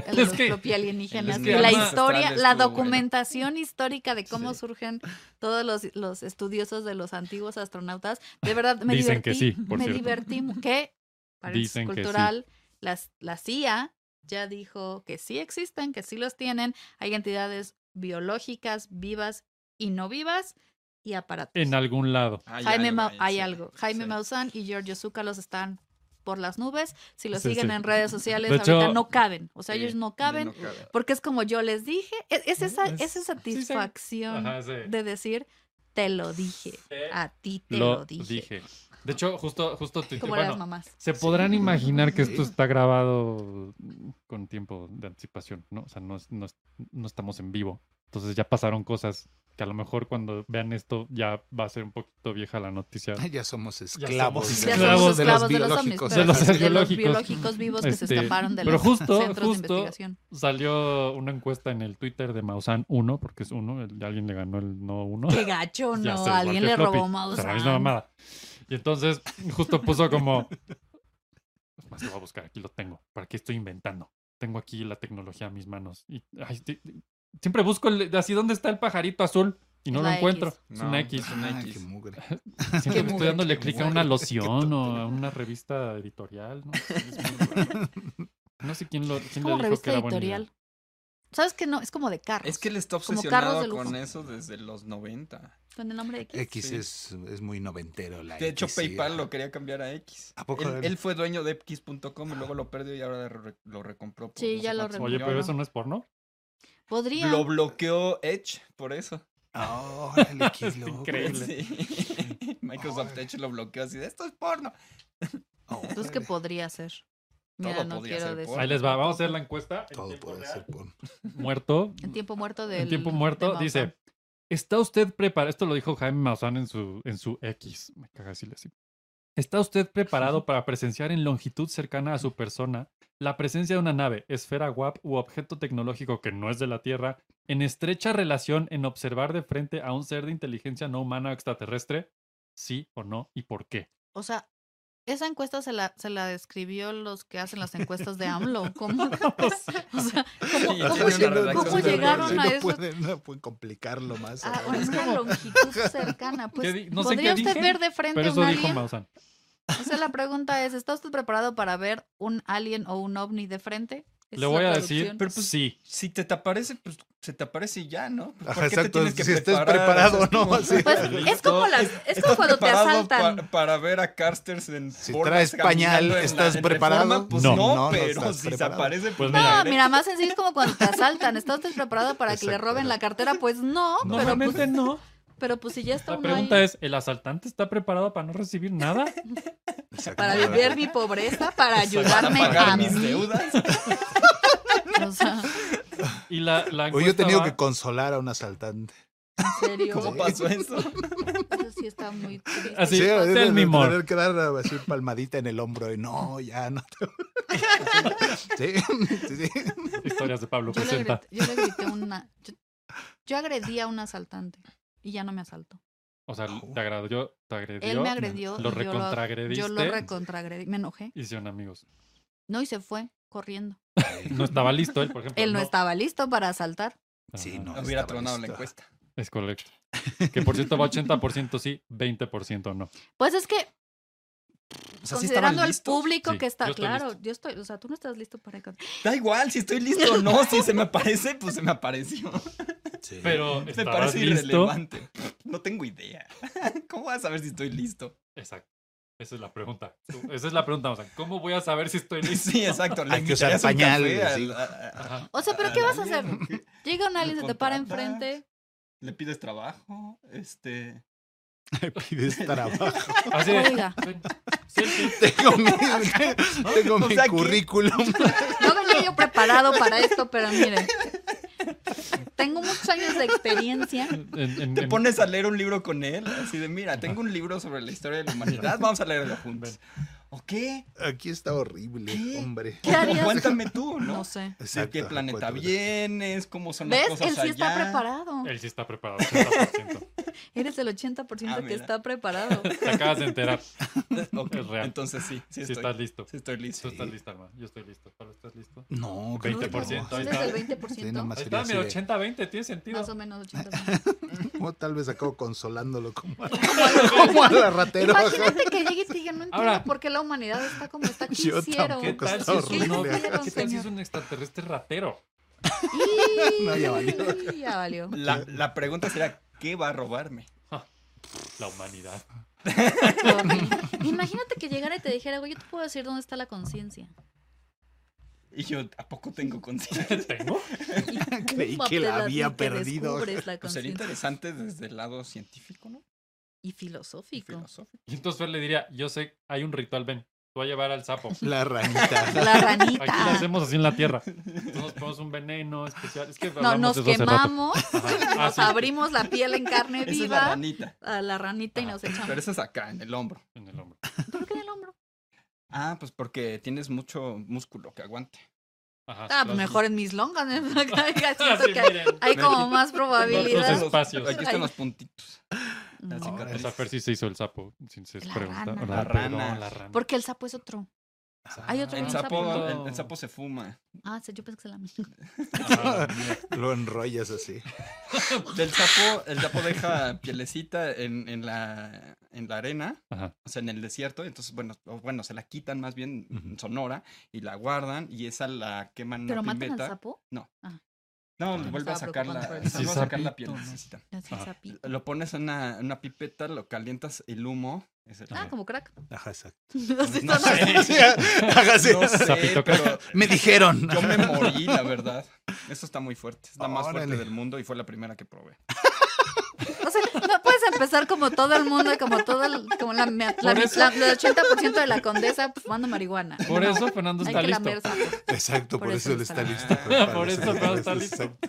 S4: El de
S5: Es
S4: los
S5: que-
S4: propios alienígenas.
S5: es que
S4: y la
S5: además-
S4: historia,
S8: Ancestral
S4: la
S8: estuvo bueno.
S4: documentación histórica de cómo
S8: Sí.
S4: surgen todos los, los estudiosos de los antiguos astronautas. De verdad, me
S5: Dicen que
S4: divertí.
S5: sí, por
S4: me
S5: cierto.
S4: divertí. mu- ¿Qué? Paréntesis
S5: Dicen que sí.
S4: cultural. Las, la CIA ya dijo que sí existen, que sí los tienen. Hay entidades biológicas, vivas y no vivas, y aparatos.
S5: En algún lado.
S8: Hay
S4: Jaime
S8: algo
S4: Mau-
S8: ahí,
S4: hay
S8: sí,
S4: algo. Jaime
S8: sí.
S4: Maussan y Giorgio Zúcalos están por las nubes. Si los
S5: Sí,
S4: siguen
S5: sí.
S4: en redes sociales,
S5: De
S4: ahorita
S5: hecho-
S4: no caben. O sea,
S8: Sí,
S4: ellos no
S8: ya
S4: caben.
S8: cabe.
S4: Porque es como yo les dije. Es, es esa,
S5: Es-
S4: esa
S5: sí, sí.
S4: satisfacción
S5: Ajá, sí.
S4: de decir, te lo dije.
S5: Eh,
S4: A ti te lo,
S5: Lo
S4: dije.
S5: dije. De hecho, justo, justo, tuiteé-
S4: Como las
S5: bueno,
S4: mamás.
S5: Se podrán imaginar que
S11: Sí.
S5: esto está grabado con tiempo de anticipación, ¿no? O sea, no, es- no, es- no estamos en vivo. Entonces ya pasaron cosas que a lo mejor cuando vean esto ya va a ser un poquito vieja la noticia.
S11: Ah, Ya somos esclavos.
S5: somos
S11: Ya
S5: esclavos
S11: somos
S5: de
S11: de
S5: los
S11: los biológicos.
S4: pero
S5: De los
S4: sí,
S5: biológicos.
S4: biológicos vivos que se
S5: Este,
S4: escaparon de
S5: pero
S4: los
S5: justo,
S4: centros de
S5: justo, [LAUGHS]
S4: investigación.
S5: Salió una encuesta en el Twitter de Mausan 1, porque es 1, el- alguien le ganó el no 1.
S4: Qué gacho,
S5: Ya
S4: no.
S5: sé,
S4: Alguien
S5: igual
S4: le
S5: que Floppy.
S4: robó
S5: O sea, la
S4: Maussan.
S5: misma mamada. Y entonces justo puso como... Es Más lo voy a buscar, aquí lo tengo. ¿Para qué estoy inventando? Tengo aquí la tecnología a mis manos. Y ay, ti- ti- siempre busco el- así dónde está el pajarito azul y no
S4: Es
S5: lo
S4: la X.
S5: encuentro. Es
S8: No,
S5: una X.
S11: [LAUGHS]
S8: es una
S11: Ah,
S8: X.
S11: qué mugre.
S5: Siempre que estoy
S4: mugre,
S5: dándole
S11: qué
S5: clic a una
S11: mugre, qué
S5: loción o a
S11: tontería.
S5: una revista editorial. No, sé,
S11: [LAUGHS]
S5: es muy raro. No sé quién lo quién le
S4: como
S5: dijo que
S4: revista
S5: era buena idea.
S4: editorial. ¿Sabes que no? Es como de carros.
S8: Es que él está
S4: Como carros de
S8: obsesionado
S4: lujo.
S8: con eso desde los 90.
S4: Con el nombre de X.
S11: X
S8: Sí.
S11: es, es muy noventero. La
S8: De hecho,
S11: X, sí,
S8: PayPal
S11: ajá.
S8: lo quería cambiar a X.
S11: ¿A poco
S8: él,
S11: él?
S8: él fue dueño de X.com y luego lo perdió y ahora lo, re- lo recompró. por
S4: Sí, ya lo
S8: cuántos
S5: Oye, pero
S8: millones.
S5: eso no es porno.
S4: Podría.
S8: Lo bloqueó Edge por eso.
S11: Ah, Órale,
S8: [LAUGHS]
S11: qué
S5: Es
S11: loco.
S5: increíble.
S8: Sí. Microsoft
S11: Órale.
S8: Edge lo bloqueó así de esto es porno.
S4: Entonces, ¿qué podría ser?
S8: Todo
S4: Mira, no
S8: podría
S4: quiero
S8: ser
S4: decir.
S8: porno.
S5: Ahí les va, vamos a hacer la encuesta. en
S11: Todo
S5: tiempo
S11: puede
S5: real.
S11: ser porno.
S5: Muerto.
S4: En tiempo muerto del.
S5: En tiempo
S4: de
S5: muerto
S4: Maussan.
S5: dice, ¿está usted preparado? Esto lo dijo Jaime Maussan en su, en su X. Me caga decirle así. ¿Está usted
S4: [LAUGHS]
S5: preparado para presenciar en longitud cercana a su persona la presencia de una nave, esfera WAP u objeto tecnológico que no es de la Tierra, en estrecha relación en observar de frente a un ser de inteligencia no humana o extraterrestre? ¿Sí o no? ¿Y por qué?
S4: O sea, esa encuesta se la, se la describió los que hacen las encuestas de AMLO. ¿Cómo?
S5: [LAUGHS]
S4: O sea, [LAUGHS] ¿cómo-
S8: Sí,
S4: cómo
S8: tiene una
S4: se-
S8: redacción
S4: ¿cómo
S8: súper
S4: llegaron
S8: buena.
S4: a
S11: no
S4: eso?
S11: Pueden, no pueden complicarlo más.
S4: [LAUGHS] Ah,
S11: ¿no?
S4: bueno, es una longitud cercana. Pues,
S5: di- no sé qué
S4: ¿Podría usted
S5: dije,
S4: ver de frente
S5: Pero
S4: a
S5: eso
S4: un
S5: dijo
S4: alien?
S5: Maussan.
S4: O sea, la pregunta es, ¿está usted preparado para ver un alien o un ovni de frente? Esa
S5: Le
S4: es la
S5: voy a decir,
S4: traducción.
S8: Pero
S4: [LAUGHS]
S8: pues-
S5: sí.
S8: Si te, te aparece, pues se te aparece y ya, ¿no? Pues,
S11: Ajá,
S8: ¿para qué te
S11: exacto,
S8: tienes que
S11: si estés
S8: preparar? O sea,
S11: preparado,
S8: [LAUGHS]
S11: ¿no?
S8: como-
S11: Así.
S4: Pues es
S5: Listo.
S4: como las, es como
S8: ¿Estás
S4: cuando te
S8: preparado
S4: asaltan.
S8: pa- para ver a Carsters en
S11: Si
S8: Fortnite
S11: traes
S8: caminando
S11: pañal,
S8: en la-
S11: ¿estás
S8: en
S11: preparado?
S8: Reforma? Pues no,
S5: No.
S11: No, no
S8: pero
S11: estás
S8: si se
S11: preparado.
S8: aparece.
S5: Pues
S8: pues,
S5: mira,
S4: No,
S8: direct-
S4: mira, más sencillo es como cuando te asaltan. ¿Está usted preparado para que le
S11: Exacto.
S4: roben la cartera? Pues no,
S11: No,
S4: pero,
S11: realmente
S4: pues, [LAUGHS]
S5: no.
S4: pero pues si ya está
S5: La
S4: uno ahí
S5: pregunta es, ¿el asaltante está preparado para no recibir nada?
S11: Exacto.
S4: para vivir mi pobreza, para
S8: para
S4: ayudarme a
S8: pagar
S4: mí.
S8: mis deudas.
S4: O sea,
S5: Y la, la
S11: Hoy yo he
S5: encuesta
S11: tenido
S5: va-
S11: que consolar a un asaltante.
S4: en serio.
S8: ¿Cómo pasó eso?
S4: Eso sí está muy triste.
S5: Así,
S11: a
S5: tell
S11: veces
S5: me
S11: de
S5: more.
S11: Tener que dar así palmadita en el hombro y no, ya no te...
S8: [LAUGHS]
S11: sí, sí, sí.
S5: Historias de Pablo
S4: Yo le,
S5: presenta.
S4: grité, yo le grité una. Yo, yo agredí a un asaltante y ya no me asaltó.
S5: O sea,
S11: Au.
S5: te agredió, te agredió.
S4: Él me
S5: Lo
S4: agredió. y yo lo,
S5: recontraagrediste.
S4: yo lo recontraagredí. Me enojé.
S5: Y son amigos.
S4: No, y se fue corriendo.
S5: No estaba listo él, por ejemplo.
S4: Él no, estaba listo para asaltar.
S5: Ajá,
S11: Sí, no.
S8: Hubiera
S11: estaba
S8: tronado la
S11: listo.
S8: encuesta.
S5: Es correcto. Que por cierto va 80% sí, 20% no.
S4: Pues es que,
S8: O sea, sí estaba
S4: considerando al
S8: listo.
S4: público
S5: Sí,
S4: que está.
S5: yo estoy
S4: claro,
S5: listo.
S4: yo estoy. O sea, tú no estás listo para encontrar.
S8: Da igual, si estoy listo o no, si se me aparece, pues se me apareció. [LAUGHS]
S11: Sí. [LAUGHS]
S5: Pero
S8: Me
S5: estabas
S8: parece
S5: listo.
S8: irrelevante. No tengo idea. [LAUGHS] ¿Cómo vas a saber si estoy listo? [LAUGHS]
S5: Exacto. Esa es la pregunta. Tú- Esa es la pregunta. O sea, ¿cómo voy a saber si estoy
S4: [LAUGHS]
S5: listo?
S8: Sí, exacto. Le
S11: Hay que usar
S8: invitarías un
S11: pañal,
S8: café al-
S11: sí.
S8: a- a-
S5: Ajá.
S4: O sea, pero
S8: a-
S4: ¿qué
S8: al
S4: vas a hacer?
S8: alien, ¿o qué?
S4: Llega un
S8: ¿Lo
S4: alien, se te para
S8: contratas?
S4: enfrente.
S8: Le pides trabajo, este.
S11: Me pides trabajo.
S5: Así de-
S4: Oiga,
S5: Selfie.
S11: Tengo mi,
S8: [LAUGHS]
S11: tengo mi
S8: sea, ¿qué?
S11: currículum.
S4: no venía yo preparado para esto, pero mire. Tengo muchos años de experiencia.
S5: En- en-
S8: Te
S5: en-
S8: pones a leer un libro con él, así de mira, tengo un libro sobre la historia de la humanidad, vamos a leerlo
S5: [LAUGHS]
S8: juntos. ¿O qué?
S11: Aquí está horrible,
S8: ¿Qué?
S11: hombre.
S4: ¿Qué harías?
S8: Cuéntame tú, ¿no?
S4: No sé.
S8: ¿De qué
S11: Exacto,
S8: planeta
S11: cuéntame.
S8: vienes? ¿Cómo son las
S4: ¿Ves?
S8: cosas
S4: Él sí está
S8: allá?
S4: preparado.
S5: Él sí está preparado, 80%.
S4: Eres el 80%
S8: Ah,
S4: que
S8: mira.
S5: [LAUGHS]
S4: está preparado.
S5: Te acabas de
S8: [LAUGHS]
S5: enterar.
S8: Ok,
S5: Es real.
S8: Entonces sí,
S5: Si
S8: sí estoy.
S5: estás listo.
S8: Sí estoy listo.
S5: Tú estás lista, hermano. Yo estoy listo. Pablo, ¿estás listo?
S11: No, creo que no.
S5: 20%, ahí
S4: Eres el
S11: Sí,
S4: 20%.
S11: nomás
S5: Ahí
S11: sería
S5: está,
S11: así
S5: mira,
S11: de-
S5: 80-20, tiene sentido.
S4: Más o menos
S5: [LAUGHS]
S4: 80%.
S11: Como tal vez acabo consolándolo como
S8: [LAUGHS]
S11: a, como a la ratero.
S4: Imagínate que llegue y te diga, no entiendo
S5: Ahora-
S4: por qué la humanidad está como está. ¿Qué
S11: [LAUGHS] Yo
S4: hicieron?
S5: ¿Qué
S11: Tampoco
S5: tal,
S11: está
S5: si es, un,
S11: horrible.
S5: ovni?
S4: ¿Qué
S5: ¿Qué tal si
S4: señor?
S5: es un extraterrestre ratero?
S4: Y-
S11: [LAUGHS] No, ya valió.
S4: Ya valió.
S8: La, la pregunta será, ¿qué va a robarme?
S5: La humanidad. [LAUGHS]
S4: Imagínate que llegara y te dijera, güey, yo te puedo decir dónde está la conciencia.
S8: Y yo, ¿a poco
S4: [LAUGHS]
S8: tengo conciencia? Pues,
S5: ¿Tengo?
S4: Y
S11: [LAUGHS] Creí
S4: pum,
S11: que la
S4: te das-
S11: había
S4: y te
S11: perdido.
S4: descubres la
S8: Pues
S4: conciencia.
S8: sería interesante desde el lado científico, ¿no?
S4: Y
S8: Y
S4: filosófico.
S8: filosófico.
S5: Y entonces Fer le diría, yo sé, hay un ritual, ven. Tú a llevar al sapo.
S11: La ranita.
S4: La ranita.
S5: Aquí la hacemos así en la
S11: [LAUGHS]
S5: tierra. Nos ponemos un veneno especial. Es que
S4: No,
S5: hablamos
S4: nos
S5: de eso hace rato.
S4: quemamos,
S5: Ajá. Ah,
S4: nos
S5: sí.
S4: abrimos la piel en carne
S8: [LAUGHS] Esa es la
S4: viva Ah.
S8: ranita.
S4: a la ranita y nos echamos.
S8: Pero esa es acá, en el hombro.
S5: En el hombro.
S4: ¿Por qué en el hombro?
S8: Ah, pues porque tienes mucho músculo que aguante.
S5: Ajá.
S4: Ah, pues mejor en mis [LAUGHS] longas. ¿eh? Acá siento
S5: Así,
S4: que hay,
S5: miren.
S4: hay como más
S5: Los
S4: probabilidad.
S5: Otros espacios.
S8: Aquí están
S4: Ay.
S8: los puntitos.
S4: No,
S8: Así
S11: Ahora
S8: que-
S5: O sea, Fer sí se hizo el sapo, sin se
S4: La
S5: preguntar.
S4: rana.
S5: Perdón,
S8: La rana.
S5: la rana.
S4: Porque el sapo es otro. Hay otro
S8: Ah, El
S4: Un
S8: sapo,
S4: sapito.
S8: el, el sapo se fuma.
S4: Ah, sí, yo pensé que se la
S5: Ajá.
S11: Lo enrollas así.
S8: El sapo, el sapo deja pielecita en, en la, en la arena,
S5: Ajá.
S8: o sea, en el desierto. Entonces, bueno, o bueno, se la quitan más bien en
S11: Ujú.
S8: Sonora y la guardan y esa la queman en
S4: ¿Pero
S8: una
S4: matan al
S8: piveta.
S4: sapo?
S8: No, le
S4: me
S8: vuelve a
S4: estaba
S8: sacar la,
S4: preocupando por el
S8: le vuelve a sacar la
S5: sapito,
S8: pielecita.
S4: Ya sé,
S5: Ah.
S4: sapito.
S8: Lo pones en una, en una pipeta, lo calientas el humo. es el-
S5: [LAUGHS]
S4: Ah, como crack.
S11: Ajá, exacto.
S4: No sé,
S8: No
S4: son [LAUGHS] así.
S8: sé.
S11: [LAUGHS] Ajá, sí.
S8: No sé,
S5: Sapito
S8: pero
S11: Me dijeron.
S8: yo me morí, la verdad. Eso está muy fuerte. Es la más fuerte
S11: Órale.
S8: del mundo y fue la primera que probé.
S4: O sea, no puedes empezar como todo el mundo, y como todo el, como la, la, la,
S5: Por eso-
S4: la- el 80% de la condesa pues, fumando marihuana.
S5: Por
S4: No,
S5: eso Fernando
S4: hay
S5: está
S4: que
S5: listo.
S4: lamer sapos.
S11: Exacto, por,
S4: Por eso
S11: eso, él está
S4: está-
S5: [LAUGHS]
S11: listo.
S5: Por eso
S11: para
S5: está
S11: eso,
S5: listo.
S11: exacto.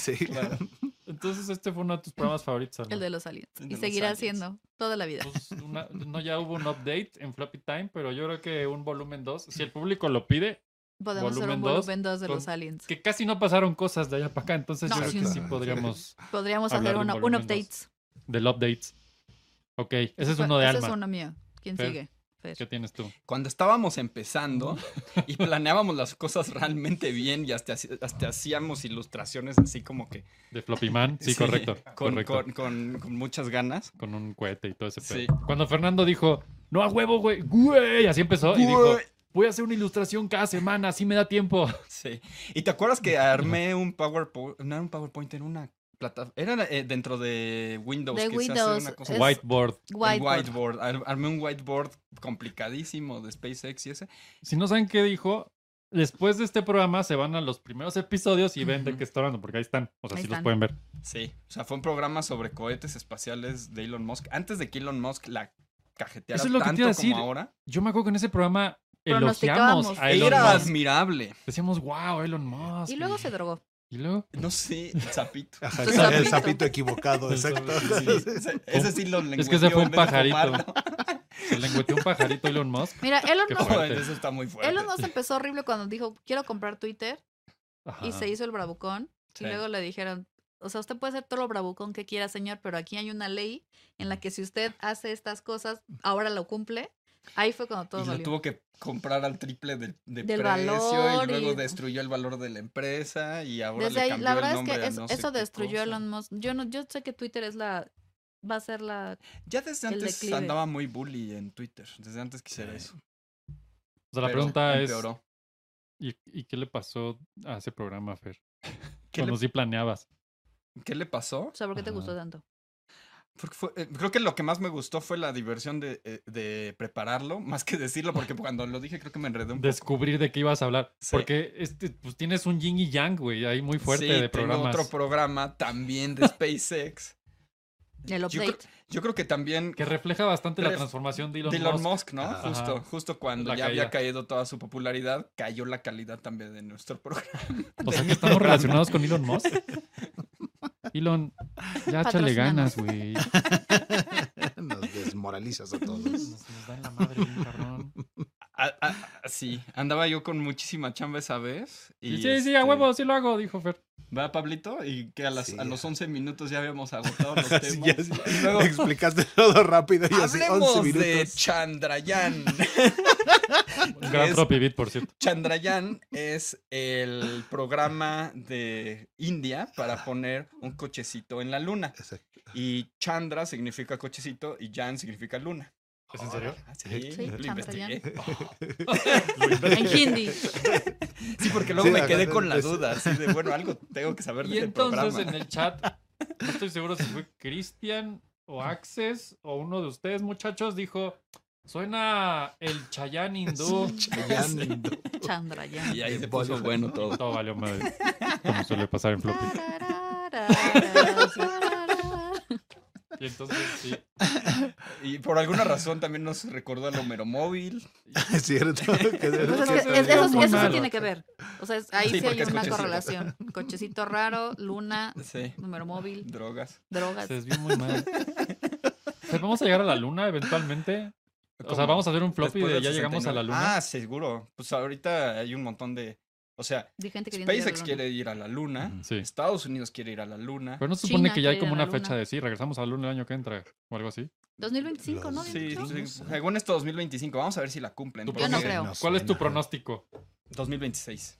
S11: Sí.
S8: Claro.
S5: Entonces, este fue uno de tus programas favoritos. Arnold.
S4: El de los aliens.
S8: El de
S4: Y
S8: los
S4: seguirá
S8: aliens.
S4: siendo toda la vida.
S5: Pues, una- no, ya hubo un update en Floppy Time, pero yo creo que un volumen 2, si el público lo pide,
S4: Podemos hacer
S5: volumen
S4: un
S5: dos,
S4: volumen 2 de los
S5: con-
S4: aliens.
S5: que casi no pasaron cosas de allá para acá, entonces
S4: No,
S5: yo
S4: sí,
S5: creo que
S4: no.
S5: sí podríamos
S4: Podríamos
S5: hablar
S4: hacer
S5: de un
S4: una- un
S5: volumen
S4: update.
S5: del update. Ok, ese es
S4: Bueno,
S5: uno de
S4: Pues, ese es
S5: Alma.
S4: uno mío. ¿Quién
S5: Fer.
S4: sigue? Fer.
S5: ¿Qué tienes tú?
S8: Cuando estábamos empezando y planeábamos las cosas realmente bien y hasta, haci- hasta hacíamos ilustraciones así como que...
S5: De Floppy Man, sí, correcto.
S8: Con,
S5: correcto.
S8: con- con- con muchas ganas.
S5: con un cohete y todo ese pedo.
S8: Sí.
S5: Cuando Fernando dijo, no a huevo, güey, güey, así empezó y dijo,
S8: Güey.
S5: voy a hacer una ilustración cada semana, así me da tiempo.
S8: Sí. ¿Y te acuerdas que armé un PowerPoint? No era un PowerPoint, era una plataforma... Era eh, dentro de Windows.
S4: De
S8: quizás era
S4: Windows,
S8: una cosa-
S4: Es-
S5: Whiteboard.
S8: El
S4: Whiteboard.
S8: whiteboard. Ar- Armé un whiteboard complicadísimo de SpaceX y ese.
S5: Si no saben qué dijo, después de este programa se van a los primeros episodios y ven de
S8: Ujú.
S5: qué está hablando, porque ahí están, o sea,
S4: Ahí
S5: sí los
S4: están.
S5: pueden ver.
S8: Sí. O sea, fue un programa sobre cohetes espaciales de Elon Musk. Antes de que Elon Musk la cajeteara
S5: Eso es lo que te
S8: tanto
S5: iba a decir.
S8: como ahora,
S5: Yo me acuerdo que en ese programa elogiamos
S4: Pronosticábamos.
S5: a Elon
S8: era
S5: Musk.
S8: admirable.
S5: Decíamos, wow, Elon Musk.
S4: Y luego se drogó.
S5: Y luego-
S8: No sé, el
S5: [LAUGHS]
S8: sapito.
S11: Ajá,
S4: Tu
S11: exacto, el
S4: sapito.
S11: sapito equivocado, exacto.
S8: Sí, ese, ese sí lo
S5: Es que ese
S8: lengüeteó
S5: fue
S8: en
S5: un
S8: vez de
S5: pajarito.
S8: fumarlo. [LAUGHS]
S5: se le encuentra un pajarito a Elon Musk.
S4: Mira, Elon
S5: Qué
S4: Musk,
S5: fuerte.
S8: Eso está muy fuerte.
S4: Elon Musk empezó horrible cuando dijo, quiero comprar Twitter,
S5: Ajá.
S4: y se hizo el bravucón.
S8: Sí.
S4: Y luego le dijeron, o sea, usted puede hacer todo lo bravucón que quiera, señor, pero aquí hay una ley en la que si usted hace estas cosas, ahora lo cumple. Ahí fue cuando todo
S8: y lo
S4: valió.
S8: tuvo que comprar al triple del, de
S4: Del
S8: precio
S4: valor
S8: y luego
S4: y-
S8: destruyó el valor de la empresa y ahora
S4: Desde
S8: le
S4: ahí,
S8: cambió
S4: la
S8: el
S4: verdad es
S8: nombre
S4: que
S8: a
S4: es-
S8: no sé
S4: eso
S8: qué
S4: destruyó a
S8: cosa.
S4: Elon Musk. Yo, no, yo sé que Twitter es la... Va a ser la...
S8: Ya desde
S4: El
S8: antes
S4: declive.
S8: andaba muy bully en Twitter, desde antes quisiera eso.
S5: O sea, la
S8: pero
S5: pregunta es,
S8: empeoró.
S5: ¿y, y qué le pasó a ese programa, Fer?
S8: ¿Qué
S5: Cuando
S8: le-
S5: sí planeabas.
S8: ¿Qué le pasó?
S4: O sea, ¿por qué te
S5: Ajá.
S4: gustó tanto?
S8: Porque fue- eh, creo que lo que más me gustó fue la diversión de, eh, de prepararlo, [LAUGHS] más que decirlo, porque cuando lo dije creo que me enredé un poco.
S5: Descubrir de qué ibas a hablar.
S8: Sí.
S5: Porque este, pues tienes un yin y yang, güey, ahí muy fuerte
S8: Sí,
S5: de
S8: tengo
S5: programas.
S8: otro programa también de SpaceX.
S4: El
S8: Yo creo-
S4: update.
S8: Yo creo que también
S5: Que refleja bastante la
S8: Ref-
S5: transformación de Elon,
S8: de
S5: Musk.
S8: Elon Musk, ¿no?
S11: Ajá.
S8: Justo, justo cuando
S5: La
S8: ya había
S5: caída.
S8: caído toda su popularidad, cayó la calidad también de nuestro [LAUGHS] programa.
S5: O sea que [LAUGHS] estamos relacionados con Elon Musk. Elon, ya échale
S4: Patrocínanos.
S5: ganas, güey.
S11: [LAUGHS] Nos desmoralizas a todos.
S5: Nos, nos dan la madre bien, cabrón.
S8: Ah, ah, ah, sí, andaba yo con muchísima chamba esa vez.
S5: Y
S8: Y
S5: sí, sí, a
S8: este,
S5: huevo, sí lo hago, dijo Fer.
S8: Va Pablito y que a, las,
S11: Sí.
S8: a los 11 minutos ya habíamos agotado [LAUGHS] los temas.
S11: Sí, ya sé.
S8: Y luego,
S11: Me explicaste todo rápido y así 11
S8: hablemos de
S11: minutos.
S8: Chandrayaan.
S5: Un gran
S8: Es-
S5: tropivit, por cierto.
S8: [LAUGHS] Chandrayaan es el programa de India para poner un cochecito en la luna.
S11: Exacto.
S8: Y Chandra significa cochecito y Yan significa luna.
S5: ¿Es en serio?
S8: Ah, sí,
S4: Sí,
S8: lo
S4: Chandrayaan.
S8: investigué.
S4: En
S8: [LAUGHS]
S4: hindi.
S8: Sí, porque luego
S11: Sí,
S8: me
S11: acá
S8: quedé
S11: te-
S8: con la
S11: es-
S8: duda, así de bueno, algo tengo que saber de
S5: Y
S8: este
S5: entonces
S8: programa.
S5: en el chat, no estoy seguro si fue Cristian o Access o uno de ustedes, muchachos, dijo: Suena el Chayán hindú.
S11: Chayando.
S4: Chandra ya.
S8: Y [LAUGHS] ahí se puso bueno todo.
S5: Todo valió madre.
S8: [LAUGHS]
S5: Como suele pasar en floppy. Y entonces, sí.
S8: Y por alguna razón también nos recordó al Homero Móvil.
S11: [LAUGHS] Es cierto. que de-
S4: Pues es que
S8: Sí,
S4: es-
S8: sí,
S4: eso,
S8: sí,
S4: eso
S8: claro.
S4: sí tiene que ver. O sea, es- ahí
S8: Sí,
S4: sí, hay
S8: porque es
S4: una
S8: cochecito.
S4: correlación. Cochecito raro, luna,
S8: Sí.
S4: número móvil,
S8: Drogas.
S4: drogas.
S5: Se desvió muy [LAUGHS] mal. O sea, vamos a llegar a la luna eventualmente. O sea,
S8: ¿Cómo?
S5: vamos a hacer un floppy
S8: Después
S5: de
S8: del
S5: ya llegamos a la
S8: 69.
S5: luna.
S8: Ah, seguro. Pues ahorita hay un montón de. O sea,
S4: De gente queriendo ir a la
S8: SpaceX
S4: luna.
S8: quiere ir a la luna.
S5: Sí.
S8: Estados Unidos quiere ir a la luna.
S5: Pero no se supone
S4: China
S5: que ya hay
S4: quiere
S5: como
S4: ir a
S5: una
S4: la
S5: fecha
S4: luna.
S5: de sí, regresamos a la luna el año que entra o algo así.
S4: 2025, ¿no?
S11: Los-
S4: Habían
S8: Sí,
S4: dicho.
S8: sí,
S11: Sí.
S8: según esto 2025. Vamos a ver si la cumplen.
S5: Tu
S8: porque-
S4: Yo no creo.
S5: ¿Cuál es tu
S11: suena.
S5: pronóstico?
S8: 2026.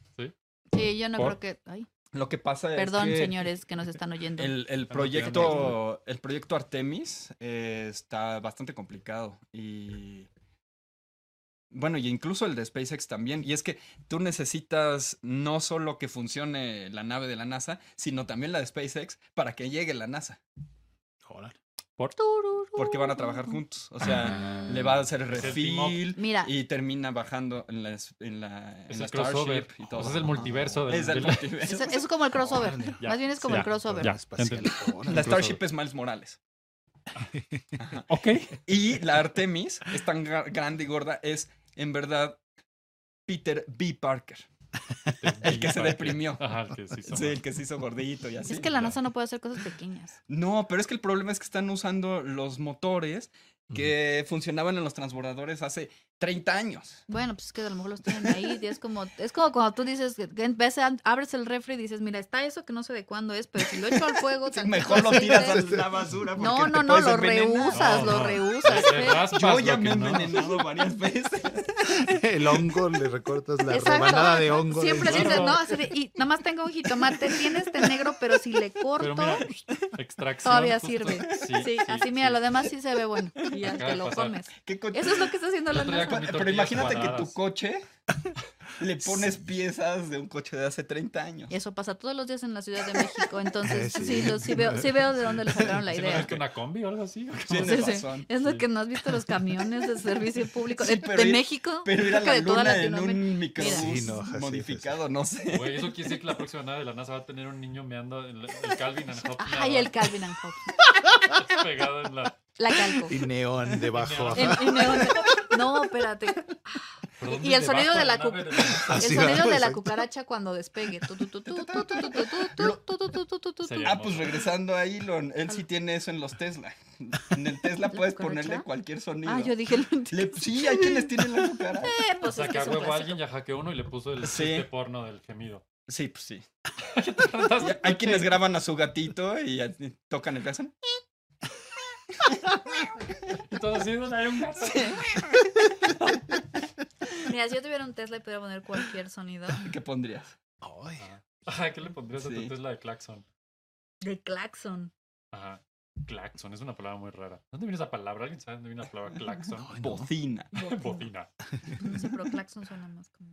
S4: Sí, yo no
S5: ¿Por?
S4: creo que. Ay,
S8: Lo que pasa
S4: perdón,
S8: es que
S4: señores que nos están oyendo.
S8: el, el proyecto el proyecto Artemis eh, está bastante complicado y bueno, y incluso el de SpaceX también. Y es que tú necesitas no solo que funcione la nave de la NASA, sino también la de SpaceX para que llegue la NASA,
S11: Órale.
S4: Tururú.
S8: porque van a
S4: Uh.
S8: trabajar juntos. O sea, le va a hacer el
S5: Ah. el team up.
S8: refill
S4: Mira.
S8: y termina bajando en la, es- en la, en
S5: Es
S8: la
S5: el crossover.
S8: Starship y todo.
S5: O sea, es el multiverso. del-
S8: Es el
S5: del-
S8: [LAUGHS] multiverso.
S4: Eso [LAUGHS] es como el crossover.
S11: Órale.
S5: Ya,
S4: Más bien es como
S5: ya,
S4: el crossover.
S5: ya.
S11: Espacial.
S5: entendí. [LAUGHS]
S11: Órale.
S8: La Starship es Miles Morales.
S5: Ok.
S8: Y la Artemis es tan gra- grande y gorda, es en verdad Peter B. Parker. El que se deprimió.
S5: Ajá, el que sí. hizo
S8: Sí,
S5: mal.
S8: el que se hizo gordito y así.
S4: Es que la NASA no puede hacer cosas pequeñas.
S8: No, pero es que el problema es que están usando los motores que funcionaban en los transbordadores hace 30 años.
S4: Bueno, pues es que a lo mejor los tienen ahí. y es como, es como cuando tú dices, que en vez de an- abres el refri y dices, mira, está eso que no sé de cuándo es, pero si lo echo al fuego,
S8: Sí,
S4: tantito
S8: Mejor lo
S4: aceite".
S8: tiras a
S4: [LAUGHS]
S8: la basura. Porque
S4: No,
S8: te
S4: no, no,
S8: puedes
S4: lo
S8: envenenar.
S5: No,
S4: reusas, lo
S5: no.
S8: [LAUGHS]
S4: reusas.
S5: Te
S4: Fer.
S5: raspas
S8: Yo
S5: lo
S8: ya
S5: que
S8: me he
S5: no.
S8: envenenado
S4: [LAUGHS]
S8: varias veces.
S11: El hongo, le recortas la
S4: Exacto.
S11: rebanada de hongo. de-
S4: Siempre dices,
S5: Claro.
S4: no, así de, y nomás tengo un jitomate, tiene este negro, pero si le corto,
S5: Pero mira, extracción.
S4: todavía
S5: justo.
S4: sirve.
S5: Sí,
S4: Sí,
S5: sí,
S4: así mira,
S5: sí.
S4: lo demás sí se ve bueno. Y ya
S5: Acaba
S4: te
S5: de
S4: lo
S5: pasar.
S4: comes.
S8: ¿Qué co-
S4: Eso es lo que está haciendo
S5: El
S4: la
S5: otro día
S4: NASA.
S5: comí
S8: Pero
S5: tortillas
S8: imagínate que
S5: cuadradas.
S8: tu coche le pones piezas de un coche de hace 30 años.
S4: Eso pasa todos los días en la Ciudad de México, entonces
S11: Eh,
S4: sí,
S11: sí.
S4: lo- sí veo, sí veo de dónde le sacaron la
S5: ¿Sí no
S4: idea.
S5: es que una combi o algo así?
S8: Tienes
S4: Sí, sí.
S8: razón.
S4: Es lo
S5: Sí.
S4: que no has visto los camiones de servicio público de,
S8: Sí, pero
S4: de
S8: ir-
S4: México,
S8: Pero ir a
S4: creo
S8: la
S4: que de toda
S8: luna en
S4: Latinoamérica.
S8: un microbús
S11: Sí, no, así es,
S8: modificado, no sé.
S5: Güey, eso quiere decir que la próxima nave de la NASA va a tener un niño meando el, el Calvin and Hobbes.
S4: [LAUGHS] Ay, el Calvin and Hobbes.
S5: nadador pegado en la.
S4: La calco.
S11: Y neón debajo.
S4: En- en neón. no, espérate. Y el sonido de la cuca. El
S11: Así va,
S4: sonido de la
S11: exacto.
S4: cucaracha cuando despegue. Tu, tu, tu, tu, tu, tu, tu, tu, tu, tu, tu, tu, tu, tu, tu, tu.
S5: Sería
S8: Ah, pues regresando a Elon, él sí tiene eso en los Tesla.
S4: [LAUGHS]
S8: En el Tesla puedes ponerle
S4: cucaracha?
S8: cualquier sonido.
S4: Ah, yo dije el
S8: Le- sí, hay quienes tienen la cucaracha.
S5: O
S4: [LAUGHS] pues
S5: sea,
S4: es
S5: que
S4: que
S5: a
S4: es un
S5: huevo
S4: clásico.
S5: alguien ya hackeó uno y le puso el
S8: Sí.
S5: chiste porno del
S11: [LAUGHS]
S5: gemido. [LAUGHS]
S8: Sí, pues sí.
S5: Entonces,
S8: Hay quienes graban a su gatito y eh, tocan el corazón.
S5: Y todos así, "Bueno, hay un gato".
S4: Mira, si yo tuviera un Tesla y pudiera poner cualquier [LAUGHS] sonido.
S8: ¿Qué pondrías?
S11: Ay,
S5: Ajá, ¿qué le pondrías a
S8: Sí.
S5: tu Tesla de claxon?
S4: De
S5: [LAUGHS]
S4: claxon.
S5: Ajá. Claxon, es una palabra muy rara. ¿Dónde viene esa palabra? ¿Alguien sabe dónde viene la palabra [LAUGHS] claxon?
S11: ay, no.
S8: Bocina.
S4: Bocina.
S5: Bocina.
S4: No sé, pero claxon suena más como.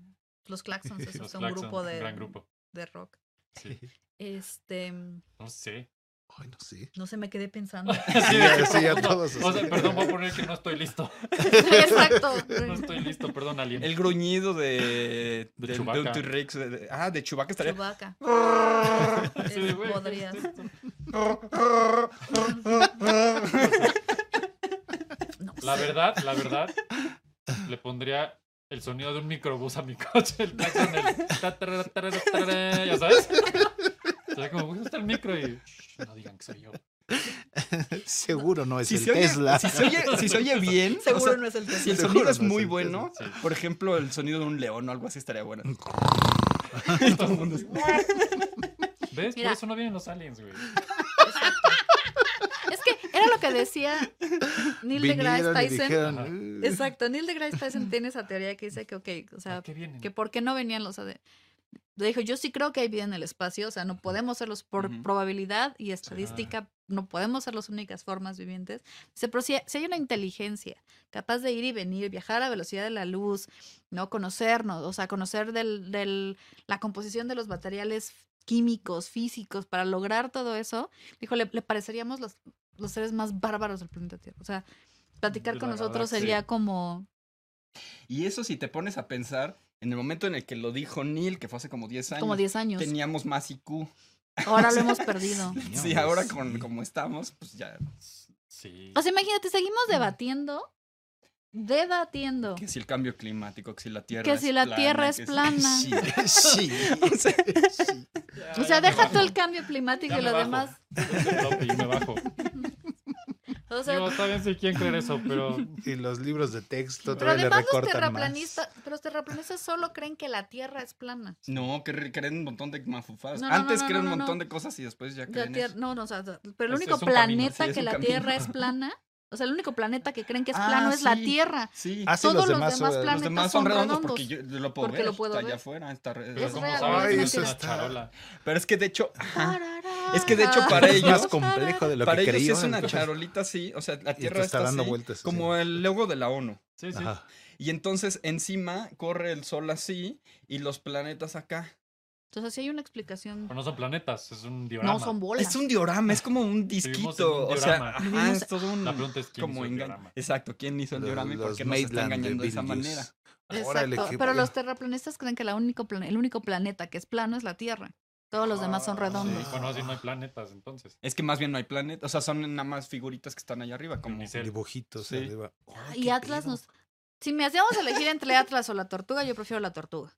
S4: Los
S5: [LAUGHS]
S4: claxons es
S5: Los
S4: un
S5: claxon,
S4: grupo
S5: un
S4: de,
S5: gran grupo.
S4: de rock.
S5: Sí.
S4: Este. No
S5: No sé.
S11: Ay, no sé.
S4: sé, me quedé
S5: [LAUGHS]
S4: pensando. [LAUGHS]
S5: Sí,
S11: ya-
S5: sí,
S11: sí, [LAUGHS] ya
S5: no,
S11: todos
S5: [LAUGHS] O sea,
S11: así.
S5: perdón, voy a poner que no estoy listo.
S4: Exacto.
S5: No estoy listo,
S11: [LAUGHS]
S5: perdón, alien.
S8: El gruñido de.
S5: De
S8: del
S5: Chewbacca.
S8: Dr. Rex, de- de- ah, de Chewbacca [LAUGHS] estaría.
S4: Chewbacca.
S5: Así de, güey, ¿qué
S4: Podrías.
S5: es esto?
S4: No
S5: La
S4: sé.
S5: verdad, la verdad, le pondría el sonido de un microbús a mi coche, el claxon, el ta, tarara, tarara, tarara, ya sabes. O sea, como, gusta el micro y "Shh, no digan que soy yo. [LAUGHS]
S11: Seguro no es
S8: Si
S11: el
S8: se oye-
S11: Tesla.
S8: si se oye- si se oye bien, o
S4: [LAUGHS] Seguro
S8: sea,
S4: no es el
S8: Si
S4: Tesla.
S8: el
S11: Seguro
S8: sonido
S11: no
S8: es
S11: es
S8: muy
S11: el
S8: bueno,
S5: Tesla, sí.
S8: por ejemplo, el sonido de un león o algo así estaría bueno.
S5: Y todo el mundo así, ¿Ves?
S4: Mira.
S5: Por eso no vienen los aliens, güey.
S4: Es que era lo que decía Neil deGrasse
S11: Vinieron y
S4: Tyson.
S11: dijeron, "Eh,
S4: Exacto, Neil deGrasse Tyson tiene esa teoría que dice que, ok, o
S5: ¿A
S4: sea,
S5: qué vienen?
S4: que por qué no venían los... ade- Le dijo, yo sí creo que hay vida en el espacio, o sea, no podemos ser los por
S8: Ujú.
S4: probabilidad y estadística, no podemos ser las únicas formas vivientes. Dice, pero si, si hay una inteligencia capaz de ir y venir, viajar a la velocidad de la luz, ¿no? Conocernos, o sea, conocer del, del- la composición de los materiales químicos, físicos, para lograr todo eso, dijo, le, le pareceríamos los, los seres más bárbaros del planeta Tierra. O sea, platicar
S8: Pues,
S5: De
S4: con
S5: la
S4: nosotros
S5: galaxia.
S4: sería como...
S8: Y eso si te pones a pensar, en el momento en el que lo dijo Neil, que fue hace como 10 años,
S4: Como 10 años.
S8: teníamos más IQ. [LAUGHS]
S4: Ahora lo hemos perdido.
S8: Sí,
S11: hombre,
S8: ahora
S11: sí.
S8: con como estamos, pues ya
S5: Sí.
S4: O sea, imagínate, seguimos debatiendo, debatiendo.
S8: Que si el cambio climático, que si la Tierra
S4: Que
S8: es
S4: si [LAUGHS] la
S8: plana,
S4: Tierra es
S8: que si-
S4: plana.
S8: Sí,
S11: [LAUGHS] Sí.
S4: [LAUGHS]
S8: o sea,
S4: O sea, deja todo [LAUGHS] el cambio climático
S5: Ya
S4: y
S5: me
S4: lo
S5: bajo.
S4: demás.
S5: Yo me bajo.
S4: [LAUGHS] O sea,
S5: Digo, está bien si quieren creer eso,
S4: [LAUGHS]
S5: pero
S11: Y los libros de texto
S4: pero
S11: todavía le
S4: además los
S11: recortan más.
S4: terraplanistas, pero los terraplanistas solo creen que la Tierra es plana.
S8: [LAUGHS] No, que re- creen un montón de mafufadas.
S4: No, no,
S8: Antes
S4: no, no,
S8: creen
S4: no,
S8: un montón
S4: no.
S8: de cosas y después ya
S4: La
S8: creen
S4: Tier-
S8: eso.
S4: no, no, o sea, o sea, pero el
S5: Es-
S4: único
S5: es un camino,
S4: planeta
S8: sí, es
S4: que
S8: un
S4: la
S8: camino.
S4: Tierra
S8: [LAUGHS]
S4: es plana, o sea, el único planeta que creen que es
S8: Ah,
S4: plano es la
S8: sí.
S4: Tierra.
S8: Sí.
S11: Ah, sí,
S4: Todos
S11: los
S4: los
S11: demás,
S4: demás
S11: eh,
S8: los
S4: planetas
S8: demás
S4: son
S8: son redondos
S4: redondos.
S8: porque yo yo lo puedo
S4: Porque
S8: ver.
S4: lo puedo
S8: está
S4: ver.
S8: allá afuera. Está re-
S4: Es
S8: ¿cómo
S4: real.
S8: sabes?
S5: Ay,
S8: No
S5: eso
S8: tiene-
S5: está- charola.
S8: Pero es que de hecho, ajá,
S4: Tararara.
S8: Es que de hecho para
S11: Es
S8: ellos-
S11: más complejo de lo
S8: para
S11: que
S8: ellos
S11: creían.
S8: es una charolita así. O sea, la
S11: te
S8: Tierra
S11: está
S8: está
S11: dando
S8: así,
S11: vueltas, así.
S8: Como el logo de la ONU.
S5: sí, sí.
S11: Ajá.
S8: Y entonces encima corre el sol así y los planetas acá.
S4: Entonces, sí hay una explicación.
S5: Pero no son planetas, es un diorama.
S4: No son bolas.
S8: Es un diorama, es como un
S5: Vivimos en un
S8: disquito. O sea,
S5: diorama.
S8: ajá,
S4: Vivimos-
S8: es todo un.
S5: La pregunta es quién
S8: como
S5: hizo el
S8: enga-
S5: diorama.
S8: Exacto, ¿quién hizo el
S11: Los-
S8: diorama y por
S11: los
S8: qué nos está
S11: Maitland de
S8: engañando de esa
S11: Beetlejuice.
S8: manera?
S11: Órale,
S4: Exacto,
S11: qué
S4: pero
S11: bueno.
S4: los terraplanistas creen que la único plan- el único planeta que es plano es la Tierra. Todos los demás son
S8: Ah,
S5: Sí,
S4: redondos.
S5: bueno, así no hay planetas, entonces.
S8: Es que más bien no hay planeta, o sea, son nada más figuritas que están allá arriba, como...
S5: Unicel.
S11: Dibujitos
S8: Sí.
S11: arriba. Oh,
S4: Ah, y
S11: qué
S4: Atlas
S11: pedo.
S4: nos... Si me hacíamos elegir entre Atlas o la tortuga, yo prefiero la tortuga.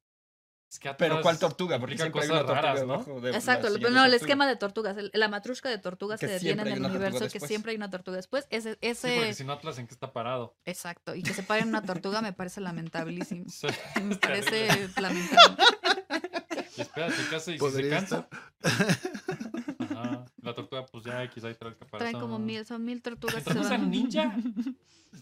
S5: Es que
S8: Pero
S5: atrás
S8: ¿cuál tortuga? Porque
S5: implica
S8: siempre hay una
S5: cosas
S8: tortuga
S5: raras, ¿no?
S8: debajo de la
S4: Exacto,
S8: siguiente
S4: pero no, el
S8: tortuga.
S4: esquema de tortugas, el- la matrushka de tortugas
S8: Que
S4: se detiene
S8: siempre
S4: en
S8: hay
S4: el
S8: una tortuga
S4: universo, que
S8: después.
S4: siempre hay una tortuga después. Ese,
S5: Sí,
S4: ese
S5: porque si no Atlas, ¿en qué está parado?
S4: exacto, y que se paren una tortuga me parece lamentabilísimo.
S5: [LAUGHS] Sí,
S4: [LAUGHS] Me
S5: es
S4: parece
S5: terrible.
S4: lamentable.
S5: Y espérate, ¿qué hace? ¿Y si se
S11: Podría
S5: cansa? Ajá. La tortuga, pues ya, quizá ahí trae el caparazón.
S4: Traen como mil, son mil tortugas. que se
S5: ¿Tortugas
S4: van- [LAUGHS]
S5: ninja?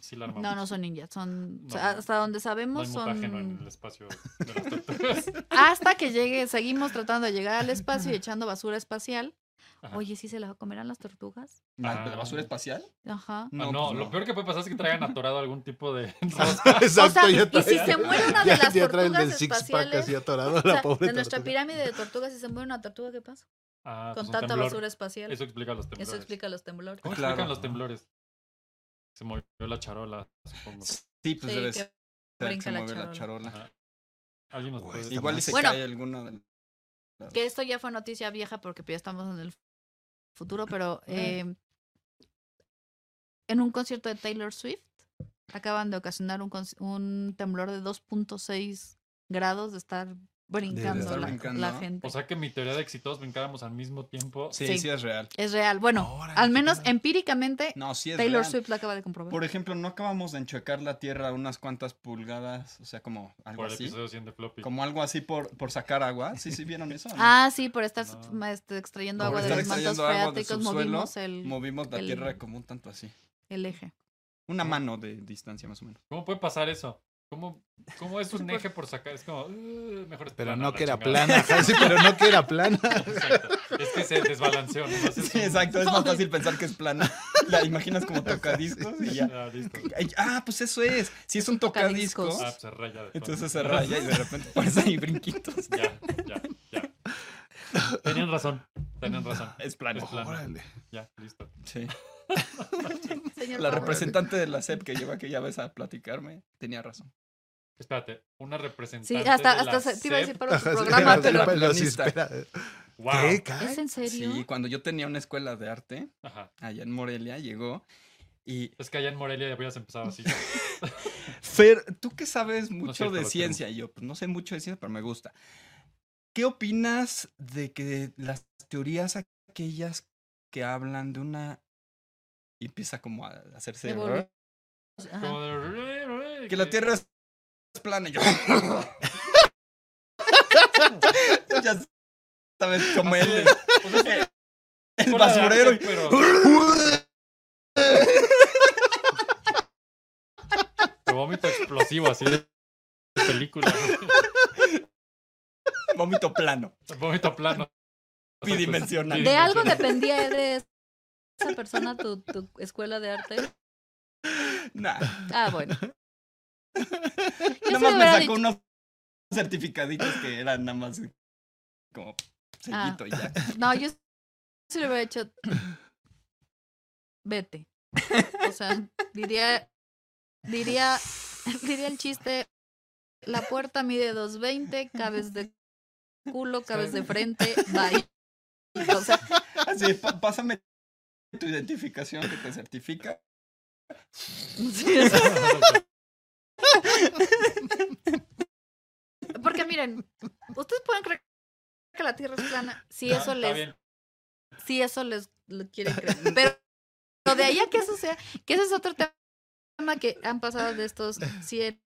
S5: Sí, la armamos.
S4: No, no son ninjas, son o sea,
S5: No.
S4: hasta donde
S5: No
S4: sabemos
S5: hay mutágeno en el
S4: son
S5: espacio de las
S4: [LAUGHS]
S5: tortugas. Ah,
S4: hasta que llegue, seguimos tratando de llegar al espacio y echando basura espacial.
S5: Ajá.
S4: Oye, ¿sí se la comerán las tortugas?
S8: ¿La, la
S5: Ah.
S8: basura espacial?
S4: Ajá.
S5: Ah, No,
S8: pues
S5: lo peor que puede pasar es que traigan atorado algún tipo de rosca.
S11: [LAUGHS] Exacto,
S4: o sea,
S11: ya
S4: y si
S11: traen-
S4: se muere
S11: [LAUGHS]
S4: una de
S11: ya-
S4: las
S11: ya traen
S4: tortugas
S11: del six-pack
S4: espaciales,
S11: así atorado
S4: o sea,
S11: la pobre
S4: de nuestra
S11: tortuga.
S4: pirámide de tortugas, si se muere una tortuga, ¿qué pasa?
S5: Ah, pues
S4: Con
S5: un
S4: tanta
S5: temblor.
S4: basura espacial.
S5: Eso explica los temblores.
S4: Eso explica los temblores.
S5: ¿Cómo
S8: Claro.
S5: explican los temblores? Se movió la charola, supongo.
S8: Sí, pues
S4: Sí,
S8: debe
S4: que
S8: ser
S4: brinca
S8: que
S4: la
S8: mueve la
S4: charola.
S8: charola.
S5: Ajá. Alguien nos
S11: Güey,
S5: puede-
S11: está
S8: Igual y
S11: más-
S8: se
S4: Bueno.
S8: cae alguna de las-
S4: Que esto ya fue noticia vieja porque pues, ya estamos en el futuro, pero eh, en un concierto de Taylor Swift acaban de ocasionar un, cons- un temblor de 2.6 grados de estar brincando,
S11: estar
S4: la,
S8: brincando,
S4: la
S8: ¿no? Pues
S4: gente.
S5: O sea que mi teoría de que si todos brincáramos al mismo tiempo.
S8: Sí,
S4: Sí.
S8: sí, es real.
S4: es real. Bueno,
S11: Órale,
S4: al
S11: qué
S4: menos
S11: pedo.
S4: empíricamente
S8: No, sí es
S4: Taylor
S8: real.
S4: Swift lo acaba de comprobar.
S8: Por ejemplo, no acabamos de enchuecar la Tierra unas cuantas pulgadas, o sea, como algo
S5: Por el
S8: así.
S5: episodio 100 de Floppy.
S8: Como algo así por, por sacar agua. Sí, sí, vieron eso. o no?
S4: Ah, sí, por estar
S5: No.
S4: ma- este, extrayendo
S8: Por
S4: agua de
S8: estar
S4: los mantos
S8: extrayendo agua del
S4: freáticos,
S8: subsuelo,
S4: movimos el,
S8: Movimos la
S4: el-
S8: Tierra como un tanto así.
S4: el eje.
S8: Una mano de distancia más o menos.
S5: ¿Cómo puede pasar eso? ¿Cómo, cómo
S8: [LAUGHS]
S5: es un eje por sacar? Es como. "Uh, mejor es
S11: Pero
S5: plana
S11: no
S5: la
S11: que era
S5: chingada".
S11: plana, [LAUGHS] ajá, sí, pero no que era [LAUGHS] plana.
S5: [LAUGHS] Exacto. Es que se desbalanceó. ¿no? Pues Es
S8: Sí,
S5: un- [LAUGHS]
S8: exacto, es más fácil pensar que es plana. [LAUGHS] La imaginas como tocadiscos y ya.
S5: Ah, listo.
S8: Ay, Ah, pues eso es. Si es un
S4: Tocadiscos.
S8: tocadiscos,
S5: Ah, pues se raya. de todo.
S8: [LAUGHS] entonces se raya y de repente pones ahí brinquitos.
S5: [LAUGHS] Ya, ya, ya. Tenían razón. Tenían razón.
S8: Es plano.
S5: Es plano.
S11: [LAUGHS] Órale.
S5: Ya, listo.
S8: Sí.
S4: Señor
S8: La
S4: Pablo.
S8: representante de la SEP que lleva aquella vez a platicarme tenía razón.
S5: Espérate, una
S4: Sí,
S5: representante.
S4: hasta,
S5: de
S4: hasta
S5: la
S4: se, te iba a decir
S5: SEP.
S8: E
S4: para su
S11: Ajá, sí,
S4: programa,
S11: [LAUGHS] sí,
S4: pero...
S11: pero sí,
S8: Guionista.
S11: espera.
S5: Wow.
S11: ¿Qué?
S4: ¿Es
S11: ¿Cae?
S4: en serio?
S8: Sí, cuando yo tenía una escuela de arte
S5: Ajá.
S8: allá en Morelia, llegó y
S5: Es que allá en Morelia ya habías empezado así.
S8: Fer, tú que sabes
S5: es
S8: mucho
S5: cierto,
S8: de
S5: lo
S8: ciencia, y yo pues, no sé mucho de ciencia, pero me gusta. ¿Qué opinas de que las teorías aquellas que hablan de una y empieza como a hacerse
S4: Evolu- [LAUGHS] Ajá.
S5: Como de...
S8: que la Tierra es plana y yo [LAUGHS] ya sabes como
S5: Así [LAUGHS] es.
S8: el,
S5: Pues es una
S8: el
S5: escuela de
S8: basurero
S5: arte, pero- pero vómito explosivo, así de película.
S8: y [LAUGHS] vómito plano.
S5: Vómito plano.
S8: Bidimensional.
S4: ¿De algo dependía de esa persona tu, tu escuela de arte?
S8: Nah,
S4: Ah,
S8: [LAUGHS]
S4: bueno.
S8: nada
S4: se
S8: más me
S4: hubiera
S8: sacó
S4: dicho-
S8: unos certificaditos que eran nada más como
S4: Ah.
S8: sellito y ya.
S4: No, yo sí le hubiera hecho... Vete. O sea, diría... Diría... [LAUGHS] Diría el chiste... La puerta mide 220, cabes de culo, cabes de frente, bye. O sea,
S8: Así, pásame tu identificación que te certifica.
S4: Porque miren, ustedes pueden creer que la Tierra es plana. Si
S5: Ah,
S4: eso
S5: está
S4: les,
S5: bien.
S4: si eso les lo quieren creer. Pero, pero de ahí a que eso sea, que ese es otro tema que han pasado de estos 100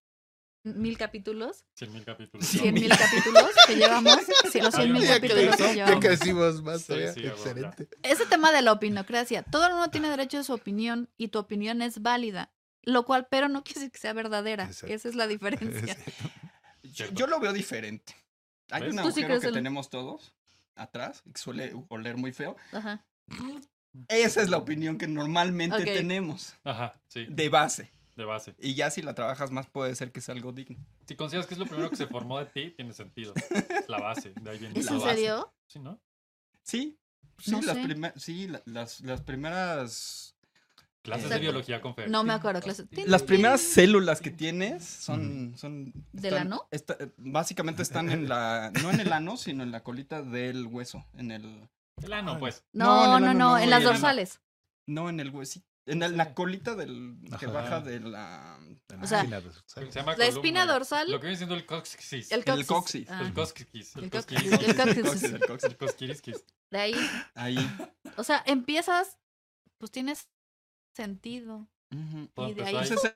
S4: mil capítulos,
S5: 100 mil capítulos.
S4: 100 mil capítulos que llevamos, sí, los 100 mil
S5: Ya
S4: capítulos que
S5: cre-
S11: ya
S4: llevamos.
S11: crecimos más
S5: Sí,
S11: todavía.
S5: sí, ya,
S11: Excelente.
S4: Ese tema de la opinocracia, todo el mundo tiene derecho a su opinión y tu opinión es válida, lo cual, pero no quiere decir que sea verdadera.
S11: Exacto.
S4: Esa [LAUGHS] es la
S11: [LAUGHS]
S4: diferencia.
S11: Este,
S8: Yo, yo lo veo diferente. Hay
S5: ¿Ves?
S8: un
S4: Tú sí
S8: agujero
S4: crees
S8: que
S4: en-
S8: tenemos todos atrás, que suele oler muy feo.
S4: Ajá.
S8: Esa es la opinión que normalmente
S4: Ok.
S8: tenemos
S5: Ajá, sí,
S8: de base.
S5: de base.
S8: Y ya si la trabajas más puede ser que sea algo digno.
S5: Si consideras que es lo primero que se formó de ti, tiene sentido. Es la base, de ahí viene
S4: ¿Es
S5: la
S4: en
S5: base.
S4: serio?
S5: Sí, ¿no?
S8: Sí, sí,
S4: No
S8: las,
S4: sé.
S8: prime- sí la- las, las primeras...
S5: Clases de
S8: Exacto.
S5: biología con Fer.
S4: No me acuerdo. clase-
S8: Las primeras células que tienes son... son
S4: ¿Del
S8: están-
S4: ano?
S8: está- básicamente están en la... No en el ano, sino en la colita del hueso. En el...
S5: El ano, pues.
S4: No, no, no, en las
S8: el ano.
S4: dorsales.
S8: No, en el huesito. En el- la colita del... Que
S11: Ajá.
S8: baja de la...
S11: Tan
S4: O sea,
S11: ágil, adulto,
S5: Se
S11: ¿sabes?
S5: llama
S4: La espina
S5: columna.
S4: dorsal.
S5: Lo que viene siendo el pues. coxis.
S4: El
S8: el
S4: coxis.
S8: coxis.
S4: Ah,
S5: El cosquis.
S4: El
S5: El
S4: cox-
S5: cosquis.
S4: el coxis.
S8: El coxis.
S5: El cosquirisquis.
S4: de ahí.
S8: Ahí.
S4: O sea, empiezas, pues tienes sentido.
S8: Ujú.
S5: Todo
S4: Y de ahí-
S5: empezó
S8: Ese es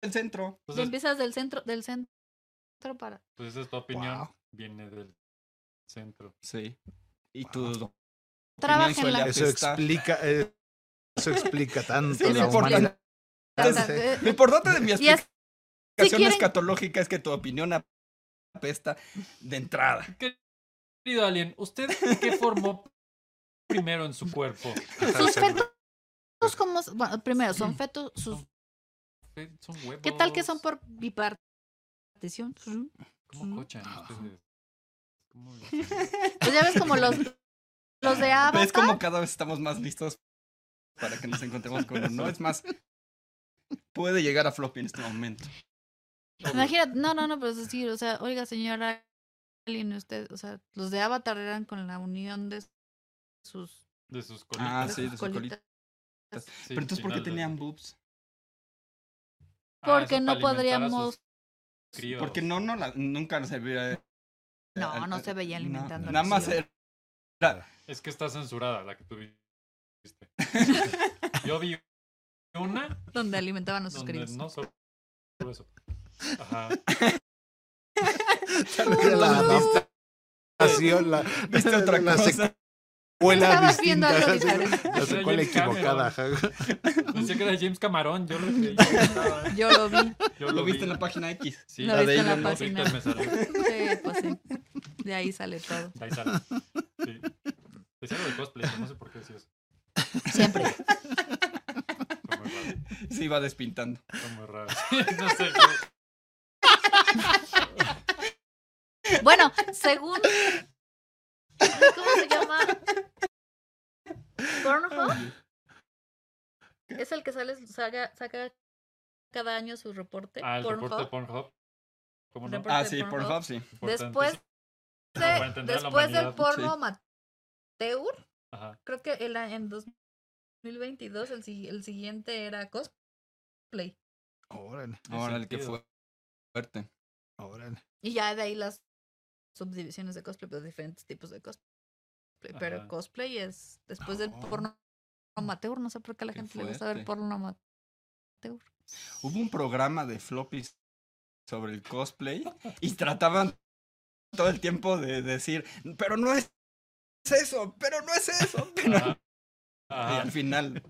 S8: el
S4: Y
S8: centro.
S5: Entonces,
S4: empiezas del centro, del centro para.
S5: pues esa es tu opinión.
S11: Wow.
S5: Viene del centro.
S8: Sí. Y
S11: Wow.
S8: tu
S4: Trabajen la.
S8: suele-
S11: Eso
S8: apestar.
S11: explica, eh, eso explica tanto
S8: Sí, no
S11: la
S8: importa.
S11: humanidad.
S4: Entonces,
S8: Lo importante de mi [LAUGHS]
S4: Y es-
S8: explicación
S4: si quieren-
S8: escatológica es que tu opinión apesta de entrada.
S5: Querido Alien, ¿usted qué formó primero en su cuerpo?
S4: sus fetos, como. Bueno, primero, son fetos. Sus,
S5: Fe- Son huevos.
S4: ¿Qué tal que son por bipartición? [LAUGHS] Pues
S5: ¿Cómo cochan
S8: Ah.
S5: ustedes? ¿Cómo lo hacen?
S4: ya ves como los, los
S8: Pues,
S4: de Avatar.
S8: ¿Ves cómo cada vez estamos más listos para que nos encontremos con
S5: [LAUGHS]
S8: uno? Es más, puede llegar a floppy en este momento.
S4: Imagínate, no, no, no, pero es decir, o sea, oiga, señora Alien, usted, o sea, los de Avatar eran con la unión de sus,
S5: De sus
S8: Ah,
S5: colitas.
S4: de
S8: sí,
S5: [LAUGHS]
S4: sus
S8: de sus
S4: colitas.
S8: colitas. Pero entonces, ¿por qué tenían boobs?
S5: Ah,
S4: Porque no podríamos-
S8: Porque no, no la- nunca se veía.
S4: No, no se veía alimentando a
S8: nada
S4: los
S8: más
S4: hijos.
S8: era.
S5: Es que está censurada la que
S8: [LAUGHS]
S5: tuviste. Yo vi una
S4: donde alimentaban a sus
S5: donde
S4: críos.
S5: no solo solo eso. Ajá.
S11: La adaptación, la,
S5: [LAUGHS]
S8: ¿Viste otra
S11: la
S8: cosa?
S11: secuela
S4: Estabas viendo
S11: distinta,
S4: algo
S11: [LAUGHS] la secuela-
S4: diferente.
S11: la secuela
S5: James Cameron.
S11: equivocada. ajá.
S5: Pensé que era James Camarón. Yo lo
S8: [LAUGHS]
S5: vi.
S4: Yo lo
S5: [LAUGHS]
S4: vi.
S5: Yo
S8: Lo viste en
S5: vi.
S8: la página
S5: [LAUGHS]
S8: X.
S5: Sí,
S4: Lo
S8: la
S4: viste
S8: de
S4: en la
S8: Elon
S5: no,
S8: Musk.
S4: página.
S5: Twitter me salió.
S4: Sí, pues sí. De ahí sale todo.
S5: Ahí sale. Sí. Decía lo de cosplay, pero no sé por qué decía eso.
S4: Siempre.
S5: Fue muy raro.
S8: Se iba despintando.
S5: Fue muy raro. [LAUGHS] No sé. yo-
S4: [LAUGHS] Bueno, según. ¿Cómo se llama? ¿Pornhub? Es el que sale, saca, saca cada año su reporte.
S5: Ah, el reporte de
S4: Pornhub.
S5: Pornhub. ¿Cómo no?
S4: Reporte
S8: Ah,
S4: de
S8: sí, por
S4: Pornhub.
S8: favor, sí.
S4: Después,
S5: Ah,
S4: de-
S5: Para entender a la
S4: después del
S5: humanidad,
S4: porno amateur, [LAUGHS]
S5: Ajá.
S4: creo que el, a- en 2022 el, si- el siguiente era cosplay.
S11: [LAUGHS] Órale,
S5: Tiene
S8: Ahora el que
S5: sentido.
S8: fue fuerte.
S11: órale.
S4: Y ya de ahí las subdivisiones de cosplay, pues diferentes tipos de cosplay. Pero
S5: Ajá.
S4: cosplay es después del
S11: No.
S4: porno amateur. No sé por qué a la
S8: Qué
S4: gente le gusta ver
S8: fuerte.
S4: porno amateur.
S8: Hubo un programa de floppies sobre el cosplay y trataban todo el tiempo de decir, pero no es eso, pero no es eso. Pero...
S5: Ajá.
S8: Y
S5: Ajá.
S8: al final.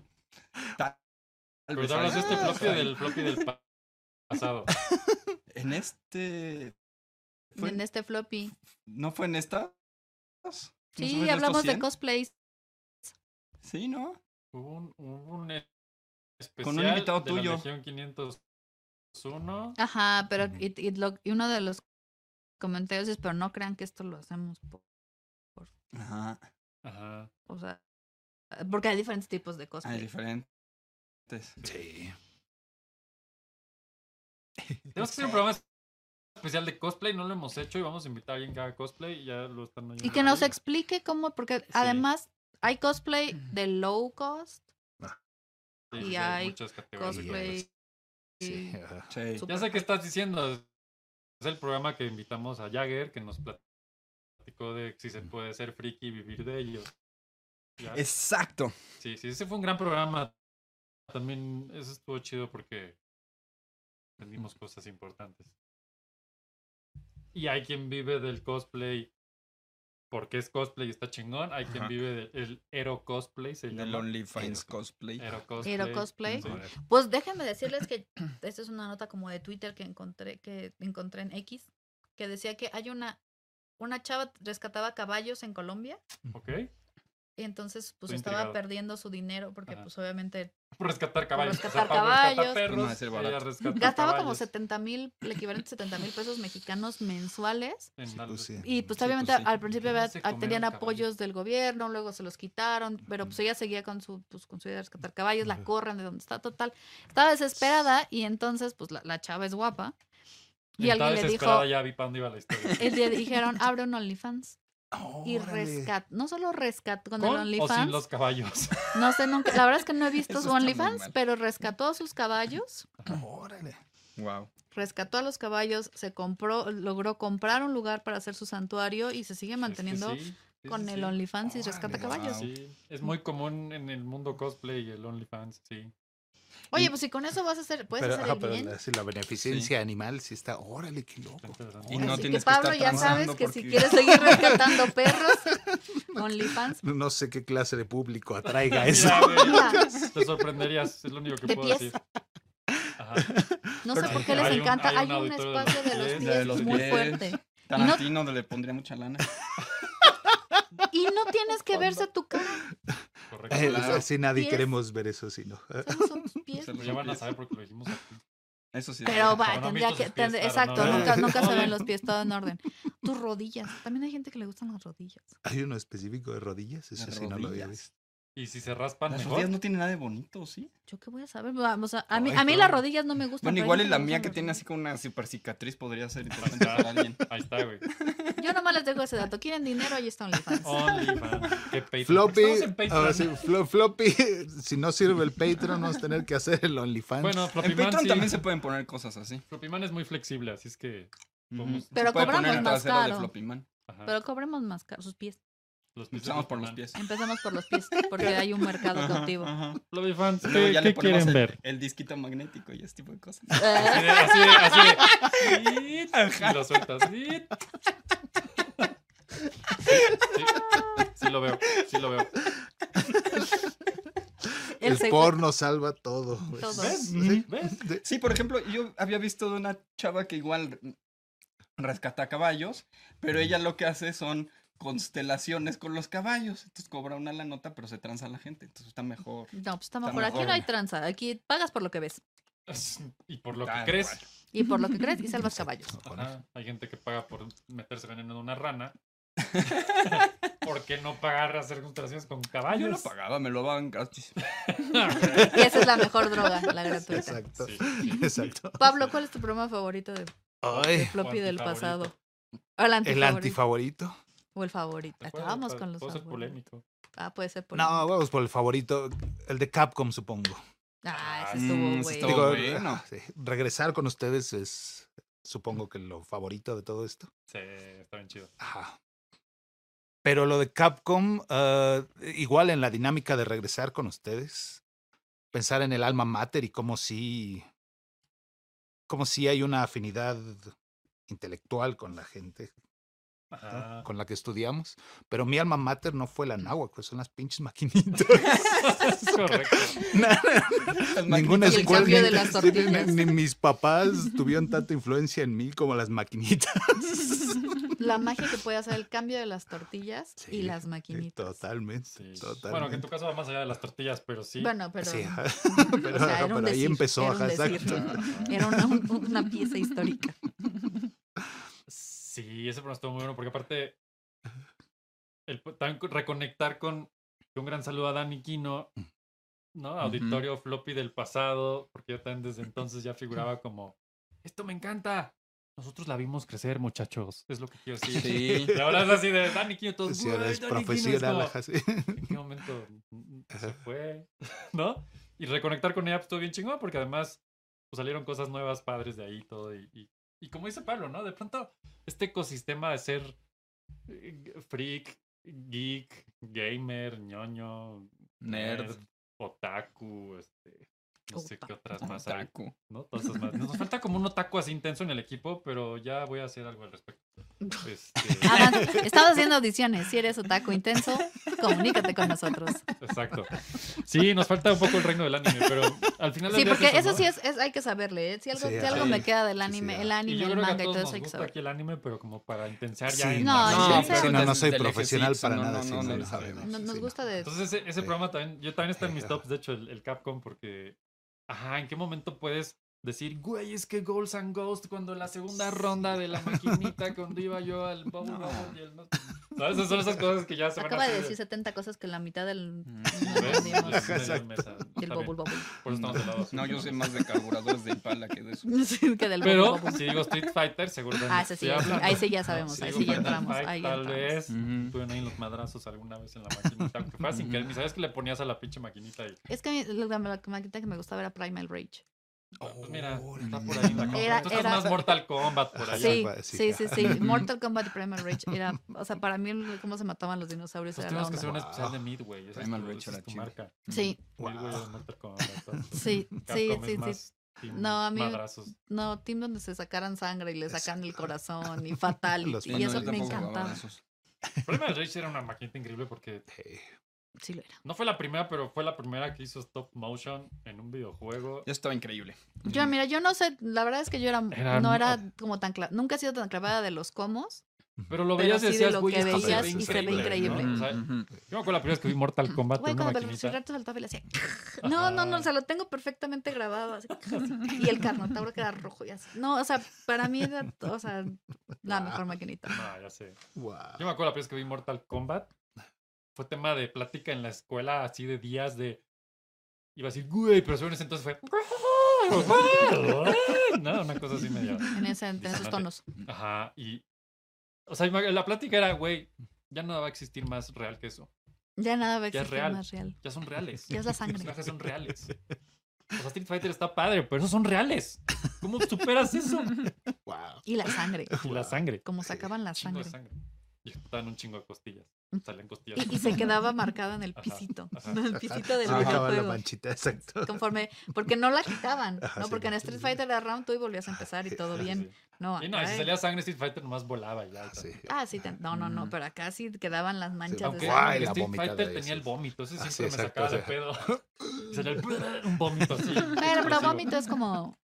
S8: tal
S5: Pero
S8: vez
S5: te hablas de este
S8: alguien
S5: floppy
S8: sabe.
S5: del floppy del pa- pasado.
S8: En este. Fue-
S4: En este floppy.
S8: ¿No fue en esta?
S4: Sí, hablamos de
S8: cosplay.
S4: cosplays.
S8: Sí, ¿no?
S5: Hubo un, hubo un e- especial
S8: Con un invitado
S5: de
S8: tuyo.
S5: la región 501.
S4: Ajá, pero y, y lo- y uno de los comentarios es, pero no crean que esto lo hacemos por,
S8: Ajá.
S5: Ajá.
S4: o sea, porque hay diferentes tipos de
S8: Ah, Hay
S4: cosplay.
S8: diferentes.
S11: Sí.
S5: Tenemos que hacer un programa especial de cosplay, no lo hemos hecho y vamos a invitar a alguien que haga cosplay y ya lo están
S8: Ah,
S4: Y que nos explique cómo, porque además hay cosplay de low cost,
S5: Sí,
S4: y
S5: sí, hay
S4: hay
S5: muchas categorías.
S4: cosplay.
S11: Sí,
S4: y-
S11: ajá.
S8: Sí.
S4: Sup-
S5: Ya sé qué estás diciendo. Es el programa que invitamos a Jagger, que nos platicó de si se puede ser friki y vivir de ello. Ya.
S8: Exacto.
S5: Sí, sí, ese fue un gran programa. También eso estuvo chido porque aprendimos cosas importantes. Y hay quien vive del cosplay porque es cosplay y está chingón. Hay quien
S8: Ajá.
S5: vive del el ero cosplay, se
S8: El
S5: llama.
S8: OnlyFans cosplay.
S5: Ero cosplay.
S4: Ero cosplay.
S5: Sí.
S4: Pues déjenme decirles que [CLEARS THROAT] esta es una nota como de Twitter que encontré, que encontré en X, que decía que hay una, una chava rescataba caballos en Colombia
S5: Ok.
S4: y entonces pues
S5: Estoy
S4: estaba
S5: intrigado.
S4: perdiendo su dinero porque
S5: Ajá.
S4: pues obviamente
S5: Por rescatar caballos.
S4: rescatar
S5: para rescatar
S4: caballos.
S5: perros,
S11: Pues
S8: No, ese
S5: ella
S8: barato.
S5: rescata
S4: gastaba como
S5: caballos
S4: 70 mil, el equivalente a 70 mil pesos mexicanos mensuales.
S5: en
S11: Sí,
S5: algo.
S11: pues sí.
S4: Y pues
S8: Sí,
S4: obviamente
S8: pues, sí.
S4: al principio
S5: ¿Por qué no
S4: había-
S5: se
S4: ah,
S5: comieron
S4: tenían
S5: caballos?
S4: apoyos del gobierno, luego se los quitaron, pero pues ella seguía con su, pues, con su idea de rescatar caballos, la
S11: Ujú.
S4: corren de donde está, total. Estaba desesperada y entonces pues la, la chava es guapa. Y
S5: Estaba
S4: alguien le dijo,
S5: desesperada, Ya vi para dónde iba la
S4: [LAUGHS]
S5: historia.
S4: y le dijeron, abre un OnlyFans.
S8: Oh,
S4: Y
S11: Órale.
S4: rescat, no solo rescató con,
S5: ¿Con o
S4: el
S5: sin
S4: OnlyFans,
S5: los [LAUGHS]
S4: [LAUGHS]
S5: caballos?
S4: no sé nunca, la verdad es
S5: [LAUGHS]
S4: que no he visto
S8: Eso
S4: su
S8: está muy
S4: OnlyFans,
S8: mal.
S4: pero rescató a sus caballos,
S11: Órale.
S8: Wow.
S4: rescató a los caballos, se compró, logró comprar un lugar para hacer su santuario y se sigue manteniendo
S5: Es que sí, sí,
S4: con
S5: sí,
S4: el
S5: sí.
S4: OnlyFans y
S11: Órale,
S4: rescata
S11: guau.
S4: caballos.
S5: Sí, es muy común en el mundo cosplay y el OnlyFans, sí.
S4: Oye, pues si con eso vas a hacer, puedes
S11: Pero,
S4: hacer
S11: ajá,
S4: el
S11: pero
S4: bien.
S11: la, sí, la beneficencia animal sí está. Órale, qué loco.
S5: interesante.
S8: Y no
S4: Así que
S8: tienes que
S4: Pablo,
S8: estar
S4: ya sabes
S8: transando
S4: que si
S8: porque-
S4: quieres seguir rescatando perros, OnlyFans,
S11: No sé qué clase
S5: [LAUGHS]
S11: de público atraiga eso.
S5: Mira, güey,
S4: Mira.
S5: te sorprenderías, es lo único que
S4: De
S5: puedo
S4: pies.
S5: decir. [LAUGHS] Ajá.
S4: no sé
S8: Pero
S4: por qué les
S5: hay un-
S4: encanta.
S5: hay
S4: Hay
S5: un
S4: un
S5: auditorio de los
S4: espacio de los
S5: pies,
S4: pies,
S8: de los
S4: muy
S8: pies.
S4: fuerte. no-
S8: Tarantino le pondría mucha lana.
S4: Y no tienes que verse tu cara,
S5: Correcto.
S11: Eh,
S8: Claro.
S11: Así nadie
S4: Pies.
S11: queremos ver eso, sino.
S4: solo son tus pies.
S8: Se lo
S5: Pues ya van a
S8: limpias.
S5: saber porque lo dijimos aquí.
S8: Eso sí.
S4: Pero
S5: Pero
S4: va,
S5: no
S4: tendría
S5: visto
S4: que.
S5: sus pies,
S4: tendría-
S5: claro,
S4: exacto,
S11: no.
S4: nunca, nunca se
S5: Oye.
S4: ven los pies, todo en orden. Tus rodillas. También hay gente que le gustan las rodillas.
S11: Hay uno específico de rodillas, eso
S8: De
S11: sí no lo había
S8: rodillas.
S11: visto.
S5: Y si se raspan,
S8: Las
S5: mejor.
S8: rodillas no tienen nada de bonito, ¿sí?
S4: Yo qué voy a saber. Vamos a, a mí,
S11: Ay,
S4: a mí
S11: pero-
S4: las rodillas no me gustan. pero
S8: Bueno,
S4: hay
S8: igual
S4: gente
S8: y la
S4: que le
S8: mía
S4: gustan
S8: que
S4: las
S8: tiene
S4: rodillas.
S8: así como una super cicatriz
S5: [LAUGHS]
S8: podría ser
S5: Ahí
S8: interesante para alguien.
S5: está, ahí está, güey.
S4: Yo nomás les dejo ese dato. ¿Quieren dinero? Ahí está OnlyFans.
S5: OnlyFans.
S11: [LAUGHS]
S5: Qué Patreon.
S11: Floppy,
S5: Estamos en Patreon.
S11: ahora sí, flo- floppy, [LAUGHS] si no sirve el Patreon, vamos a tener que hacer el OnlyFans.
S5: Bueno,
S8: En
S5: Floppyman
S8: Patreon
S5: sí.
S8: también se pueden poner cosas así.
S5: Floppyman es muy flexible, así es que Vamos.
S8: Ujú. Se
S4: Pero
S8: puede
S4: cobramos
S8: poner el
S4: más
S8: trasero
S4: caro.
S8: de Floppyman.
S5: ajá,
S4: Pero cobremos más caro sus pies.
S5: los pies de
S8: Empezamos por los
S5: Floppyman.
S8: pies.
S4: Empezamos por los pies, porque hay un mercado
S8: Ajá,
S4: cautivo.
S8: ajá.
S5: Floppyfans,
S8: Luego
S5: ¿qué,
S8: ya
S5: qué
S8: le ponemos
S5: quieren
S8: el, [LAUGHS]
S5: ver?
S8: el disquito magnético y ese tipo de cosas.
S5: Así de,
S4: Ah,
S5: así de, así de, y- Y lo sueltas. y- Sí, sí, sí lo veo, sí lo veo.
S4: El
S11: el
S4: sexo-
S11: porno salva todo. güey.
S4: Todo.
S5: ¿Ves?
S11: Sí.
S5: ¿Ves?
S11: De-
S8: Sí, por ejemplo, yo había visto de una chava que igual rescata caballos, pero ella lo que hace son constelaciones con los caballos. Entonces cobra una la nota, pero se transa a la gente. Entonces está mejor.
S4: No, pues está
S8: Está
S4: mejor. Aquí
S8: mejor.
S4: no hay tranza. Aquí pagas por lo que ves
S5: Y por lo que
S8: Tal
S5: crees,
S8: cual.
S4: y por lo que crees y salvas caballos.
S5: ajá, hay gente que paga por meterse veneno de una
S8: [LAUGHS]
S5: rana. ¿Por qué no pagar hacer constelaciones con
S8: Yo lo
S5: caballos? Ah,
S8: pagaba, me lo daban [LAUGHS] gratis. [LAUGHS]
S4: Y esa es la mejor droga, la gratuita.
S11: Exacto,
S5: Sí.
S11: exacto.
S4: Pablo, ¿cuál es tu programa favorito de, de
S11: Ay,
S4: floppy
S5: o
S4: del
S5: antifavorito.
S4: pasado? O el
S11: el
S4: antifavorito.
S11: antifavorito.
S4: O el favorito. Acabamos con los
S5: Puedo ser
S4: favoritos.
S5: polémico.
S4: Ah, puede ser polémico.
S11: No, vamos por el favorito, el de Capcom, supongo.
S4: Ah, ese
S5: Mm,
S4: estuvo,
S8: ese
S4: güey.
S8: estuvo-
S11: Digo,
S8: bueno.
S11: ah, sí, regresar con ustedes es, supongo que lo favorito de todo esto.
S5: Sí, está bien chido.
S11: Ajá. Pero lo de Capcom, ah, igual en la dinámica de regresar con ustedes, pensar en el alma mater y cómo sí, cómo sí hay una afinidad intelectual con la gente ¿no?
S5: Ajá.
S11: con la que estudiamos. Pero mi alma mater no fue la náhuatl, pues son las pinches maquinitas. [LAUGHS]
S5: Correcto.
S11: Ninguna
S4: Y el
S11: escuela,
S4: cambio
S11: ni-
S4: de las
S11: sí,
S4: tortillas.
S11: ni, ni mis
S4: [LAUGHS]
S11: papás tuvieron tanta influencia en mí como las maquinitas.
S4: La magia que puede hacer el cambio de las tortillas y
S11: Sí,
S4: las
S11: Sí,
S4: maquinitas.
S11: Totalmente,
S5: Sí. Bueno, que en
S11: totalmente.
S5: tu caso va más allá de las tortillas, pero sí.
S4: Bueno, pero.
S11: Sí, ajá.
S4: o [LAUGHS]
S11: pero,
S4: sea, era
S11: ajá,
S4: un
S11: pero ahí
S4: decir,
S11: empezó,
S4: era un
S11: ajá,
S4: decir.
S11: exacto.
S4: Era una, un- una pieza [LAUGHS] histórica.
S5: Sí, ese programa estuvo muy bueno porque aparte el po- tan- reconectar con un gran saludo a Dani Quino, ¿no? Auditorio floppy del pasado, porque yo también desde entonces ya figuraba como esto me encanta. Nosotros la vimos crecer, muchachos. Es lo que quiero decir.
S8: Sí.
S5: Y ahora es así de Dani
S11: [LAUGHS]
S5: Quino, todos.
S11: Sí,
S5: "Güey,
S11: eres
S5: Dani Quino", es
S11: profesional,
S5: como,
S11: ajá, sí.
S5: ¿En qué momento se fue? [LAUGHS] ¿No? y reconectar con ella pues, estuvo bien chingón porque además pues, salieron cosas nuevas, padres de ahí y todo. Y, y- y como dice Pablo, ¿no? De pronto este ecosistema de ser eh, freak, geek, gamer, ñoño,
S8: Nerd.
S5: otaku, este, no sé qué otras más hay.
S8: Otaku.
S5: ¿no? Entonces, más- nos falta como un otaku así intenso en el equipo, pero ya voy a hacer algo al
S8: [LAUGHS]
S5: respecto. Este,
S4: Hagan- Estamos haciendo audiciones. Si eres otaku intenso, comunícate con nosotros.
S5: Exacto. Sí, nos falta un poco el reino del anime, pero al final del
S4: Sí,
S5: día
S4: porque eso
S5: ¿no?
S4: sí es, es- hay que saberle. ¿eh? Si algo,
S11: Sí,
S4: si algo
S5: sí.
S4: me queda del
S11: Sí,
S4: anime,
S11: sí,
S4: el
S5: Y
S4: anime,
S5: yo
S4: el
S5: creo que a
S4: manga y
S5: todos
S4: todo
S5: nos
S4: eso hay que
S5: gusta
S4: saber.
S5: aquí el anime, pero como para intensiar
S11: Sí,
S5: ya. en-
S4: No,
S5: Sí.
S4: ya
S8: pero
S4: sé. Sí,
S11: no, no
S8: desde
S11: soy
S8: el
S11: profesional
S8: ejercicio,
S11: para
S8: no,
S11: nada,
S8: no,
S11: sí,
S8: no,
S11: no,
S8: no,
S11: lo
S8: sí,
S11: sabemos.
S4: Nos, nos
S11: Sí, no.
S4: gusta de eso.
S5: Entonces e-, ese, ese
S11: Sí.
S5: programa también, yo también está en mis
S11: Sí,
S5: tops,
S11: ajá.
S5: de hecho, el, el Capcom, porque, ajá, ¿en qué momento puedes decir, güey, es que Goals and Ghosts cuando la segunda ronda de la maquinita, cuando iba yo al Bubble Bubble y el no... ¿Sabes? Esas Son esas cosas que ya se van
S4: Acaba de
S5: hacer-
S4: decir 70 cosas que la mitad del.
S8: Mm.
S4: no [LAUGHS]
S5: ¿Ves?
S4: entendimos.
S5: Les- les dio mesa.
S4: Del
S5: Está bien,
S4: bubble bubble.
S5: Por eso estamos del lado azul.
S8: No, yo soy más de carburadores de Impala que de eso.
S4: [LAUGHS] Sí, que del
S5: Pero
S4: bubble bubble.
S5: si digo Street Fighter, seguro que
S4: Ah,
S5: no
S4: ese sí,
S5: estoy
S4: ese sí.
S5: hablando.
S4: ahí sí ya sabemos,
S5: Si
S4: ahí
S5: digo
S4: sí ya
S5: Final
S4: entramos,
S5: Fight,
S4: ahí ya
S5: tal
S4: entramos.
S5: vez
S8: Ujú.
S5: tuvieron ahí los madrazos alguna vez en la maquinita, aunque fuera sin querer, ni sabías que le ponías a la pinche maquinita y
S4: Es que a mí la la maquinita que me gustaba era Primal Rage.
S5: pues mira,
S11: Órale.
S5: está por ahí la cosa.
S4: Era-
S5: Tú estás
S4: era-
S5: más Mortal Kombat por ahí.
S4: Sí,
S11: iba a decir,
S4: sí, sí,
S11: ajá.
S4: sí. Mortal Kombat y Primal Rage era, o sea, para mí cómo se mataban los dinosaurios
S5: Entonces
S4: era la
S5: tenemos que hacer
S4: onda.
S5: un
S11: onda.
S5: especial de Midway, esa es
S8: Primal
S5: tu,
S8: Rage
S5: esa
S8: era
S5: es tu
S8: chido.
S5: marca.
S4: Sí,
S11: Wow.
S5: Midway es Mortal Kombat. todo. [LAUGHS]
S4: sí,
S5: Capcom
S4: sí,
S5: es
S4: sí, sí.
S5: más team
S4: No, a mí-
S5: Madrazos.
S4: No, team donde se sacaran sangre y le sacan el
S11: Exacto.
S4: corazón y fatal.
S11: Los
S4: y eso
S8: yo
S4: me
S8: tampoco jugaba
S4: encantaba.
S8: de esos.
S5: Primal Rage era una maquinita increíble porque
S4: Sí lo era.
S5: no fue la primera, pero fue la primera que hizo stop motion en un videojuego.
S8: Ya estaba increíble.
S4: Yo, mira, yo no sé, la verdad es que yo era,
S5: Era-
S4: no era como tan clavada, nunca he sido tan clavada de los comos.
S5: Pero lo
S4: Pero
S5: veías y
S4: sí de
S5: decías,
S4: lo
S5: güey,
S4: que
S5: esto
S11: veías
S5: ve
S11: y se ve
S4: increíble.
S5: ¿no?
S8: Ujú,
S5: O sea,
S8: Mm, ujú.
S5: yo me acuerdo la primera vez que vi Mortal Kombat
S4: Güey,
S5: en una
S4: cuando
S5: maquinita.
S4: Velociraptor saltaba y le
S5: [LAUGHS]
S4: hacía, no, no, no, o sea, lo tengo perfectamente grabado. así. Y el Carnotauro que era rojo y así. No, o sea, para mí era, o sea, la mejor maquinita.
S5: Ah, ya sé.
S11: Wow.
S5: Yo me acuerdo la primera vez que vi Mortal Kombat. Fue tema de plática en la escuela, así de días de. Iba a decir, güey, pero según ese entonces fue. No, una cosa así medio.
S4: [LAUGHS] En, ese, en esos tonos.
S5: Ajá, y. O sea, la plática era, güey, ya nada va a existir más real que eso.
S4: Ya nada va a
S5: Ya es
S4: existir
S5: real.
S4: más real.
S5: Ya son reales.
S4: Ya es la
S5: Los
S4: sangre.
S5: personajes son reales. O sea, Street Fighter está padre, pero esos son reales. ¿Cómo superas eso?
S11: Wow.
S4: Y la sangre.
S5: Y [LAUGHS] la sangre.
S4: Como sacaban la
S5: Chingo
S4: sangre. Mm.
S5: de sangre. Y estaban un chingo de costillas. Salían costillas.
S4: Y,
S5: [LAUGHS]
S4: y se quedaba marcada en el
S5: Ajá,
S4: pisito.
S5: ajá.
S4: [LAUGHS] En el pisito del
S11: Se dejaba la
S4: videojuego.
S11: manchita, exacto.
S4: Conforme, porque no la quitaban,
S11: Ajá,
S4: ¿no?
S11: sí,
S4: Porque
S11: no,
S4: en
S11: sí,
S4: Street
S11: sí.
S4: Fighter era round tú y volvías a empezar y todo
S5: Sí,
S4: bien.
S5: sí.
S4: No,
S5: Y no, y si
S4: acá-
S5: salía sangre, Street Fighter nomás volaba y ya. y
S11: Ah,
S5: tal.
S11: sí.
S4: Ah, sí, te- no, no, no,
S8: Mm.
S4: pero acá sí quedaban las manchas
S5: Aunque
S4: de
S11: Guay,
S4: sangre.
S5: el
S11: la
S5: Street
S11: vomitada
S5: Fighter
S11: de
S5: tenía el
S11: esos.
S5: vómito, ese siempre
S11: Ah, sí,
S5: me
S11: exacto,
S5: sacaba de pedo. [LAUGHS] Salía el un vómito así.
S4: Pero,
S5: [LAUGHS]
S4: pero
S5: explosivo.
S4: vómito es como